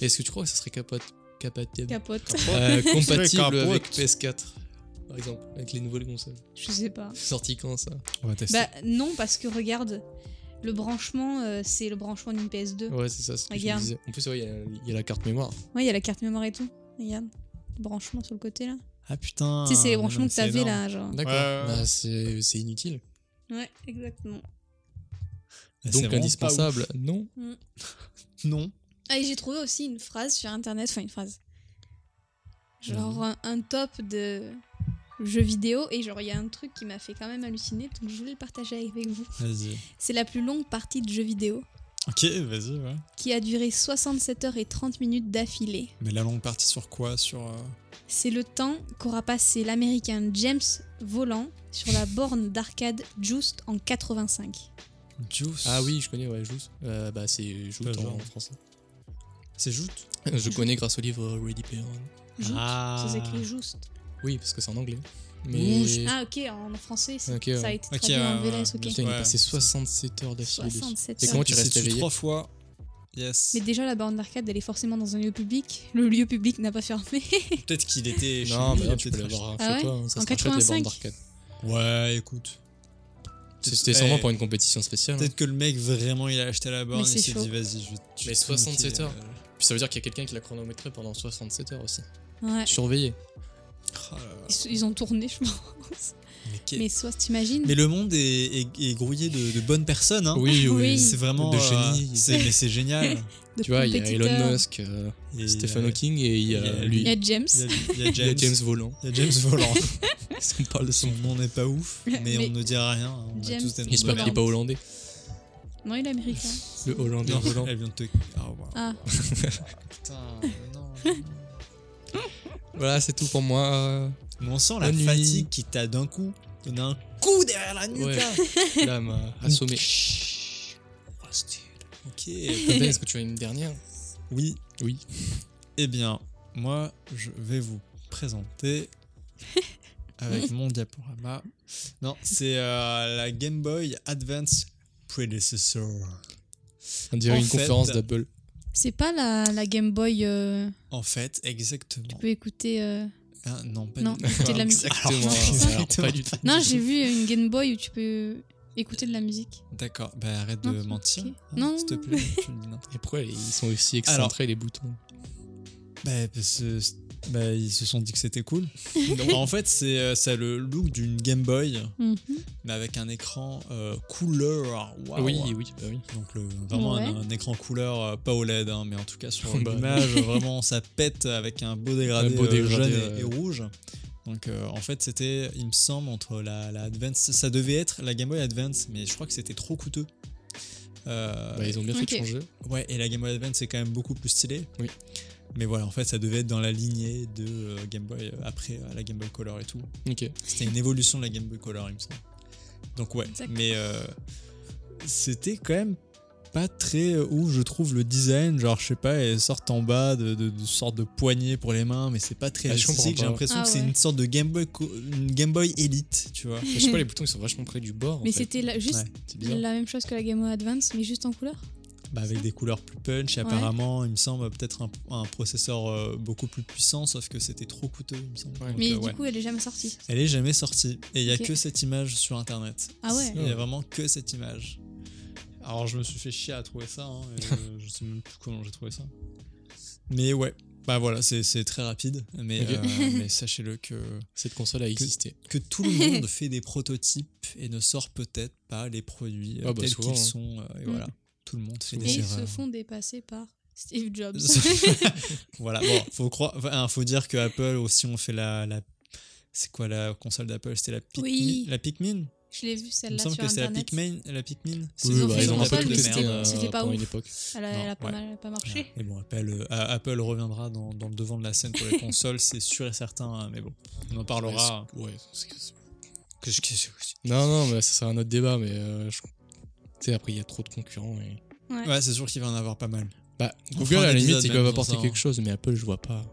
Speaker 3: Est-ce que tu crois que ça serait capote, capatible,
Speaker 2: capote.
Speaker 3: euh, compatible
Speaker 1: Capote.
Speaker 3: avec PS4 par exemple, avec les nouvelles consoles
Speaker 2: Je sais pas.
Speaker 3: Sorti quand ça
Speaker 1: On va tester.
Speaker 2: Bah non, parce que regarde, le branchement, euh, c'est le branchement d'une PS2. Ouais,
Speaker 3: Ouais, c'est ça, c'est ce que je me
Speaker 2: Euh, Regarde.
Speaker 3: disais. En plus, ouais, il y a- il y, a la carte mémoire.
Speaker 2: il y a la carte mémoire et tout. Regarde, le branchement sur le côté là.
Speaker 1: ah putain.
Speaker 2: tu sais, c'est les
Speaker 1: mais non,
Speaker 2: branchements
Speaker 1: mais
Speaker 2: que
Speaker 1: c'est
Speaker 2: t'avais
Speaker 1: énorme. Ah,
Speaker 2: là, genre.
Speaker 3: D'accord.
Speaker 1: Ouais, ouais, ouais.
Speaker 3: Bah, c'est c'est inutile.
Speaker 2: Ouais, exactement.
Speaker 1: Mais c'est
Speaker 3: Donc
Speaker 1: vraiment
Speaker 3: indispensable, non
Speaker 1: pas ouf. Non.
Speaker 2: Ah, et j'ai trouvé aussi une phrase sur internet, enfin une phrase. Genre un, un top de jeux vidéo, et genre il y a un truc qui m'a fait quand même halluciner, donc je voulais le partager avec vous.
Speaker 1: Vas-y.
Speaker 2: C'est la plus longue partie de jeux vidéo,
Speaker 1: Ok, vas-y, ouais.
Speaker 2: qui a duré 67 heures et 30 minutes d'affilée.
Speaker 1: Mais la longue partie sur quoi Sur. euh,
Speaker 2: C'est le temps qu'aura passé l'américain James Volant sur la borne d'arcade Just en 85.
Speaker 1: Juice
Speaker 3: Ah oui, je connais, ouais, Joust. Euh, bah, c'est
Speaker 1: Pas
Speaker 3: Joust en,
Speaker 1: genre.
Speaker 3: français.
Speaker 1: C'est Joute
Speaker 3: Je connais grâce au livre Ready Player One.
Speaker 2: Just,
Speaker 1: Ah.
Speaker 2: ça s'écrit Just.
Speaker 3: Oui, parce que c'est en anglais. Mais.
Speaker 2: Ah ok, en français, c'est-
Speaker 3: Ok, ouais.
Speaker 2: ça a été
Speaker 1: Ok,
Speaker 2: traduit
Speaker 1: ouais,
Speaker 2: en
Speaker 1: ouais,
Speaker 2: VLS,
Speaker 1: bien
Speaker 2: ok.
Speaker 3: Putain, il est
Speaker 1: Ouais,
Speaker 3: passé
Speaker 1: c'est ça.
Speaker 3: 67 heures d'affilée. dessus.
Speaker 2: 67
Speaker 3: Et
Speaker 2: heures.
Speaker 3: comment tu
Speaker 1: Puis si
Speaker 3: restes
Speaker 1: tues
Speaker 3: éveillé
Speaker 1: trois fois. Yes.
Speaker 2: Mais déjà, la borne d'arcade, elle est forcément dans un lieu public. Le lieu public n'a pas fermé.
Speaker 1: Peut-être qu'il était chez
Speaker 3: Non,
Speaker 1: lui,
Speaker 3: mais
Speaker 1: il a
Speaker 3: non, tu peux
Speaker 1: peut-être
Speaker 3: l'avoir
Speaker 2: Ah
Speaker 3: chez
Speaker 2: ouais
Speaker 3: toi. hein, Ça
Speaker 2: En
Speaker 3: se rachète les
Speaker 2: 85.
Speaker 3: bornes d'arcade.
Speaker 1: acheté. Ouais, écoute.
Speaker 3: C'était
Speaker 1: Eh,
Speaker 3: sûrement pour une compétition spéciale. hein.
Speaker 1: Peut-être que le mec vraiment il a acheté la borne
Speaker 2: Mm. Mais
Speaker 1: et
Speaker 2: c'est
Speaker 1: il s'est
Speaker 2: chaud.
Speaker 1: dit vas-y, je vais je vais
Speaker 3: Mais
Speaker 1: te euh,
Speaker 3: 67
Speaker 1: niquer,
Speaker 3: heures. Puis ça veut dire qu'il y a quelqu'un qui l'a chronométré pendant 67 heures aussi.
Speaker 2: Ouais.
Speaker 3: Surveillé.
Speaker 1: euh. Oh là là.
Speaker 2: Ils, s- ils ont tourné, je pense.
Speaker 1: Mais qu'est-
Speaker 2: Mais soit, t'imagines
Speaker 1: Mais le monde est, est- est grouillé de, de bonnes personnes. Hein.
Speaker 3: Oui,
Speaker 2: Ah. Oui.
Speaker 1: C'est vraiment.
Speaker 3: De
Speaker 1: euh,
Speaker 3: génie.
Speaker 1: c'est- mais c'est génial.
Speaker 2: de
Speaker 3: Tu vois, il y a Elon
Speaker 2: compétiteurs.
Speaker 3: Musk, euh,
Speaker 1: Et
Speaker 3: Stephen
Speaker 1: il y a-
Speaker 3: Hawking et il y
Speaker 1: il y a-
Speaker 3: a
Speaker 2: Il y
Speaker 3: lui.
Speaker 2: a James.
Speaker 1: Il y a, il y a
Speaker 3: Il y a
Speaker 1: James.
Speaker 3: James Volant.
Speaker 1: il y a James Volant.
Speaker 3: Est-ce qu'on parle de son
Speaker 1: Son nom n'est pas ouf, mais,
Speaker 2: Mais-
Speaker 1: on ne dira rien. hein. On a
Speaker 2: James
Speaker 1: tous des noms
Speaker 3: J'espère
Speaker 1: de
Speaker 3: qu'il est pas hollandais.
Speaker 2: Non, il est américain.
Speaker 3: Le hollandais
Speaker 1: merde. Non,
Speaker 3: volant.
Speaker 1: elle vient de te. Ah, wow.
Speaker 2: Ah.
Speaker 1: Putain, mais non. mais non.
Speaker 3: Voilà, c'est tout pour moi.
Speaker 1: Mais on sent la,
Speaker 3: La nuit.
Speaker 1: fatigue qui t'a d'un coup donné un coup derrière la nuque.
Speaker 3: Ouais.
Speaker 1: là.
Speaker 3: Là, m'a assommé.
Speaker 1: Rusted. Ok.
Speaker 3: Fabien, Est-ce que tu as une dernière
Speaker 1: Oui.
Speaker 3: Oui.
Speaker 1: Eh bien, moi, je vais vous présenter avec mon diaporama. Non, c'est euh, la Game Boy Advance Predecessor.
Speaker 3: On dirait
Speaker 1: En
Speaker 3: une
Speaker 1: fait-
Speaker 3: conférence d'Apple.
Speaker 2: C'est pas la, la Game Boy. euh,
Speaker 1: En fait, exactement.
Speaker 2: tu peux écouter. euh,
Speaker 1: Ah, non, pas
Speaker 2: Non,
Speaker 1: du tout.
Speaker 2: écouter de la musique.
Speaker 3: Exactement.
Speaker 2: Alors,
Speaker 3: Alors, pas du tout.
Speaker 2: Non, j'ai vu une Game Boy où tu peux écouter de la musique.
Speaker 1: D'accord, bah arrête
Speaker 2: Non,
Speaker 1: de
Speaker 2: c'est
Speaker 1: mentir.
Speaker 2: ok.
Speaker 1: hein,
Speaker 2: Non.
Speaker 1: S'il te plaît, tu me dis n'importe
Speaker 3: Et pourquoi ils sont aussi excentrés les boutons
Speaker 1: Bah, parce que c- bah, ils se sont dit que c'était cool. Donc, en fait, c'est euh, ça a le look d'une Game Boy,
Speaker 2: Mhm.
Speaker 1: mais avec un écran euh, couleur. Waouh.
Speaker 3: Oui, oui, bah oui.
Speaker 1: Donc le- vraiment un-
Speaker 2: Ouais.
Speaker 1: un, écran couleur, euh, pas OLED, hein, mais en tout cas sur
Speaker 3: Bah.
Speaker 1: l'image, vraiment ça pète avec un beau dégradé,
Speaker 3: Un beau
Speaker 1: euh,
Speaker 3: dégradé,
Speaker 1: jaune et,
Speaker 3: ouais.
Speaker 1: et rouge. Donc euh, en fait c'était, il me semble, entre la, la Advance, ça devait être la Game Boy Advance, mais je crois que c'était trop coûteux. Euh,
Speaker 3: Bah, ils ont bien fait
Speaker 2: Ok.
Speaker 3: de changer.
Speaker 1: Ouais, et la Game Boy Advance c'est quand même beaucoup plus stylé.
Speaker 3: Oui.
Speaker 1: Mais voilà, en fait, ça devait être dans la lignée de euh, Game Boy euh, après euh, la Game Boy Color et tout.
Speaker 3: Ok.
Speaker 1: C'était une évolution de la Game Boy Color, il me semble. Donc ouais,
Speaker 2: Exactement.
Speaker 1: mais euh, c'était quand même pas très euh, ouf, je trouve, le design. Genre, je sais pas, elles sortent en bas de, de, de sorte de poignée pour les mains, mais c'est pas très
Speaker 3: Ah, je comprends
Speaker 1: esthétique. J'ai
Speaker 3: pas.
Speaker 1: l'impression
Speaker 2: Ah
Speaker 1: que c'est
Speaker 2: ouais.
Speaker 1: une sorte de Game Boy, co- une Game Boy Elite, tu vois.
Speaker 3: Je sais pas, les boutons ils sont vachement près du bord. en
Speaker 2: Mais
Speaker 3: fait.
Speaker 2: c'était la- juste
Speaker 1: Ouais.
Speaker 3: C'est bizarre.
Speaker 2: la même chose que la Game Boy Advance, mais juste en couleur.
Speaker 1: Bah, avec des couleurs plus punch, et
Speaker 2: Ouais.
Speaker 1: apparemment, il me semble, peut-être un, un processeur euh, beaucoup plus puissant, sauf que c'était trop coûteux, il me semble.
Speaker 3: Ouais.
Speaker 1: Donc,
Speaker 2: Mais
Speaker 1: euh,
Speaker 2: du
Speaker 1: ouais.
Speaker 2: coup, elle est jamais sortie.
Speaker 1: Elle est jamais sortie. Et il y a
Speaker 2: Ok.
Speaker 1: que cette image sur internet.
Speaker 2: Ah ouais.
Speaker 1: Il y a vraiment que cette image. Alors je me suis fait chier à trouver ça. hein, et, euh, je sais même plus comment j'ai trouvé ça. Mais ouais. Bah voilà, c'est c'est très rapide. Mais,
Speaker 3: Ok.
Speaker 1: euh, mais sachez-le que,
Speaker 3: Cette console a existé.
Speaker 1: que tout le monde fait des prototypes et ne sort peut-être pas les produits euh,
Speaker 3: Ah bah,
Speaker 1: tels
Speaker 3: souvent,
Speaker 1: qu'ils
Speaker 3: hein.
Speaker 1: sont. euh, et
Speaker 2: Mm.
Speaker 1: voilà. Tout le monde fait
Speaker 3: Et
Speaker 2: Et
Speaker 1: des
Speaker 2: ils
Speaker 1: erreurs.
Speaker 2: se font dépasser par Steve Jobs.
Speaker 1: voilà, bon, faut croire, enfin, hein, faut dire que Apple aussi on fait la, la c'est quoi la console d'Apple, c'était la Pikmin,
Speaker 2: Oui.
Speaker 1: la Pikmin
Speaker 2: Je l'ai vu
Speaker 1: Il me
Speaker 2: celle-là
Speaker 1: semble
Speaker 2: sur
Speaker 1: que c'est la
Speaker 2: internet.
Speaker 1: Pikmin. La Pikmin.
Speaker 2: Oui,
Speaker 1: C'est-
Speaker 2: bah, ils ont
Speaker 1: un peu
Speaker 2: fait
Speaker 1: tout
Speaker 2: une
Speaker 1: testé,
Speaker 2: c'était-
Speaker 1: euh,
Speaker 2: c'était pas
Speaker 3: pendant une
Speaker 2: ouf.
Speaker 3: époque.
Speaker 2: Elle a, elle a
Speaker 1: ouais.
Speaker 2: pas mal, elle a pas marché.
Speaker 1: Mais bon, Apple, euh, A- Apple reviendra dans, dans le devant de la scène pour les consoles, c'est sûr et certain. hein, Mais bon, on en parlera.
Speaker 3: Ouais, c'est- c'est-
Speaker 1: Que je- que je-
Speaker 3: Non, non, mais ça sera un autre débat, mais euh, je- tu sais, après, il y a trop de concurrents. Et...
Speaker 1: Ouais, c'est sûr qu'il va en avoir pas mal.
Speaker 3: Bah,
Speaker 1: On
Speaker 3: Google,
Speaker 1: fera un
Speaker 3: à la limite,
Speaker 1: épisode
Speaker 3: ils
Speaker 1: même
Speaker 3: peuvent
Speaker 1: sur
Speaker 3: apporter
Speaker 1: ça, hein.
Speaker 3: quelque chose, mais Apple, je vois pas.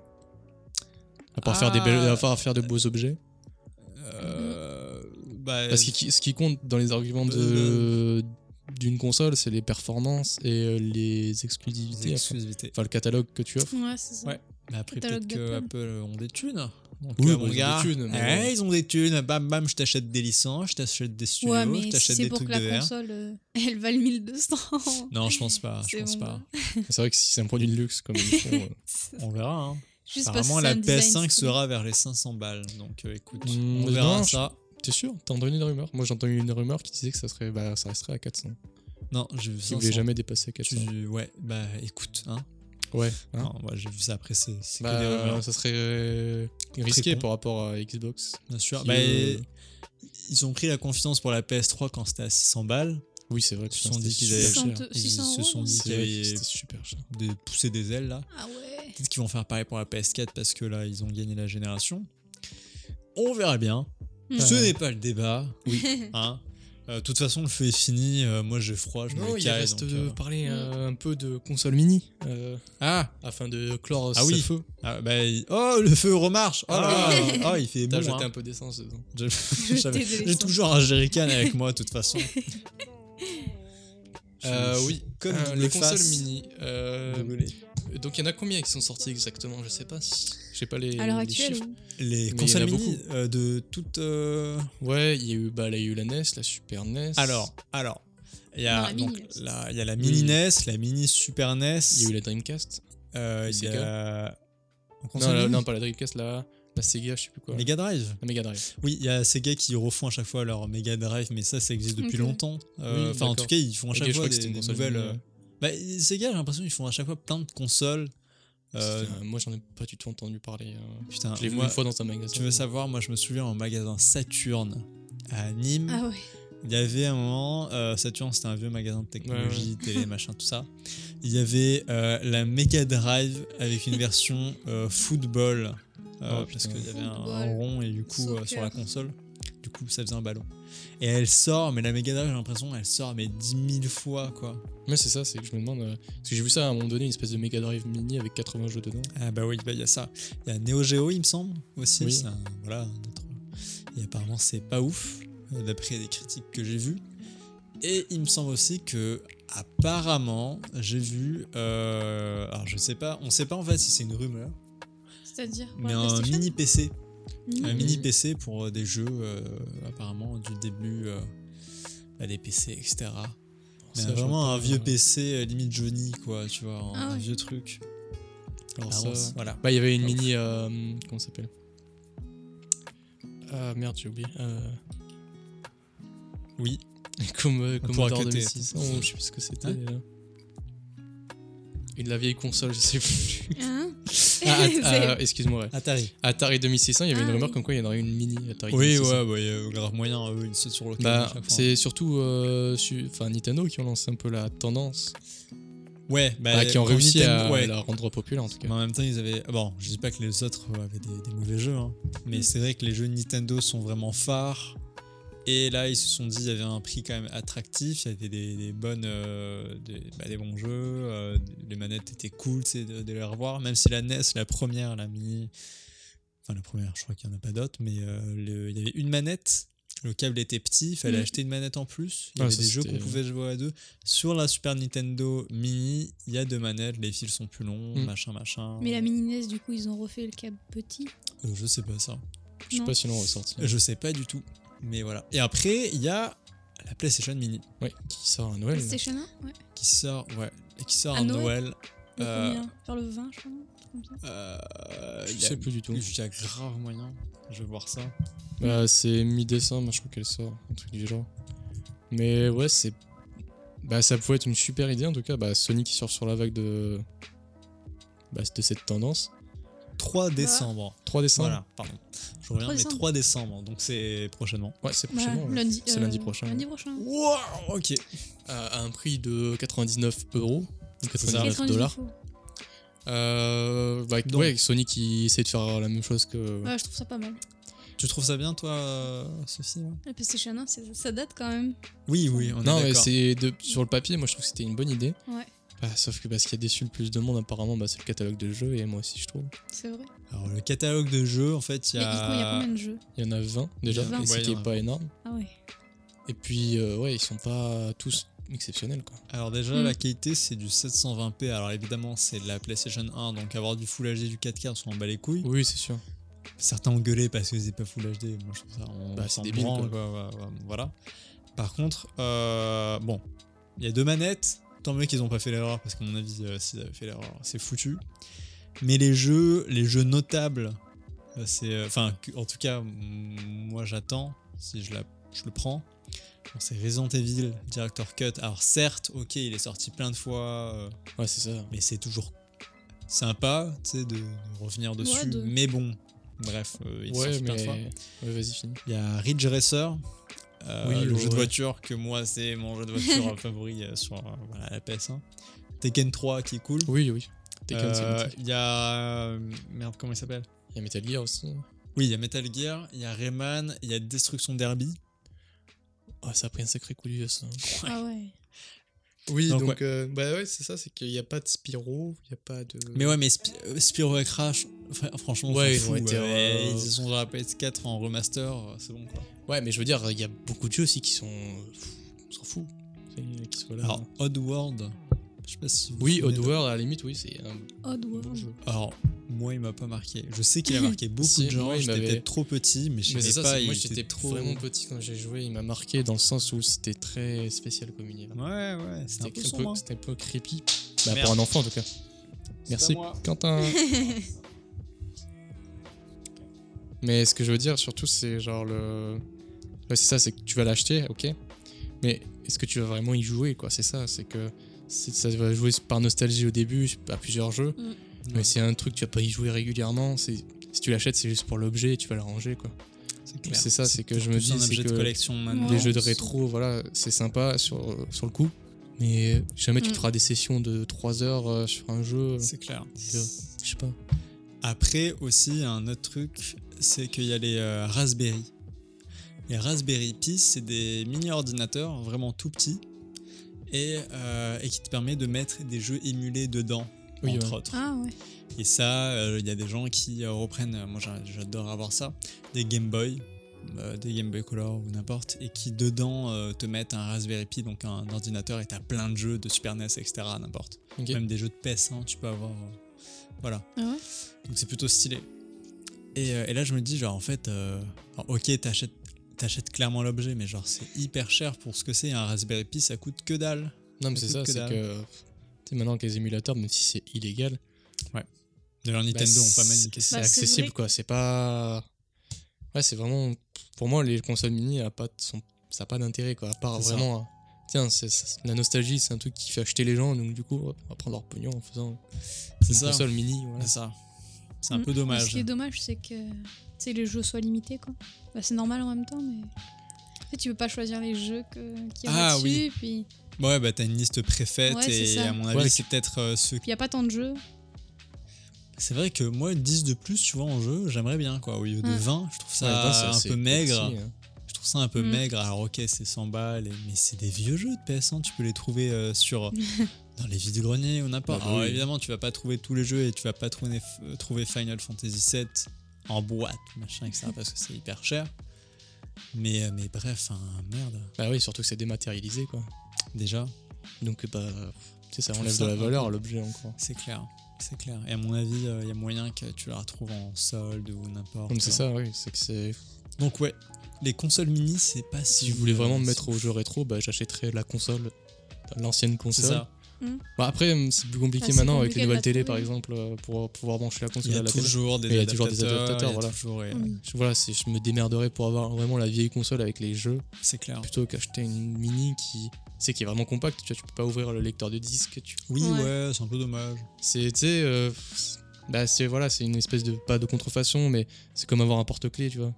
Speaker 3: À part, faire, des
Speaker 1: Ah.
Speaker 3: belles, à part faire de beaux objets.
Speaker 1: Euh,
Speaker 2: Mm-hmm.
Speaker 1: bah,
Speaker 3: Parce que qui- ce qui compte dans les arguments de
Speaker 1: Euh,
Speaker 3: d'une console, c'est les performances et euh, les
Speaker 1: des
Speaker 3: exclusivités. enfin,
Speaker 1: exclusivités.
Speaker 3: Enfin, le catalogue que tu offres.
Speaker 2: Ouais, c'est ça.
Speaker 1: Ouais. Mais après,
Speaker 2: Catalogue
Speaker 1: peut-être que
Speaker 2: d'Apple.
Speaker 1: Apple ont des thunes. Donc,
Speaker 3: Oui,
Speaker 1: euh,
Speaker 3: bah,
Speaker 1: mon
Speaker 3: ils ont
Speaker 1: gars,
Speaker 3: des thunes, mais
Speaker 1: eh,
Speaker 3: bon.
Speaker 1: ils ont des thunes. Bam, bam, je t'achète des licences, je t'achète des studios,
Speaker 2: Ouais,
Speaker 1: je
Speaker 2: mais si
Speaker 1: t'achète
Speaker 2: c'est
Speaker 1: des
Speaker 2: pour
Speaker 1: trucs
Speaker 2: que
Speaker 1: de
Speaker 2: la
Speaker 1: VR.
Speaker 2: console, euh, elle valent 1200.
Speaker 1: Non, je pense pas. Je
Speaker 2: C'est
Speaker 1: pense
Speaker 2: bon, bah.
Speaker 1: pas.
Speaker 3: euh, C'est vrai que si c'est un produit de luxe, comme ils font, euh,
Speaker 1: On verra. Hein.
Speaker 2: Juste parce que
Speaker 1: Apparemment,
Speaker 2: c'est
Speaker 1: la
Speaker 2: un design
Speaker 1: PS5
Speaker 2: stylé.
Speaker 1: sera vers les 500 balles. Donc, euh, écoute,
Speaker 3: Mmh,
Speaker 1: on
Speaker 3: mais
Speaker 1: verra
Speaker 3: non, je-
Speaker 1: ça.
Speaker 3: t'es sûr T'as entendu des rumeurs Moi, j'ai entendu une rumeur qui disait que ça serait, bah, ça resterait à 400.
Speaker 1: Non, j'ai vu
Speaker 3: Qui
Speaker 1: 500.
Speaker 3: voulait jamais dépasser 400.
Speaker 1: Tu- Ouais, bah écoute, hein.
Speaker 3: Ouais. hein
Speaker 1: Non, moi j'ai vu ça après, c'est c'est
Speaker 3: Bah,
Speaker 1: que des rumeurs,
Speaker 3: ça serait euh, risqué
Speaker 1: Très con.
Speaker 3: par rapport à Xbox.
Speaker 1: bien sûr.
Speaker 3: qui,
Speaker 1: Bah,
Speaker 3: euh,
Speaker 1: Ils ont pris la confiance pour la PS3 quand c'était à 600 balles.
Speaker 3: Oui, c'est vrai.
Speaker 1: Ils se
Speaker 3: putain,
Speaker 1: sont dit
Speaker 3: c'était
Speaker 1: qu'ils avaient-
Speaker 3: super cher.
Speaker 2: 600
Speaker 1: Ils se
Speaker 2: Euh, euros,
Speaker 1: sont
Speaker 2: non
Speaker 1: dit
Speaker 3: C'est
Speaker 1: qu'il y
Speaker 3: vrai que
Speaker 1: avait
Speaker 3: C'était super cher.
Speaker 1: de pousser des ailes là.
Speaker 2: Ah ouais.
Speaker 1: Peut-être qu'ils vont faire pareil pour la PS4 parce que là ils ont gagné la génération. On verra bien.
Speaker 2: Mm.
Speaker 1: Ce n'est pas le débat.
Speaker 3: Oui.
Speaker 1: Hein. Euh, De toute façon, le feu est fini. euh, moi j'ai froid, je
Speaker 3: Non,
Speaker 1: me
Speaker 3: il
Speaker 1: caille.
Speaker 3: reste
Speaker 1: donc,
Speaker 3: de
Speaker 1: euh,
Speaker 3: parler
Speaker 2: euh,
Speaker 3: un peu de console mini euh,
Speaker 1: Ah,
Speaker 3: afin de clore
Speaker 1: Ah oui.
Speaker 3: feu.
Speaker 1: ah, bah, il- Oh, le feu remarche Oh là là Oh, il fait
Speaker 3: T'as
Speaker 1: bon.
Speaker 3: jeté
Speaker 1: hein.
Speaker 3: un peu d'essence dedans.
Speaker 1: Je-
Speaker 2: Jeter
Speaker 1: j'avais-
Speaker 2: de
Speaker 1: J'ai
Speaker 2: l'essence.
Speaker 1: toujours un jerrycan avec moi, de toute façon. Je-
Speaker 3: Euh,
Speaker 1: je-
Speaker 3: oui,
Speaker 1: comme
Speaker 3: Euh,
Speaker 1: double
Speaker 3: les consoles
Speaker 1: face,
Speaker 3: mini. euh,
Speaker 1: doublé.
Speaker 3: donc il y en a combien qui sont sortis exactement Je sais pas. si- Je sais pas les.
Speaker 2: À l'heure
Speaker 3: les
Speaker 2: actuelle,
Speaker 3: chiffres.
Speaker 2: ou-
Speaker 1: Les
Speaker 3: en
Speaker 1: consoles
Speaker 3: a
Speaker 1: mini euh, de toutes. euh,
Speaker 3: Ouais, il y a eu bah, là, il y a eu la NES, la Super E NES.
Speaker 1: Alors, alors. Il y,
Speaker 2: Non,
Speaker 1: a,
Speaker 2: la
Speaker 1: donc,
Speaker 2: mini, là.
Speaker 1: la, il y a la mini
Speaker 3: Oui.
Speaker 1: NES, la mini Super NES.
Speaker 3: il y a eu la Dreamcast.
Speaker 1: euh, il y a. en
Speaker 3: Non,
Speaker 1: console
Speaker 3: la-
Speaker 1: mini
Speaker 3: non, pas la Dreamcast, la, la Sega, je sais plus quoi.
Speaker 1: Mega Drive.
Speaker 3: La Mega Drive.
Speaker 1: Oui, il y a ces gars qui refont à chaque fois leur Mega Drive, mais ça, ça existe depuis
Speaker 2: Ok.
Speaker 1: longtemps. Euh, Enfin,
Speaker 3: Oui,
Speaker 1: en
Speaker 3: d'accord.
Speaker 1: tout cas, ils font à
Speaker 3: Ok,
Speaker 1: chaque
Speaker 3: je
Speaker 1: fois
Speaker 3: crois que
Speaker 1: des,
Speaker 3: c'était une
Speaker 1: des
Speaker 3: console
Speaker 1: nouvelles.
Speaker 3: mini,
Speaker 1: euh,
Speaker 3: ouais.
Speaker 1: Bah, ces gars, j'ai l'impression qu'ils font à chaque fois plein de consoles. Euh,
Speaker 3: C'était un- moi, j'en ai pas du tout entendu parler. euh.
Speaker 1: putain,
Speaker 3: Je l'ai vu
Speaker 1: moi-
Speaker 3: une fois dans un magasin.
Speaker 1: Tu veux savoir, moi je me souviens en magasin Saturn à Nîmes,
Speaker 2: Ah ouais.
Speaker 1: il y avait un moment, euh, Saturn c'était un vieux magasin de technologie, télé, machin, tout ça. Il y avait euh, la Mega Drive avec une version euh, football, euh,
Speaker 3: Oh,
Speaker 1: parce
Speaker 3: putain.
Speaker 1: qu'il y avait un,
Speaker 2: Football.
Speaker 1: un rond et du coup euh, sur la
Speaker 2: Soccer.
Speaker 1: console, du coup ça faisait un ballon. Et elle sort, mais la Mega Drive j'ai l'impression elle sort mais 10 000 fois quoi.
Speaker 3: Mais c'est ça, c'est que je me demande. euh, parce que j'ai vu ça à un moment donné, une espèce de Mega Drive mini avec 80 jeux dedans.
Speaker 1: Ah bah oui, bah, il y a ça. Il y a Neo Geo, il me semble, aussi.
Speaker 3: Oui.
Speaker 1: C'est un- voilà, un autre- Et apparemment, c'est pas ouf, euh, d'après les critiques que j'ai vues. Et il me semble aussi que, apparemment, j'ai vu. euh, alors, je sais pas, on sait pas en fait si c'est une rumeur,
Speaker 2: C'est-à-dire. pour
Speaker 1: mais
Speaker 2: la
Speaker 1: un
Speaker 2: PlayStation
Speaker 1: mini PC.
Speaker 2: Mini.
Speaker 1: Un
Speaker 3: Mm.
Speaker 1: mini PC pour euh, des jeux, euh, apparemment, du début euh, bah, des PC, etc. Mais
Speaker 3: Ça,
Speaker 1: vraiment
Speaker 3: j'en
Speaker 1: un
Speaker 3: peux-
Speaker 1: vieux PC, euh, limite Johnny, quoi, tu vois, un,
Speaker 2: Ah ouais.
Speaker 1: vieux truc.
Speaker 3: Alors
Speaker 1: Apparemment,
Speaker 3: ça-
Speaker 1: c'est- voilà.
Speaker 3: Bah, il y avait une mini. euh, comment ça s'appelle Ah merde, j'ai oublié. Euh,
Speaker 1: Oui,
Speaker 3: comme euh,
Speaker 1: On
Speaker 3: Commodore
Speaker 1: pourra cutter.
Speaker 3: 2600, ou je sais plus ce que c'était.
Speaker 1: Hein
Speaker 3: euh. Une de la vieille console, je sais plus.
Speaker 2: Hein
Speaker 3: Ah, At-
Speaker 2: C'est-
Speaker 3: euh, Excuse-moi. ouais.
Speaker 1: Atari.
Speaker 3: Atari 2600, il y avait
Speaker 2: Ah
Speaker 3: une rumeur
Speaker 2: oui.
Speaker 3: comme quoi il y en aurait une mini Atari
Speaker 1: Oui,
Speaker 3: 2600.
Speaker 1: ouais, bah, il y a grave moyen, eux, une saute sur l'autre. à
Speaker 3: Bah,
Speaker 1: chaque fois.
Speaker 3: c'est surtout euh, su- enfin, Nintendo qui ont lancé un peu la tendance,
Speaker 1: Ouais, bah,
Speaker 3: Enfin, qui ont
Speaker 1: pour
Speaker 3: réussi
Speaker 1: Nintendo,
Speaker 3: à
Speaker 1: ouais.
Speaker 3: la rendre populaire en tout cas.
Speaker 1: Mais en même temps, ils avaient. Bon, je dis pas que les autres euh, avaient des, des mauvais jeux, hein. mais
Speaker 2: Mm.
Speaker 1: c'est vrai que les jeux Nintendo sont vraiment phares. Et là, ils se sont dit, il y avait un prix quand même attractif, il y avait des, des bonnes, euh, des, bah, des bons jeux, euh, les manettes étaient cool, tu sais, de, de les revoir. Même si la NES, la première, la mini, enfin la première, je crois qu'il y en a pas d'autres, mais euh, le- il y avait une manette. Le câble était petit, il fallait
Speaker 2: Mm.
Speaker 1: acheter une manette en plus. Il y
Speaker 3: Ah,
Speaker 1: avait
Speaker 3: ça,
Speaker 1: des jeux qu'on
Speaker 3: c'était-
Speaker 1: pouvait jouer à deux. Sur la Super Nintendo Mini, il y a deux manettes, les fils sont plus longs,
Speaker 3: Mm.
Speaker 1: machin, machin.
Speaker 2: Mais la mini NES, du coup, ils ont refait le câble petit.
Speaker 1: Euh, je sais pas ça.
Speaker 3: Je sais
Speaker 2: Non.
Speaker 3: pas si l'on ressorti.
Speaker 1: Je sais pas du tout. Mais voilà. Et après, il y a la PlayStation Mini
Speaker 3: Ouais, qui sort à Noël.
Speaker 2: PlayStation 1 Ouais.
Speaker 1: qui sort, ouais, et qui sort
Speaker 2: À
Speaker 1: à Noël.
Speaker 2: Noël Le
Speaker 1: Euh,
Speaker 2: combien Vers le 20, je crois. un truc comme ça.
Speaker 1: Euh,
Speaker 3: Je
Speaker 1: il y a-
Speaker 3: sais plus du tout.
Speaker 1: il y a grave moyen. Je vais voir ça.
Speaker 3: Bah, c'est mi-décembre, je crois qu'elle sort, un truc du genre. Mais ouais, c'est. Bah, ça pouvait être une super idée en tout cas. Bah, Sony qui sort sur la vague de. Bah, de cette tendance.
Speaker 1: 3 décembre.
Speaker 3: 3 décembre
Speaker 1: Voilà, pardon. Je reviens,
Speaker 2: 3
Speaker 1: mais
Speaker 2: décembre.
Speaker 1: 3 décembre, donc c'est prochainement.
Speaker 3: Ouais, c'est
Speaker 2: Voilà,
Speaker 3: prochainement. ouais.
Speaker 2: Bah, lundi,
Speaker 3: C'est
Speaker 2: euh,
Speaker 3: lundi prochain.
Speaker 2: Lundi prochain.
Speaker 1: Wow, ok.
Speaker 3: À, à un prix de 99 euros. Donc
Speaker 1: C'est ça.
Speaker 3: 99 dollars. Euh, bah, avec-
Speaker 1: Donc-
Speaker 3: ouais, avec Sony qui essaie de faire la même chose que.
Speaker 2: Ouais, je trouve ça pas mal.
Speaker 1: Tu trouves ça bien, toi, euh, Sophie là
Speaker 2: La PlayStation 1, c'est- ça date quand même.
Speaker 1: Oui, oui, on
Speaker 3: non,
Speaker 1: est
Speaker 3: mais
Speaker 1: d'accord.
Speaker 3: c'est de- sur le papier, moi je trouve que c'était une bonne idée.
Speaker 2: Ouais.
Speaker 3: Bah, sauf que bah, ce qui a déçu le plus de monde, apparemment, bah, c'est le catalogue de jeux, et moi aussi je trouve.
Speaker 2: C'est vrai.
Speaker 1: Alors, le catalogue de jeux, en fait, il y
Speaker 2: Mais du coup, il y a
Speaker 1: a.
Speaker 2: combien de jeux
Speaker 3: Il y en a 20 déjà,
Speaker 2: Il y en a
Speaker 3: et
Speaker 2: 20.
Speaker 3: ce
Speaker 1: Ouais, il
Speaker 3: qui
Speaker 1: y en
Speaker 3: est
Speaker 1: a
Speaker 3: pas énorme.
Speaker 2: Ah ouais.
Speaker 3: Et puis, euh, ouais, ils sont pas tous exceptionnels quoi.
Speaker 1: Alors, déjà,
Speaker 2: Hmm.
Speaker 1: la qualité, c'est du 720p. Alors, évidemment, c'est de la PlayStation 1, donc avoir du Full HD, du 4K, on s'en bat les couilles.
Speaker 3: Oui, c'est sûr.
Speaker 1: Certains ont gueulé parce que c'est pas Full HD. Moi, je trouve ça. On
Speaker 3: Bah,
Speaker 1: s'en
Speaker 3: c'est débile,
Speaker 1: branle,
Speaker 3: quoi.
Speaker 1: quoi, ouais, ouais, Voilà. Par contre, euh, bon, il y a deux manettes. Tant mieux qu'ils ont pas fait l'erreur parce qu'à mon avis, euh, s'ils avaient fait l'erreur, c'est foutu. Mais les jeux, les jeux notables, euh, c'est, euh, enfin, que- en tout cas, mm, moi, j'attends si je la, je le prends. Bon, c'est Resident Evil Director Cut. Alors certes, ok, il est sorti plein de fois. euh,
Speaker 3: Ouais, c'est ça.
Speaker 1: mais c'est toujours sympa tu sais, de, de revenir dessus.
Speaker 2: de-
Speaker 1: Mais bon, bref, euh, il
Speaker 3: ouais,
Speaker 1: sort plein de fois.
Speaker 3: mais. Ouais, vas-y, finis.
Speaker 1: Il y a Ridge Racer, euh,
Speaker 3: Oui,
Speaker 1: le
Speaker 3: ouais.
Speaker 1: jeu de voiture que moi, c'est mon jeu de voiture euh, favori euh, sur euh, voilà, la PS1. Tekken 3 qui est cool.
Speaker 3: Oui, oui. Tekken, c'est
Speaker 1: Euh,
Speaker 3: mythique.
Speaker 1: Il y a. euh, Merde, comment il s'appelle
Speaker 3: Il y a Metal Gear aussi.
Speaker 1: Oui, il y a Metal Gear, il y a Rayman, il y a Destruction Derby.
Speaker 3: Ah, ça a pris un sacré coup de vieux, ça.
Speaker 2: Ah ouais.
Speaker 3: Oui,
Speaker 1: Donc,
Speaker 3: donc,
Speaker 1: ouais.
Speaker 3: euh, bah ouais, c'est ça, c'est qu'il n'y a pas de Spyro, il n'y a pas de.
Speaker 1: Mais ouais, mais Sp- euh, Spyro et Crash, enfin, franchement, on
Speaker 3: Ouais,
Speaker 1: s'en
Speaker 3: ils ont
Speaker 1: fout,
Speaker 3: été,
Speaker 1: ouais,
Speaker 3: euh,
Speaker 1: ils sont dans la PS4 en remaster, euh, c'est bon quoi.
Speaker 3: Ouais, mais je veux dire, il y a beaucoup de jeux aussi qui sont. pff, On s'en fout. C'est- Qui sont là.
Speaker 1: Alors, Oddworld, je sais pas si vous
Speaker 3: Hmm. oui,
Speaker 1: vous souvenez de-
Speaker 3: Oddworld, à la limite, oui, c'est un
Speaker 2: Oddworld.
Speaker 3: bon jeu.
Speaker 1: Alors, moi, il m'a pas marqué. Je sais qu'il a marqué beaucoup
Speaker 3: Si,
Speaker 1: de gens.
Speaker 3: moi, il
Speaker 1: J'étais
Speaker 3: m'avait-
Speaker 1: peut-être trop petit, mais je
Speaker 3: Mais c'est
Speaker 1: sais
Speaker 3: ça,
Speaker 1: pas.
Speaker 3: c'est- moi
Speaker 1: il
Speaker 3: j'étais
Speaker 1: était trop.
Speaker 3: vraiment petit quand j'ai joué, il m'a marqué dans le sens où c'était très spécial comme univers.
Speaker 1: Ouais, ouais, c'est un peu
Speaker 3: C'était un,
Speaker 1: sombre. hein.
Speaker 3: peu- c'était un peu creepy. Bah,
Speaker 1: Merde.
Speaker 3: pour un enfant en tout cas. Merci
Speaker 1: moi.
Speaker 3: Quentin. Mais ce que je veux dire surtout, c'est genre le. Ouais, c'est ça, c'est que tu vas l'acheter, ok. Mais est-ce que tu vas vraiment y jouer, quoi C'est ça, c'est que c'est- ça va jouer par nostalgie au début, à plusieurs jeux.
Speaker 2: Mm.
Speaker 3: Mais
Speaker 1: Ouais.
Speaker 3: c'est un truc, tu vas pas y jouer régulièrement. c'est- Si tu l'achètes, c'est juste pour l'objet et tu vas le ranger, quoi.
Speaker 1: C'est
Speaker 3: Mais
Speaker 1: clair.
Speaker 3: C'est ça, c'est que je me
Speaker 1: Plus
Speaker 3: dis,
Speaker 1: un
Speaker 3: c'est
Speaker 1: objet de
Speaker 3: que
Speaker 1: collection maintenant.
Speaker 3: les jeux de rétro, voilà, c'est sympa sur, sur le coup. Mais jamais tu
Speaker 2: Mm.
Speaker 3: te feras des sessions de 3 heures euh, sur un jeu.
Speaker 1: C'est clair.
Speaker 3: Je je sais pas.
Speaker 1: Après, aussi, un autre truc, c'est qu'il y a les euh, Raspberry. Les Raspberry Pi, c'est des mini-ordinateurs vraiment tout petits et, euh, et qui te permet de mettre des jeux émulés dedans,
Speaker 3: Oui,
Speaker 1: entre
Speaker 3: ouais.
Speaker 1: autres.
Speaker 2: Ah ouais.
Speaker 1: Et ça, euh, il y a des gens qui euh, reprennent, euh, moi j'a- j'adore avoir ça, des Game Boy, euh, des Game Boy Color ou n'importe, et qui dedans euh, te mettent un Raspberry Pi, donc un ordinateur, et t'as plein de jeux de Super E NES, etc. N'importe.
Speaker 3: Ok.
Speaker 1: Même des jeux de PS1, hein, tu peux avoir. euh, voilà.
Speaker 2: Ah ouais
Speaker 1: Donc c'est plutôt stylé. Et, euh, et là, je me dis, genre, en fait, euh, alors, ok, t'achètes t'achètes clairement l'objet, mais genre, c'est hyper cher pour ce que c'est. Un Raspberry Pi, ça coûte que dalle.
Speaker 3: Non, mais
Speaker 1: Ça
Speaker 3: c'est
Speaker 1: coûte
Speaker 3: ça,
Speaker 1: que
Speaker 3: c'est
Speaker 1: dalle.
Speaker 3: que. Tu sais, maintenant, avec les émulateurs, même si c'est illégal,
Speaker 1: D'ailleurs,
Speaker 3: bah,
Speaker 1: Nintendo ont pas
Speaker 3: c'est-
Speaker 1: mal.
Speaker 3: C'est
Speaker 2: Bah, c'est
Speaker 3: accessible,
Speaker 2: vrai.
Speaker 3: quoi. C'est pas. Ouais, c'est vraiment. Pour moi, les consoles mini, a pas de- sont- ça n'a pas d'intérêt, quoi. À part
Speaker 1: C'est ça.
Speaker 3: vraiment. euh, Tiens, c'est- c'est- la nostalgie, c'est un truc qui fait acheter les gens, donc du coup, hop, on va prendre leur pognon en faisant
Speaker 1: C'est
Speaker 3: une
Speaker 1: ça.
Speaker 3: console mini. Voilà.
Speaker 1: C'est ça. C'est un
Speaker 2: Mm.
Speaker 1: peu
Speaker 2: Ce
Speaker 1: dommage.
Speaker 2: qui est dommage, c'est que tu sais, les jeux soient limités, quoi. Bah, c'est normal en même temps, mais. En fait, tu peux pas choisir les jeux que- qu'il y
Speaker 1: Ah,
Speaker 2: a dessus,
Speaker 1: oui.
Speaker 2: puis
Speaker 1: Ouais, bah t'as une liste préfaite
Speaker 2: Ouais, c'est
Speaker 1: et
Speaker 2: ça.
Speaker 1: à mon avis,
Speaker 3: Ouais.
Speaker 1: c'est peut-être euh, ceux.
Speaker 2: il y a pas tant de jeux.
Speaker 1: C'est vrai que moi, 10 de plus, tu vois, en jeu, j'aimerais bien quoi. Au lieu de
Speaker 2: Mm.
Speaker 1: 20, je trouve ça
Speaker 3: Ouais, enfin, c'est
Speaker 1: un
Speaker 3: assez
Speaker 1: peu maigre.
Speaker 3: petit, hein.
Speaker 1: Je trouve ça un peu
Speaker 2: Mm.
Speaker 1: maigre. Alors, ok, c'est 100 balles, et- mais c'est des vieux jeux de PS1, tu peux les trouver euh, sur. Dans les vides greniers ou n'importe.
Speaker 3: Bah, bah
Speaker 1: Alors
Speaker 3: oui.
Speaker 1: évidemment, tu vas pas trouver tous les jeux et tu vas pas trouver, euh, trouver Final Fantasy VII en boîte, machin, etc. parce que c'est hyper cher. Mais, euh, mais bref, hein, merde.
Speaker 3: Bah oui, surtout que c'est dématérialisé, quoi.
Speaker 1: Déjà,
Speaker 3: Donc, bah. Tu sais, ça
Speaker 1: Je
Speaker 3: enlève
Speaker 1: trouve
Speaker 3: de
Speaker 1: ça
Speaker 3: la
Speaker 1: un
Speaker 3: valeur à l'objet encore.
Speaker 1: C'est clair, c'est clair. Et à mon avis, euh, il y a moyen que tu la retrouves en solde ou n'importe.
Speaker 3: Donc, c'est ça, oui. C'est que c'est.
Speaker 1: Donc ouais, les consoles mini, c'est pas si.
Speaker 3: Si je voulais vraiment
Speaker 1: Euh,
Speaker 3: me mettre au jeu rétro, bah, j'achèterais la console, l'ancienne
Speaker 1: C'est
Speaker 3: console.
Speaker 1: ça.
Speaker 3: Bah, après, hum, c'est plus compliqué
Speaker 2: Ah, c'est
Speaker 3: maintenant avec
Speaker 2: compliqué
Speaker 3: les
Speaker 2: de
Speaker 3: nouvelles
Speaker 2: la
Speaker 3: télé,
Speaker 2: trouver.
Speaker 3: par exemple, euh, pour pouvoir brancher la
Speaker 1: Il
Speaker 3: console
Speaker 1: y
Speaker 3: à
Speaker 1: a
Speaker 3: la télé.
Speaker 1: toujours des
Speaker 3: Mais il y a
Speaker 1: adaptateurs.
Speaker 3: toujours des adaptateurs,
Speaker 1: il y a
Speaker 3: voilà.
Speaker 1: toujours- et, euh,
Speaker 2: Oui.
Speaker 3: Je- Voilà, c'est- je me démerderais pour avoir vraiment la vieille console avec les jeux,
Speaker 1: C'est clair.
Speaker 3: plutôt qu'acheter une mini qui, c'est qui est vraiment compacte. Tu vois, tu peux pas ouvrir le lecteur de disque. Tu,
Speaker 1: Oui, ouais,
Speaker 2: Ouais.
Speaker 1: c'est un peu dommage.
Speaker 3: c'est, tu sais, euh, Bah, c'est voilà, c'est une espèce de. Pas de contrefaçon, mais c'est comme avoir un porte-clé, tu vois.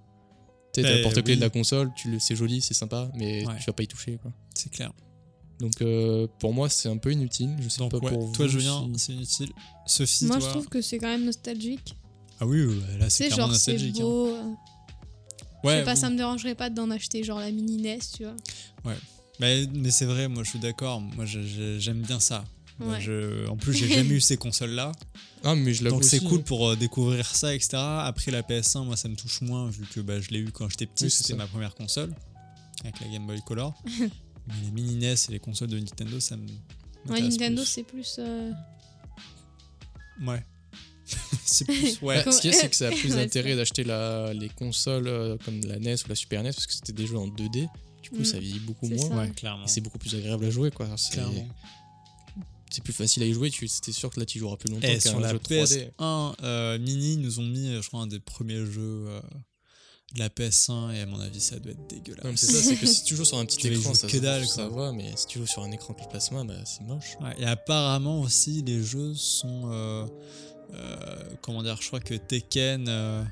Speaker 3: Tu sais, t'as
Speaker 1: Eh
Speaker 3: le porte-clé
Speaker 1: oui.
Speaker 3: de la console, tu le- c'est joli, c'est sympa, mais
Speaker 1: Ouais.
Speaker 3: tu vas pas y toucher, quoi.
Speaker 1: C'est clair.
Speaker 3: Donc, euh, pour moi, c'est un peu inutile. Je sais
Speaker 1: Donc,
Speaker 3: pas
Speaker 1: ouais,
Speaker 3: pour
Speaker 1: toi,
Speaker 3: vous
Speaker 1: Julien,
Speaker 3: si-
Speaker 1: c'est inutile. Sophie,
Speaker 2: Moi,
Speaker 1: toi.
Speaker 2: je trouve que c'est quand même nostalgique.
Speaker 1: Ah oui, oui, là, c'est
Speaker 2: C'est
Speaker 1: clairement
Speaker 2: genre, c'est
Speaker 1: nostalgique. hein.
Speaker 2: beau. euh,
Speaker 1: Ouais,
Speaker 2: je sais pas,
Speaker 1: oui.
Speaker 2: ça me dérangerait pas d'en acheter genre la mini NES, tu vois.
Speaker 1: Mais, mais c'est vrai, moi je suis d'accord, moi je- je- j'aime bien ça. Moi,
Speaker 2: Ouais.
Speaker 1: je- en plus, j'ai jamais eu ces consoles-là,
Speaker 3: Ah, mais je l'avoue.
Speaker 1: donc c'est
Speaker 3: aussi,
Speaker 1: cool
Speaker 3: hein.
Speaker 1: pour euh, découvrir ça, etc. Après la PS1, moi ça me touche moins vu que bah, je l'ai eu quand j'étais petit,
Speaker 3: Oui, c'est
Speaker 1: c'était
Speaker 3: ça.
Speaker 1: ma première console avec la Game Boy Color. mais les mini NES et les consoles de Nintendo, ça me.
Speaker 2: Ouais,
Speaker 1: m'intéresse
Speaker 2: Nintendo,
Speaker 1: plus.
Speaker 2: c'est plus. euh,
Speaker 1: Ouais. c'est plus. Ouais.
Speaker 3: Bah, ce qu'il y a, c'est que ça a plus
Speaker 2: Ouais,
Speaker 3: d'intérêt
Speaker 2: c'est-
Speaker 3: d'acheter la- les consoles euh, comme la NES ou la Super NES parce que c'était des jeux en 2D. Du coup,
Speaker 2: Mm.
Speaker 3: ça vieillit beaucoup
Speaker 2: C'est
Speaker 3: moins.
Speaker 2: ça.
Speaker 1: ouais, clairement.
Speaker 3: Et c'est beaucoup plus agréable à jouer, quoi. C'est-
Speaker 1: Clairement.
Speaker 3: C'est plus facile à y jouer. Tu c'était sûr que là, tu joueras plus longtemps
Speaker 1: Et
Speaker 3: qu'un
Speaker 1: Eh, sur la
Speaker 3: jeu 3D.
Speaker 1: PS1 euh, mini, ils nous ont mis, euh, je crois, un des premiers jeux euh, de la PS1, et à mon avis, ça doit être dégueulasse.
Speaker 3: Non, mais c'est ça, c'est que si tu joues sur un petit
Speaker 1: Tu vas y jouer
Speaker 3: écran, ça,
Speaker 1: que dalle,
Speaker 3: ça
Speaker 1: quoi.
Speaker 3: va, mais si tu joues sur un écran de plasma, bah, c'est moche.
Speaker 1: Ouais, et apparemment aussi, les jeux sont. euh, euh, comment dire Je crois que Tekken euh,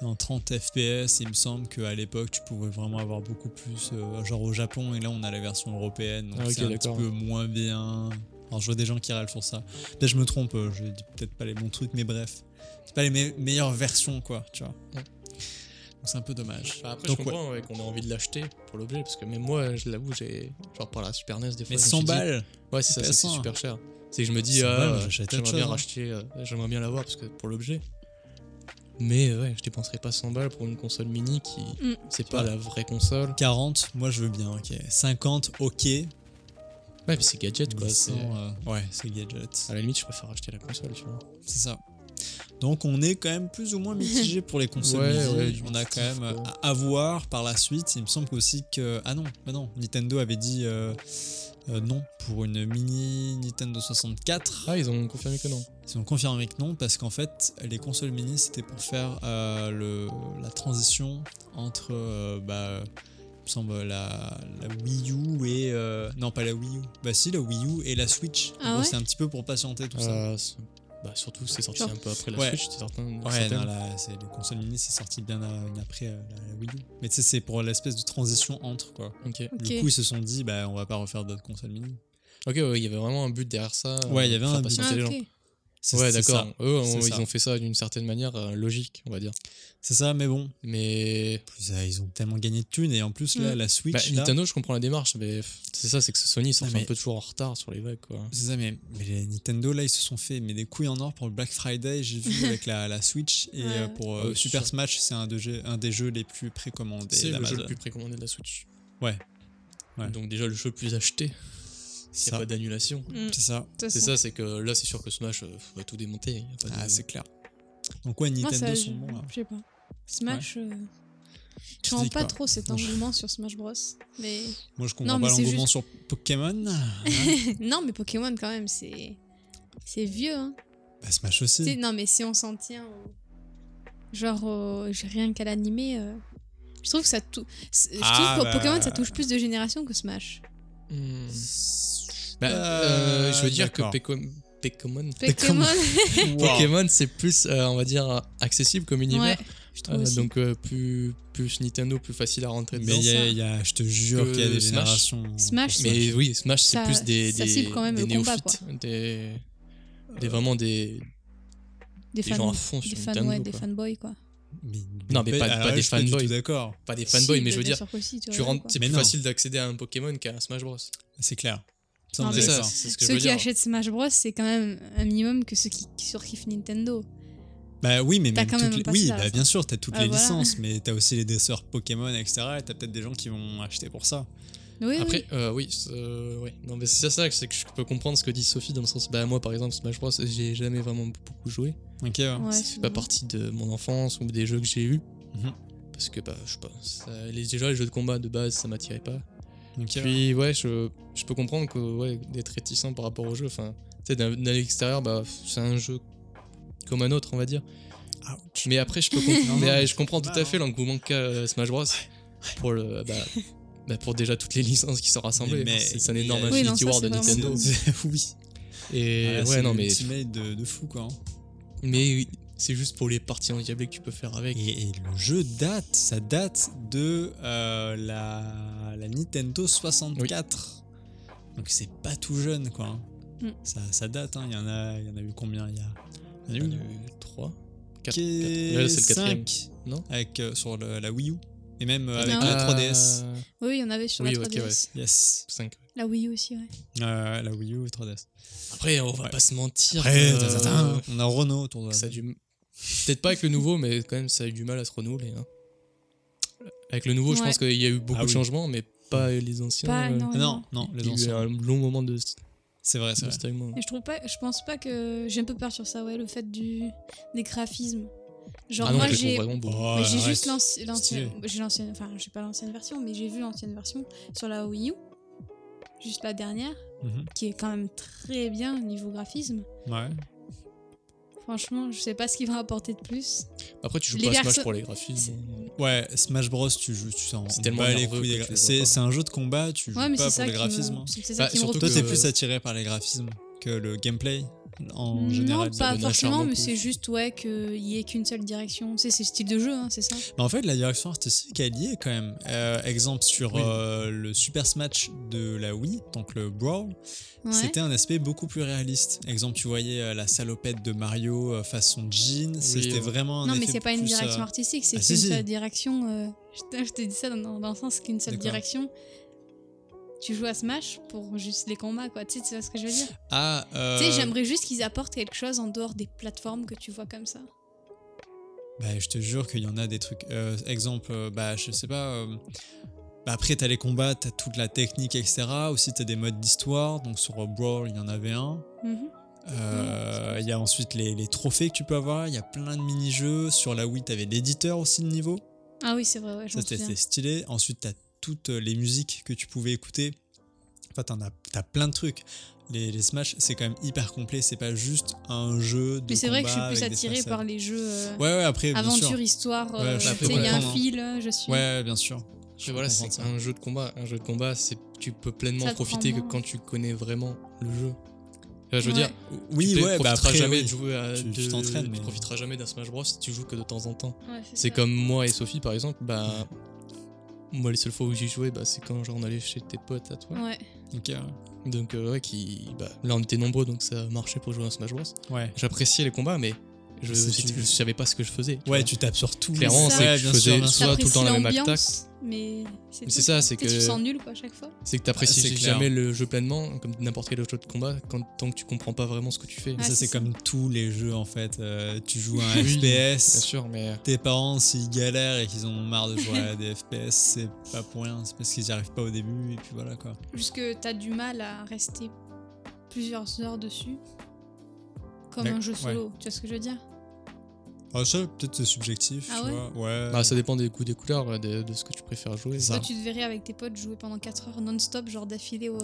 Speaker 1: est en 30 FPS. Il me semble qu'à l'époque, tu pouvais vraiment avoir beaucoup plus. euh, genre au Japon, et là, on a la version européenne. Donc
Speaker 3: Ah, ok,
Speaker 1: c'est un petit
Speaker 3: d'accord.
Speaker 1: peu moins bien. Alors, je vois des gens qui râlent sur ça. Peut-être je me trompe, euh, je dis peut-être pas les bons trucs, mais bref. C'est pas les me- meilleures versions, quoi, tu vois.
Speaker 3: Ouais.
Speaker 1: Donc c'est un peu dommage.
Speaker 3: Bah, après,
Speaker 1: Donc,
Speaker 3: je
Speaker 1: ouais.
Speaker 3: comprends ouais, qu'on ait envie de l'acheter pour l'objet parce que même moi, je l'avoue, j'ai. Genre par la Super NES, des fois. je
Speaker 1: Mais
Speaker 3: me suis
Speaker 1: 100
Speaker 3: dit,
Speaker 1: balles
Speaker 3: Ouais, c'est ça, c'est que c'est
Speaker 1: PS1.
Speaker 3: super cher. C'est que je me dis,
Speaker 1: C'est
Speaker 3: ah,
Speaker 1: dommage,
Speaker 3: euh,
Speaker 1: j'achète
Speaker 3: j'aimerais
Speaker 1: autre
Speaker 3: bien
Speaker 1: chose, hein.
Speaker 3: racheter, euh, j'aimerais bien l'avoir parce que pour l'objet. Mais euh, ouais, je dépenserais pas 100 balles pour une console mini qui,
Speaker 2: Mm.
Speaker 3: c'est pas la vraie console.
Speaker 1: 40, moi je veux bien, ok. 50, ok.
Speaker 3: Ouais, puis c'est gadget quoi. c'est-
Speaker 1: 800, euh, ouais, c'est gadget.
Speaker 3: À la limite, je préfère acheter la console, tu vois.
Speaker 1: C'est ça. Donc on est quand même plus ou moins mitigé pour les consoles.
Speaker 3: Ouais,
Speaker 1: mini.
Speaker 3: ouais, du
Speaker 1: on a
Speaker 3: mitigé,
Speaker 1: quand même euh,
Speaker 3: quoi.
Speaker 1: à à voir par la suite. Il me semble aussi que ah non, bah non, Nintendo avait dit euh, euh, non pour une mini Nintendo 64.
Speaker 3: Ah, ils ont confirmé que non.
Speaker 1: Ils ont confirmé que non parce qu'en fait les consoles mini c'était pour faire euh, le, la transition entre euh, bah, il me semble la, la Wii U et euh, non pas la Wii U. Bah si la Wii U et la Switch. En
Speaker 2: Ah
Speaker 1: gros,
Speaker 2: ouais
Speaker 1: c'est un petit peu pour patienter tout ça.
Speaker 3: Euh, c'est- bah surtout, c'est sorti
Speaker 2: Genre-
Speaker 3: un peu après la
Speaker 1: Ouais.
Speaker 3: Switch, c'est certain.
Speaker 1: Ouais,
Speaker 3: certaines.
Speaker 1: non, là, c'est, les consoles mini, c'est sorti bien à- après euh, la, la Wii U. Mais tu sais, c'est pour l'espèce de transition entre, quoi.
Speaker 3: Ok.
Speaker 2: Ok.
Speaker 1: Du coup, ils se sont dit, bah, on va pas refaire d'autres consoles mini.
Speaker 3: Ok, ouais, il y avait vraiment un but derrière ça. euh,
Speaker 1: Ouais, il y avait
Speaker 3: faire
Speaker 1: un but.
Speaker 3: patienter
Speaker 2: Ah,
Speaker 3: les gens.
Speaker 2: ok.
Speaker 1: C'est,
Speaker 3: Ouais,
Speaker 1: c'est
Speaker 3: d'accord.
Speaker 1: ça.
Speaker 3: Eux, on-
Speaker 1: C'est
Speaker 3: ils
Speaker 1: ça.
Speaker 3: ont fait ça d'une certaine manière euh, logique, on va dire.
Speaker 1: C'est ça, mais bon.
Speaker 3: Mais
Speaker 1: En plus, euh, ils ont tellement gagné de thunes, et en plus, là,
Speaker 2: Mm.
Speaker 1: la Switch.
Speaker 3: Bah,
Speaker 1: là-
Speaker 3: Nintendo, je comprends la démarche, mais pff, c'est ça, c'est que Sony sort
Speaker 1: Non, mais-
Speaker 3: un peu toujours en retard sur les vagues, quoi.
Speaker 1: C'est ça, mais, mais les Nintendo, là, ils se sont fait mais des couilles en or pour le Black Friday, j'ai vu avec la, la Switch, et
Speaker 2: Ouais.
Speaker 1: euh, pour euh,
Speaker 3: Ah oui, c'est
Speaker 1: Super
Speaker 3: sûr.
Speaker 1: Smash, c'est un, de jeux- un des jeux les plus précommandés.
Speaker 3: C'est le
Speaker 1: d'Amazon.
Speaker 3: jeu le plus précommandé de la Switch.
Speaker 1: Ouais. Ouais.
Speaker 3: Donc déjà le jeu le plus acheté, c'est
Speaker 1: Ça.
Speaker 3: pas d'annulation.
Speaker 2: Mm, de
Speaker 1: C'est ça,
Speaker 2: toute façon.
Speaker 3: C'est ça, c'est que là c'est sûr que Smash euh, va tout démonter. y a pas de-
Speaker 1: ah, c'est clair. Donc, ouais,
Speaker 2: Moi,
Speaker 1: Nintendo
Speaker 2: ça,
Speaker 1: sont
Speaker 2: je-
Speaker 1: bons, là.
Speaker 2: je sais pas. Smash, euh,
Speaker 1: Tu
Speaker 2: je comprends
Speaker 1: dis
Speaker 2: pas
Speaker 1: quoi
Speaker 2: trop cet
Speaker 1: Non, je-
Speaker 2: engouement sur Smash Bros. Mais
Speaker 1: Moi, je comprends
Speaker 2: mais
Speaker 1: pas
Speaker 2: c'est
Speaker 1: l'engouement
Speaker 2: juste-
Speaker 1: sur Pokémon. hein.
Speaker 2: non, mais Pokémon quand même, c'est c'est vieux. Hein.
Speaker 1: Bah, Smash
Speaker 2: Tu sais,
Speaker 1: aussi.
Speaker 2: non, mais si on s'en tient, au- genre au- j'ai rien qu'à l'animé. euh, Je trouve que ça tou- c'est- Je
Speaker 1: Ah,
Speaker 2: trouve que
Speaker 1: bah.
Speaker 2: Pokémon ça touche plus de générations que Smash.
Speaker 3: Hmm. Bah,
Speaker 1: Euh,
Speaker 3: euh, je veux dire que
Speaker 1: d'accord.
Speaker 3: Pécom- Pécomon-
Speaker 2: Pokémon,
Speaker 3: Pokémon, c'est plus, euh, on va dire, euh, accessible comme univers.
Speaker 2: ouais, je trouve
Speaker 3: Euh,
Speaker 2: aussi.
Speaker 3: donc euh, plus, plus Nintendo, plus facile à rentrer
Speaker 1: Mais
Speaker 3: dedans.
Speaker 1: il y a,
Speaker 2: ça.
Speaker 1: il y a- je te jure
Speaker 3: Que
Speaker 1: qu'il y a des
Speaker 3: Smash.
Speaker 1: générations. pour
Speaker 2: Smash,
Speaker 3: Mais oui, Smash c'est
Speaker 2: Ça-
Speaker 3: plus des,
Speaker 2: ça
Speaker 3: des,
Speaker 2: cible quand même
Speaker 3: des
Speaker 2: le combat,
Speaker 3: néophytes, des, des- vraiment des,
Speaker 2: des
Speaker 3: des
Speaker 2: fans,
Speaker 3: gens à fond
Speaker 2: des
Speaker 3: sur
Speaker 2: fans,
Speaker 3: Nintendo.
Speaker 2: ouais, des
Speaker 3: quoi.
Speaker 2: fanboys quoi.
Speaker 3: Non, mais pas-
Speaker 1: alors
Speaker 3: pas
Speaker 1: là, bah
Speaker 3: des
Speaker 1: je suis du
Speaker 3: fanboys.
Speaker 1: tout D'accord,
Speaker 3: Pas des fanboys,
Speaker 2: Si,
Speaker 3: mais
Speaker 2: bien-
Speaker 3: je veux
Speaker 2: bien
Speaker 3: dire,
Speaker 2: sûr que si, tu
Speaker 3: tu
Speaker 2: vois,
Speaker 3: rentres,
Speaker 2: quoi.
Speaker 3: c'est
Speaker 1: Mais
Speaker 3: plus
Speaker 1: non.
Speaker 3: facile d'accéder à un Pokémon qu'à un Smash Bros.
Speaker 1: c'est clair. Ça, on
Speaker 2: Non,
Speaker 1: est
Speaker 2: Ah,
Speaker 3: C'est
Speaker 2: mais-
Speaker 3: ça,
Speaker 1: d'accord.
Speaker 3: c'est ce que je
Speaker 2: Ceux
Speaker 3: veux
Speaker 2: qui
Speaker 3: dire.
Speaker 2: achètent Smash Bros, c'est quand même un minimum que ceux qui qui surkiffent Nintendo.
Speaker 1: Bah oui, mais
Speaker 2: T'as
Speaker 1: même
Speaker 2: quand même
Speaker 1: toutes les-
Speaker 2: pas
Speaker 1: oui,
Speaker 2: ça,
Speaker 1: bah,
Speaker 2: ça.
Speaker 1: bien sûr, t'as toutes
Speaker 2: Ah,
Speaker 1: les
Speaker 2: voilà.
Speaker 1: licences, mais t'as aussi les dessins Pokémon, etc. Et t'as peut-être des gens qui vont acheter pour ça.
Speaker 2: Oui,
Speaker 3: Après,
Speaker 2: oui.
Speaker 3: euh, oui, c'est- euh, ouais. Non, mais c'est ça, c'est que je peux comprendre ce que dit Sophie dans le sens, bah moi par exemple Smash Bros, j'ai jamais vraiment beaucoup joué.
Speaker 1: Ok, ouais.
Speaker 2: Ouais,
Speaker 3: ça
Speaker 2: c'est
Speaker 3: fait hein, pas
Speaker 2: vrai.
Speaker 3: partie de mon enfance ou des jeux que j'ai eu.
Speaker 1: Mhm.
Speaker 3: Parce que bah je sais pas, ça- les, déjà les jeux de combat de base ça m'attirait pas.
Speaker 1: Ok, ouais.
Speaker 3: Puis ouais, je, je peux comprendre que ouais, d'être réticent par rapport au jeu. Enfin, tu sais, d'un d'un extérieur, bah c'est un jeu comme un autre, on va dire.
Speaker 1: Ouch.
Speaker 3: Mais après, je peux
Speaker 1: Non,
Speaker 3: comprendre.
Speaker 1: non,
Speaker 3: mais,
Speaker 1: mais
Speaker 3: euh, je comprends tout
Speaker 1: pas,
Speaker 3: à fait l'engouement qu'a euh, Smash Bros. Pour le, bah, bah, pour déjà toutes les licences qui sont rassemblées.
Speaker 1: Mais-
Speaker 3: c'est c'est un énorme
Speaker 1: Oui,
Speaker 2: non,
Speaker 3: Infinity
Speaker 2: ça,
Speaker 3: War de
Speaker 2: c'est vraiment-
Speaker 3: Nintendo.
Speaker 1: C'est- oui.
Speaker 3: Et
Speaker 1: Ah, là,
Speaker 3: ouais,
Speaker 1: c'est
Speaker 3: non mais
Speaker 1: l'ultimate de, de fou, quoi. hein.
Speaker 3: Mais c'est juste pour les parties endiablées que tu peux faire avec.
Speaker 1: Et, et le jeu date, ça date de euh, la, la Nintendo 64. Donc c'est pas tout jeune, quoi. hein.
Speaker 2: Mm.
Speaker 1: Ça, ça date, hein. il, y en a, il y en a eu combien Il y a, il y en a
Speaker 3: Il y
Speaker 1: eu
Speaker 3: en a eu 3, 4.
Speaker 1: quatre-
Speaker 3: Là, c'est le quatrième.
Speaker 1: cinq,
Speaker 3: Non
Speaker 1: avec, euh, sur le- la Wii U. Et même euh, avec
Speaker 2: Ah,
Speaker 3: Ah,
Speaker 2: Non.
Speaker 1: la 3DS.
Speaker 2: Oui, il y en avait sur
Speaker 3: Oui,
Speaker 2: la
Speaker 3: ok,
Speaker 2: 3DS.
Speaker 1: Yes.
Speaker 3: 5.
Speaker 2: La Wii U aussi, ouais.
Speaker 1: Euh, la Wii U et 3DS.
Speaker 3: Après, on va
Speaker 1: Ouais.
Speaker 3: pas se mentir.
Speaker 1: Après,
Speaker 3: euh,
Speaker 1: tatatin, on a Renault autour de la
Speaker 3: ça a
Speaker 1: table.
Speaker 3: du... Peut-être pas avec le nouveau, mais quand même, ça a eu du mal à se renouveler. hein. Avec le nouveau, je
Speaker 2: Ouais.
Speaker 3: pense qu'il y a eu beaucoup
Speaker 1: Ah
Speaker 3: de
Speaker 1: oui.
Speaker 3: changements, mais pas les anciens.
Speaker 2: Pas
Speaker 3: euh,
Speaker 2: énormément.
Speaker 1: Non, non,
Speaker 3: Il y
Speaker 1: les
Speaker 3: a eu
Speaker 1: anciens.
Speaker 3: un long moment de,
Speaker 1: C'est vrai, c'est
Speaker 3: de
Speaker 1: vrai.
Speaker 3: stylement.
Speaker 2: Et je trouve pas, je pense pas que j'ai un peu peur sur ça, ouais, le fait du des graphismes. Genre
Speaker 3: ah non,
Speaker 2: moi
Speaker 3: je les trouve
Speaker 2: j'ai
Speaker 3: vraiment beaux.
Speaker 1: Oh,
Speaker 2: mais j'ai
Speaker 1: arrête.
Speaker 2: juste l'anci- l'ancienne,
Speaker 1: Stylé.
Speaker 2: j'ai l'ancienne, enfin j'ai pas l'ancienne version, mais j'ai vu l'ancienne version sur la Wii U, juste la dernière,
Speaker 1: Mhm.
Speaker 2: qui est quand même très bien au niveau graphisme.
Speaker 1: Ouais.
Speaker 2: Franchement, je sais pas ce qu'il va apporter de plus.
Speaker 3: Après, tu joues
Speaker 2: Les
Speaker 3: pas à Smash
Speaker 2: perso-
Speaker 3: pour les graphismes. hein.
Speaker 1: Ouais, Smash Bros, tu joues, tu sens.
Speaker 3: C'est
Speaker 1: on
Speaker 3: tellement
Speaker 1: bat les
Speaker 3: nerveux
Speaker 1: couilles des
Speaker 3: que tu
Speaker 1: gra-
Speaker 3: les vois
Speaker 1: C'est
Speaker 3: pas.
Speaker 1: c'est un jeu de combat, tu joues
Speaker 2: Ouais, mais
Speaker 1: pas pour hein.
Speaker 2: c'est ça
Speaker 1: les
Speaker 2: qui
Speaker 1: graphismes.
Speaker 2: me, c'est ça
Speaker 3: Bah,
Speaker 2: qui me euh,
Speaker 3: surtout
Speaker 1: Toi,
Speaker 2: repousse.
Speaker 1: t'es
Speaker 3: que-
Speaker 1: plus attiré par les graphismes que le gameplay en général.
Speaker 2: Mm, Non,
Speaker 1: de
Speaker 2: pas
Speaker 1: Renault.
Speaker 3: donne un charme
Speaker 2: forcément,
Speaker 3: en
Speaker 2: mais
Speaker 3: plus.
Speaker 2: c'est juste ouais qu'il y ait qu'une seule direction. Tu sais, c'est le style de jeu, hein, c'est ça.
Speaker 1: Mais en fait, la direction artistique, elle y est quand même. Euh, exemple sur
Speaker 3: Oui.
Speaker 1: euh, le Super Smash de la Wii, donc le Brawl,
Speaker 2: Ouais.
Speaker 1: c'était un aspect beaucoup plus réaliste. Exemple, tu voyais euh, la salopette de Mario euh, façon jean, c'était
Speaker 3: ouais.
Speaker 1: vraiment un
Speaker 2: Non, mais
Speaker 1: effet
Speaker 2: c'est pas une
Speaker 1: plus, euh,
Speaker 2: direction artistique, c'est
Speaker 1: Ah,
Speaker 2: une
Speaker 1: si, si.
Speaker 2: seule direction. euh, je te- je te dis ça dans, dans- dans le sens qu'une seule
Speaker 1: D'accord.
Speaker 2: direction. Tu joues à Smash pour juste les combats, quoi. Tu sais, tu vois ce que je veux dire
Speaker 1: Ah, euh,
Speaker 2: Tu sais, j'aimerais juste qu'ils apportent quelque chose en dehors des plateformes que tu vois comme ça.
Speaker 1: Bah, je te jure qu'il y en a des trucs. Euh, exemple, euh, bah, je sais pas. euh, bah, après, t'as les combats, t'as toute la technique, etc. Aussi, t'as des modes d'histoire. Donc, sur euh, Brawl, il y en avait un.
Speaker 2: Mhm.
Speaker 1: Euh,
Speaker 2: Mm.
Speaker 1: Il y a ensuite les, les trophées que tu peux avoir. Il y a plein de mini-jeux. Sur la Wii, t'avais l'éditeur aussi de niveau.
Speaker 2: Ah oui, c'est vrai, ouais, j'en
Speaker 1: Ça, c'était
Speaker 2: souviens.
Speaker 1: c'était stylé. Ensuite, t'as toutes euh, les musiques que tu pouvais écouter. Enfin, t'en as, t'as plein de trucs. Les, les Smash, c'est quand même hyper complet. C'est pas juste un jeu de.
Speaker 2: Mais c'est vrai que je suis
Speaker 1: combat
Speaker 2: plus
Speaker 1: avec des
Speaker 2: attirée
Speaker 1: façades.
Speaker 2: par les jeux euh,
Speaker 1: Ouais, ouais, après, bien sûr.
Speaker 2: aventure, histoire.
Speaker 1: Ouais,
Speaker 2: euh,
Speaker 1: je
Speaker 2: tu
Speaker 1: suis
Speaker 2: sais, il y a un
Speaker 1: complètement-
Speaker 2: fil, euh, je suis.
Speaker 1: Ouais, bien sûr.
Speaker 3: Après, voilà,
Speaker 1: comprends
Speaker 3: c'est
Speaker 1: ça.
Speaker 3: un jeu de combat. Un jeu de combat, c'est tu peux pleinement
Speaker 2: Ça te
Speaker 3: profiter
Speaker 2: prend
Speaker 3: que
Speaker 2: moins.
Speaker 3: quand tu connais vraiment le jeu. Enfin, je veux
Speaker 2: Ouais.
Speaker 3: dire,
Speaker 1: Oui,
Speaker 3: tu ne
Speaker 1: ouais, bah
Speaker 3: profiteras
Speaker 1: après,
Speaker 3: jamais
Speaker 1: oui.
Speaker 3: de jouer à.
Speaker 1: Tu-
Speaker 3: de-
Speaker 1: tu t'entraînes, mais-
Speaker 3: profiteras jamais d'un Smash Bros si tu joues que de temps en temps.
Speaker 2: Ouais,
Speaker 3: C'est
Speaker 2: ça.
Speaker 3: comme moi et Sophie, par exemple. Bah, moi, les seules fois où j'y jouais, bah, c'est quand genre, on allait chez tes potes à toi.
Speaker 2: Ouais.
Speaker 1: Ok, ouais.
Speaker 3: Donc, euh, ouais, qui. Bah, là, on était nombreux, donc ça marchait pour jouer à Smash Bros.
Speaker 1: Ouais,
Speaker 3: J'appréciais les combats, mais je,
Speaker 1: C'est
Speaker 3: c'était-
Speaker 1: du-
Speaker 3: je savais pas ce que je faisais. tu vois.
Speaker 1: tu tapes sur tout.
Speaker 3: Clairement,
Speaker 2: ça.
Speaker 3: c'est
Speaker 1: Ouais,
Speaker 3: que je
Speaker 1: bien
Speaker 3: faisais
Speaker 1: sûr, bien sûr.
Speaker 3: soit tout le temps la même
Speaker 2: T'apprécies
Speaker 3: attaque.
Speaker 2: l'ambiance, Mais c'est
Speaker 3: Mais
Speaker 2: tout.
Speaker 3: c'est ça, c'est
Speaker 2: Tu sais,
Speaker 3: que-
Speaker 2: Tu sens nul, quoi, à chaque fois.
Speaker 3: C'est que t'apprécies
Speaker 1: Ah, c'est clair.
Speaker 3: jamais le jeu pleinement, comme n'importe quel autre jeu de combat, quand, tant que tu comprends pas vraiment ce que tu fais.
Speaker 1: Mais
Speaker 2: Ouais,
Speaker 1: ça,
Speaker 2: Ah, c'est
Speaker 1: c'est
Speaker 2: ça.
Speaker 1: comme tous les jeux en fait. Euh, tu joues à un
Speaker 3: Oui, Bien
Speaker 1: FPS.
Speaker 3: sûr, mais euh,
Speaker 1: Tes parents, s'ils galèrent et qu'ils en ont marre de jouer à des FPS, c'est pas pour rien. C'est parce qu'ils n'y arrivent pas au début et puis voilà quoi.
Speaker 2: Juste que t'as du mal à rester plusieurs heures dessus. Comme
Speaker 1: Ouais,
Speaker 2: un jeu solo, tu vois ce que je veux dire
Speaker 1: Alors, Ah, ça, peut-être c'est subjectif.
Speaker 2: Ah
Speaker 1: tu
Speaker 2: ouais
Speaker 1: vois. Ouais.
Speaker 3: bah, ça dépend des goûts, des couleurs, de, de ce que tu préfères jouer.
Speaker 1: C'est
Speaker 2: Toi,
Speaker 1: ça.
Speaker 2: tu te verrais avec tes potes jouer pendant 4 heures non-stop, genre d'affilée au...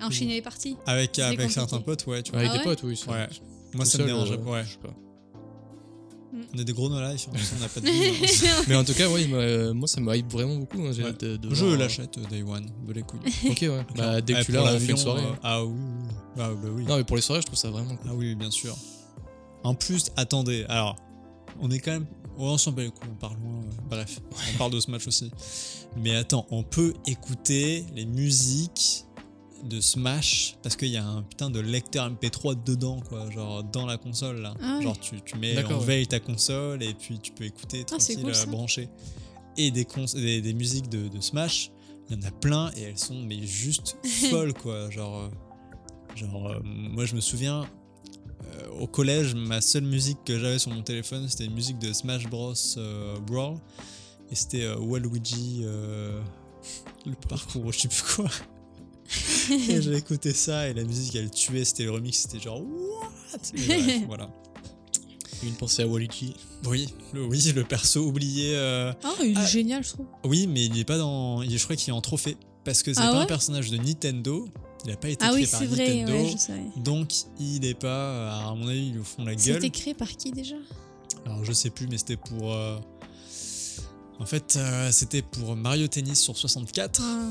Speaker 2: à enchaîner les parties.
Speaker 1: avec
Speaker 2: c'est
Speaker 1: avec
Speaker 2: compliqué.
Speaker 1: certains potes, ouais, tu vois.
Speaker 3: Avec
Speaker 2: Ah
Speaker 3: des
Speaker 2: ouais
Speaker 3: potes, oui. ça-
Speaker 1: Ouais.
Speaker 3: tout
Speaker 1: Moi, ça
Speaker 3: seul,
Speaker 1: me dérange.
Speaker 3: euh,
Speaker 1: Ouais.
Speaker 3: je sais pas.
Speaker 1: On est des gros no life. On n'a pas de vie. hein.
Speaker 2: ouais,
Speaker 3: Mais en tout cas, oui, moi, euh, moi, ça me hype vraiment beaucoup. hein, j'ai
Speaker 1: Ouais.
Speaker 3: hâte de- de
Speaker 1: Je
Speaker 3: voir-
Speaker 1: l'achète, euh, Day One. De les couilles.
Speaker 3: Ok, ouais. Bah, dès que
Speaker 1: Ouais,
Speaker 3: tu
Speaker 1: pour
Speaker 3: l'as, on fait
Speaker 1: l'avion,
Speaker 3: une soirée.
Speaker 1: euh, Ah oui, oui. Ah, bah oui.
Speaker 3: Non, mais pour les soirées, je trouve ça vraiment cool.
Speaker 1: Ah oui, bien sûr. En plus, attendez, alors, on est quand même. ouais, on s'en bat les couilles, on parle loin. euh, bref, on parle de ce match aussi. Mais attends, on peut écouter les musiques de Smash parce qu'il y a un putain de lecteur MP3 dedans, quoi. Genre dans la console, là.
Speaker 2: Ah oui.
Speaker 1: Genre, tu, tu mets en
Speaker 3: D'accord, ouais.
Speaker 1: veille ta console et puis tu peux écouter
Speaker 2: Ah, c'est
Speaker 1: tranquille,
Speaker 2: cool,
Speaker 1: euh,
Speaker 2: ça.
Speaker 1: branché. Et des, cons des, des musiques de, de Smash, il y en a plein et elles sont mais juste folles, quoi. Genre. euh, Genre, euh, moi je me souviens, euh, au collège, ma seule musique que j'avais sur mon téléphone, c'était une musique de Smash Bros. euh, Brawl. Et c'était euh, Waluigi, euh, le parcours, je sais plus quoi. et j'ai écouté ça et la musique elle tuait, c'était le remix, c'était genre What Mais bref, Voilà.
Speaker 3: Une pensée à Walichi.
Speaker 1: Oui, le, oui, le perso oublié. euh,
Speaker 2: Ah, il est
Speaker 1: Ah.
Speaker 2: génial, je trouve.
Speaker 1: Oui, mais il est pas dans. il- Je crois qu'il est en trophée. Parce que c'est
Speaker 2: Ah
Speaker 1: pas un
Speaker 2: ouais
Speaker 1: personnage de Nintendo. Il a pas été
Speaker 2: Ah
Speaker 1: créé
Speaker 2: oui,
Speaker 1: par
Speaker 2: c'est vrai,
Speaker 1: Nintendo.
Speaker 2: ouais, je savais.
Speaker 1: Donc, il est pas, euh, à mon avis, ils lui font la gueule.
Speaker 2: C'était créé par qui déjà
Speaker 1: Alors, je sais plus, mais c'était pour. euh, En fait, euh, c'était pour Mario Tennis sur 64.
Speaker 2: Ah,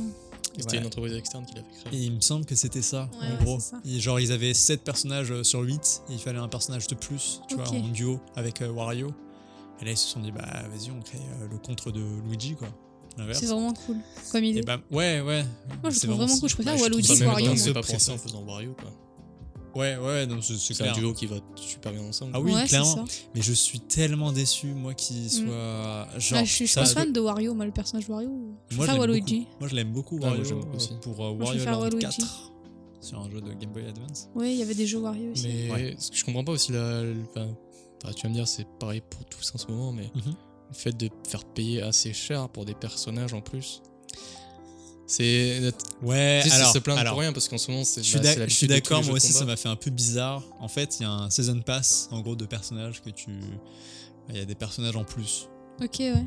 Speaker 3: Et C'était
Speaker 1: Ouais.
Speaker 3: une entreprise externe qui l'avait créé.
Speaker 1: Et il me semble que c'était ça,
Speaker 2: Ouais,
Speaker 1: en
Speaker 2: ouais,
Speaker 1: gros.
Speaker 2: c'est ça.
Speaker 1: Et genre, ils avaient 7 personnages euh, sur 8, et il fallait un personnage de plus, tu vois,
Speaker 2: Ok.
Speaker 1: en duo avec euh, Wario. Et là, ils se sont dit, bah vas-y, on crée euh, le contre de Luigi, quoi. L'inverse.
Speaker 2: C'est vraiment cool comme idée.
Speaker 1: Et bah, ouais, ouais.
Speaker 2: Moi, je
Speaker 1: c'est
Speaker 2: trouve vraiment cool. Je préfère
Speaker 1: bah, je trouve
Speaker 2: Waluigi
Speaker 1: ça
Speaker 2: que
Speaker 1: même
Speaker 2: Wario.
Speaker 1: dans
Speaker 3: on
Speaker 1: The
Speaker 3: s'est pas pensé en
Speaker 1: Princess.
Speaker 3: faisant Wario. quoi.
Speaker 1: Ouais, ouais, donc c'est c'est
Speaker 3: C'est un
Speaker 1: clair.
Speaker 3: duo qui va super bien ensemble.
Speaker 1: Ah oui,
Speaker 2: ouais, c'est
Speaker 1: clairement.
Speaker 2: ça.
Speaker 1: Mais je suis tellement déçu, moi, qu'il soit. Genre,
Speaker 2: Ah, je suis je suis
Speaker 1: ça-
Speaker 2: pas fan de Wario, moi, le personnage Wario. Je
Speaker 1: Moi, je
Speaker 2: préfère
Speaker 1: l'aime
Speaker 2: Waluigi.
Speaker 1: beaucoup. Moi, je l'aime beaucoup,
Speaker 3: Ah, moi,
Speaker 1: Wario,
Speaker 3: j'aime beaucoup
Speaker 1: euh,
Speaker 3: aussi.
Speaker 1: pour euh,
Speaker 2: je
Speaker 1: Wario
Speaker 2: préfère
Speaker 1: Land
Speaker 2: Waluigi.
Speaker 1: 4 sur un jeu de Game Boy Advance.
Speaker 2: Ouais, il y avait des jeux Wario aussi.
Speaker 3: Mais
Speaker 1: Ouais.
Speaker 3: ce que je comprends pas aussi, la, le- enfin, enfin, tu vas me dire, c'est pareil pour tous en ce moment, mais
Speaker 1: Mhm.
Speaker 3: le fait de faire payer assez cher pour des personnages en plus, c'est.
Speaker 1: Ouais,
Speaker 3: tu sais, c'est
Speaker 1: alors,
Speaker 3: se plaindre
Speaker 1: alors,
Speaker 3: pour rien parce qu'en ce moment, c'est.
Speaker 1: Je suis
Speaker 3: bah, c'est
Speaker 1: d'ac- je
Speaker 3: l'habitude
Speaker 1: suis
Speaker 3: de tous les
Speaker 1: d'accord,
Speaker 3: jeux
Speaker 1: moi
Speaker 3: de
Speaker 1: aussi ça
Speaker 3: combat.
Speaker 1: m'a fait un peu bizarre. En fait, il y a un season pass, en gros, de personnages que tu. Il y a des personnages en plus.
Speaker 2: Ok, ouais.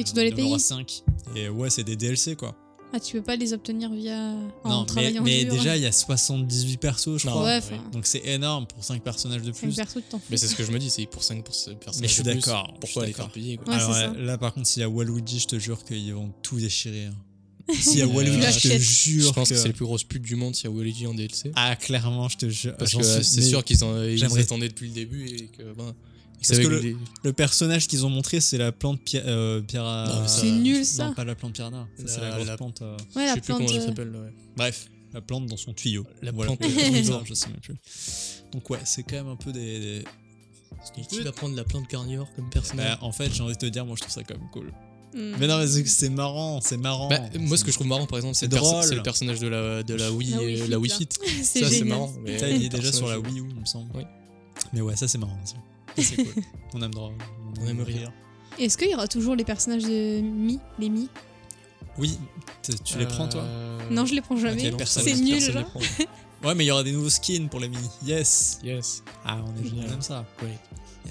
Speaker 2: Et tu dois les
Speaker 1: Il y en
Speaker 2: payer.
Speaker 1: aura 5. Et ouais, c'est des DLC quoi.
Speaker 2: Ah, tu peux pas les obtenir via. en
Speaker 1: non, mais,
Speaker 2: travaillant
Speaker 1: mais
Speaker 2: dur.
Speaker 1: déjà, il y a 78 persos, je
Speaker 3: Non,
Speaker 1: crois.
Speaker 2: Ouais,
Speaker 3: oui.
Speaker 2: enfin.
Speaker 1: Donc c'est énorme pour 5 personnages de
Speaker 2: C'est une
Speaker 1: plus.
Speaker 2: perso, tu t'en fous.
Speaker 3: Mais c'est ce que je me dis, c'est pour 5 pour ce personnage.
Speaker 1: Mais je suis
Speaker 3: de plus,
Speaker 1: d'accord, je suis
Speaker 3: Pourquoi les
Speaker 1: d'accord.
Speaker 3: faire payer quoi.
Speaker 2: Ouais,
Speaker 1: Alors
Speaker 2: c'est
Speaker 1: là,
Speaker 2: ça.
Speaker 1: là, par contre, s'il y a Waluigi, je te jure qu'ils vont tout déchirer. hein. S'il y a
Speaker 3: Tu
Speaker 1: Waluigi, je te
Speaker 2: l'achètes.
Speaker 1: jure
Speaker 3: Je pense que,
Speaker 1: que-
Speaker 3: c'est les plus grosses putes du monde s'il y a Waluigi en DLC.
Speaker 1: Ah, clairement, je te jure.
Speaker 3: parce
Speaker 1: j'en
Speaker 3: que
Speaker 1: suis-
Speaker 3: c'est
Speaker 1: mais
Speaker 3: sûr qu'ils en ils
Speaker 1: j'aimerais-
Speaker 3: attendaient depuis le début et que. Ben, ils
Speaker 1: Parce que
Speaker 3: savaient
Speaker 1: le-
Speaker 3: les-
Speaker 1: Le personnage qu'ils ont montré, c'est la plante pia... euh, Piera-
Speaker 3: Non, mais ça-
Speaker 2: C'est nul
Speaker 1: Non,
Speaker 2: ça.
Speaker 1: pas la plante Piranha. Ça, c'est la
Speaker 3: La-
Speaker 1: grosse
Speaker 3: la-
Speaker 1: plante. euh,
Speaker 2: Ouais,
Speaker 3: Je
Speaker 2: la
Speaker 3: sais plus comment
Speaker 2: plante.
Speaker 3: ça
Speaker 2: euh,
Speaker 3: s'appelle. ouais.
Speaker 1: Bref, la plante dans son tuyau.
Speaker 3: La
Speaker 1: Voilà,
Speaker 3: plante.
Speaker 1: comme ça, je sais même plus. Donc ouais, c'est quand même un peu des. des-
Speaker 3: Inutile va prendre la plante carnivore comme personnage.
Speaker 1: Bah, en fait, j'ai envie de te dire, moi je trouve ça quand même cool.
Speaker 2: hmm.
Speaker 1: Mais non, mais c'est- c'est marrant, c'est marrant.
Speaker 3: Bah, moi, ce que je trouve marrant, par exemple, c'est
Speaker 1: C'est
Speaker 3: le, perso-
Speaker 1: drôle.
Speaker 3: c'est le personnage de la, de la Wii,
Speaker 2: La Wii
Speaker 3: euh,
Speaker 2: Fit,
Speaker 3: la Wii
Speaker 2: là.
Speaker 3: Fit.
Speaker 2: C'est
Speaker 3: ça, c'est
Speaker 2: génial.
Speaker 3: marrant. Mais
Speaker 1: Ça, il est déjà sur la
Speaker 3: Personnage.
Speaker 1: Wii U, il me semble.
Speaker 3: Oui.
Speaker 1: Mais ouais, ça c'est marrant. Ça, Ça, c'est cool. On aime drôle.
Speaker 3: On aime rire.
Speaker 2: Est-ce qu'il y aura toujours les personnages de Mi Les Mi
Speaker 1: Oui, t- tu les prends toi
Speaker 3: Euh,
Speaker 2: Non, je les
Speaker 1: Ah,
Speaker 2: prends jamais.
Speaker 1: non,
Speaker 3: personne-
Speaker 2: C'est
Speaker 3: personne
Speaker 2: nul,
Speaker 3: les
Speaker 2: genre.
Speaker 3: prend.
Speaker 1: Ouais, mais il y aura des nouveaux skins pour les mini. Yes
Speaker 3: Yes.
Speaker 1: Ah, on est
Speaker 3: Génial.
Speaker 1: on aime ça.
Speaker 3: Great.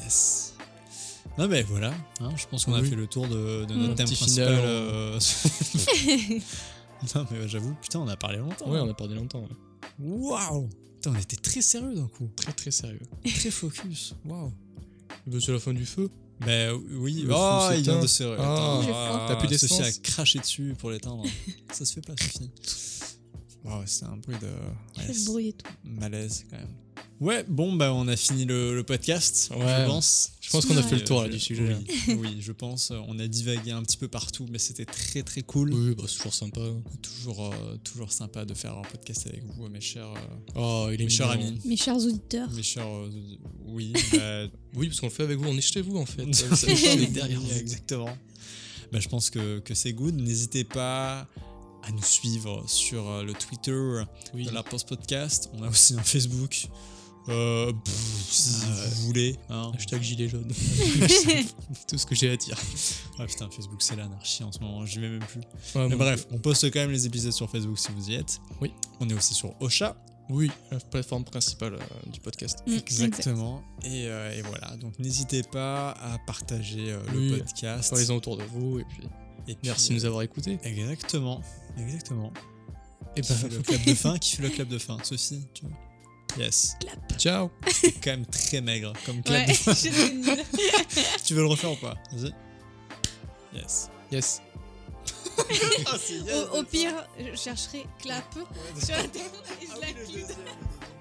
Speaker 1: Yes. Non mais voilà, hein, je pense qu'on a
Speaker 3: Oui.
Speaker 1: fait le tour de, de
Speaker 2: Mm.
Speaker 1: notre
Speaker 2: Un
Speaker 1: thème
Speaker 3: petit
Speaker 1: principal.
Speaker 3: final en-
Speaker 1: euh, non mais ouais, j'avoue, putain on a parlé longtemps. hein.
Speaker 3: Ouais, on a parlé longtemps. ouais.
Speaker 1: Waouh Putain on était très sérieux d'un coup,
Speaker 3: Très très sérieux.
Speaker 1: très focus. Waouh.
Speaker 3: c'est la fin du feu.
Speaker 1: Bah oui,
Speaker 3: Le
Speaker 1: oh
Speaker 3: fou
Speaker 1: il vient
Speaker 3: s'éteint.
Speaker 1: de se...
Speaker 3: Ah,
Speaker 2: J'ai
Speaker 1: Attends,
Speaker 2: faim.
Speaker 3: T'as plus d'essence
Speaker 1: Sophie a craché dessus pour l'éteindre. Ça se fait pas Sophie. Waouh c'était Ah un bruit de... Ouais,
Speaker 2: Quel
Speaker 1: c'est-
Speaker 2: bruit et tout.
Speaker 1: malaise quand même. Ouais, bon, bah on a fini le, le podcast,
Speaker 3: Ouais.
Speaker 1: je pense.
Speaker 3: Je pense qu'on a fait le
Speaker 1: Euh,
Speaker 3: tour, là,
Speaker 1: je-
Speaker 3: du sujet.
Speaker 1: Oui, oui, je pense. euh, On a divagué un petit peu partout, mais c'était très très cool.
Speaker 3: Oui, bah, c'est toujours sympa.
Speaker 1: Toujours, euh, toujours sympa de faire un podcast avec vous, mes chers, euh,
Speaker 3: Oh, il est
Speaker 1: mes chers
Speaker 3: mignon.
Speaker 1: amis.
Speaker 2: Mes chers auditeurs.
Speaker 1: Mes chers. euh, oui, bah,
Speaker 3: Oui, parce qu'on le fait avec vous, on est chez vous en fait.
Speaker 1: on
Speaker 3: Vous savez pas, on est derrière vous.
Speaker 1: Exactement. Bah, je pense que, que c'est good. N'hésitez pas à nous suivre sur euh, le Twitter,
Speaker 3: Oui.
Speaker 1: de la Post Podcast. On a aussi un Facebook. Euh, pff, si
Speaker 3: Ah,
Speaker 1: vous voulez. hein.
Speaker 3: Hashtag gilet jaune. Tout ce que j'ai à dire.
Speaker 1: Ah putain, Facebook, c'est l'anarchie en ce moment, j'y vais même plus.
Speaker 3: Ouais,
Speaker 1: Mais
Speaker 3: bon.
Speaker 1: bref, on poste quand même les épisodes sur Facebook si vous y êtes.
Speaker 3: Oui.
Speaker 1: On est aussi sur Ocha.
Speaker 3: Oui, la plateforme principale euh, du podcast.
Speaker 2: Mm, exact.
Speaker 1: Exactement. Et, euh, et voilà, donc n'hésitez pas à partager euh, le
Speaker 3: Oui,
Speaker 1: podcast.
Speaker 3: Parlez-en autour de vous et puis
Speaker 1: Et puis,
Speaker 3: merci de nous avoir écoutés.
Speaker 1: euh, Exactement. Exactement.
Speaker 3: Et
Speaker 1: Qui fait le clap de fin Qui fait le clap de fin Sophie, tu vois Yes.
Speaker 3: ciao.
Speaker 1: C'est quand même très maigre comme clap
Speaker 2: Ouais,
Speaker 1: de fin.
Speaker 2: j'étais nulle.
Speaker 1: tu veux le refaire ou pas Vas-y. Yes.
Speaker 3: Yes.
Speaker 1: Ah, Oh, c'est yes.
Speaker 2: au, au pire, je chercherai clap sur Internet et je
Speaker 1: Ah oui,
Speaker 2: la
Speaker 1: le
Speaker 2: clique.
Speaker 1: deuxième. Ah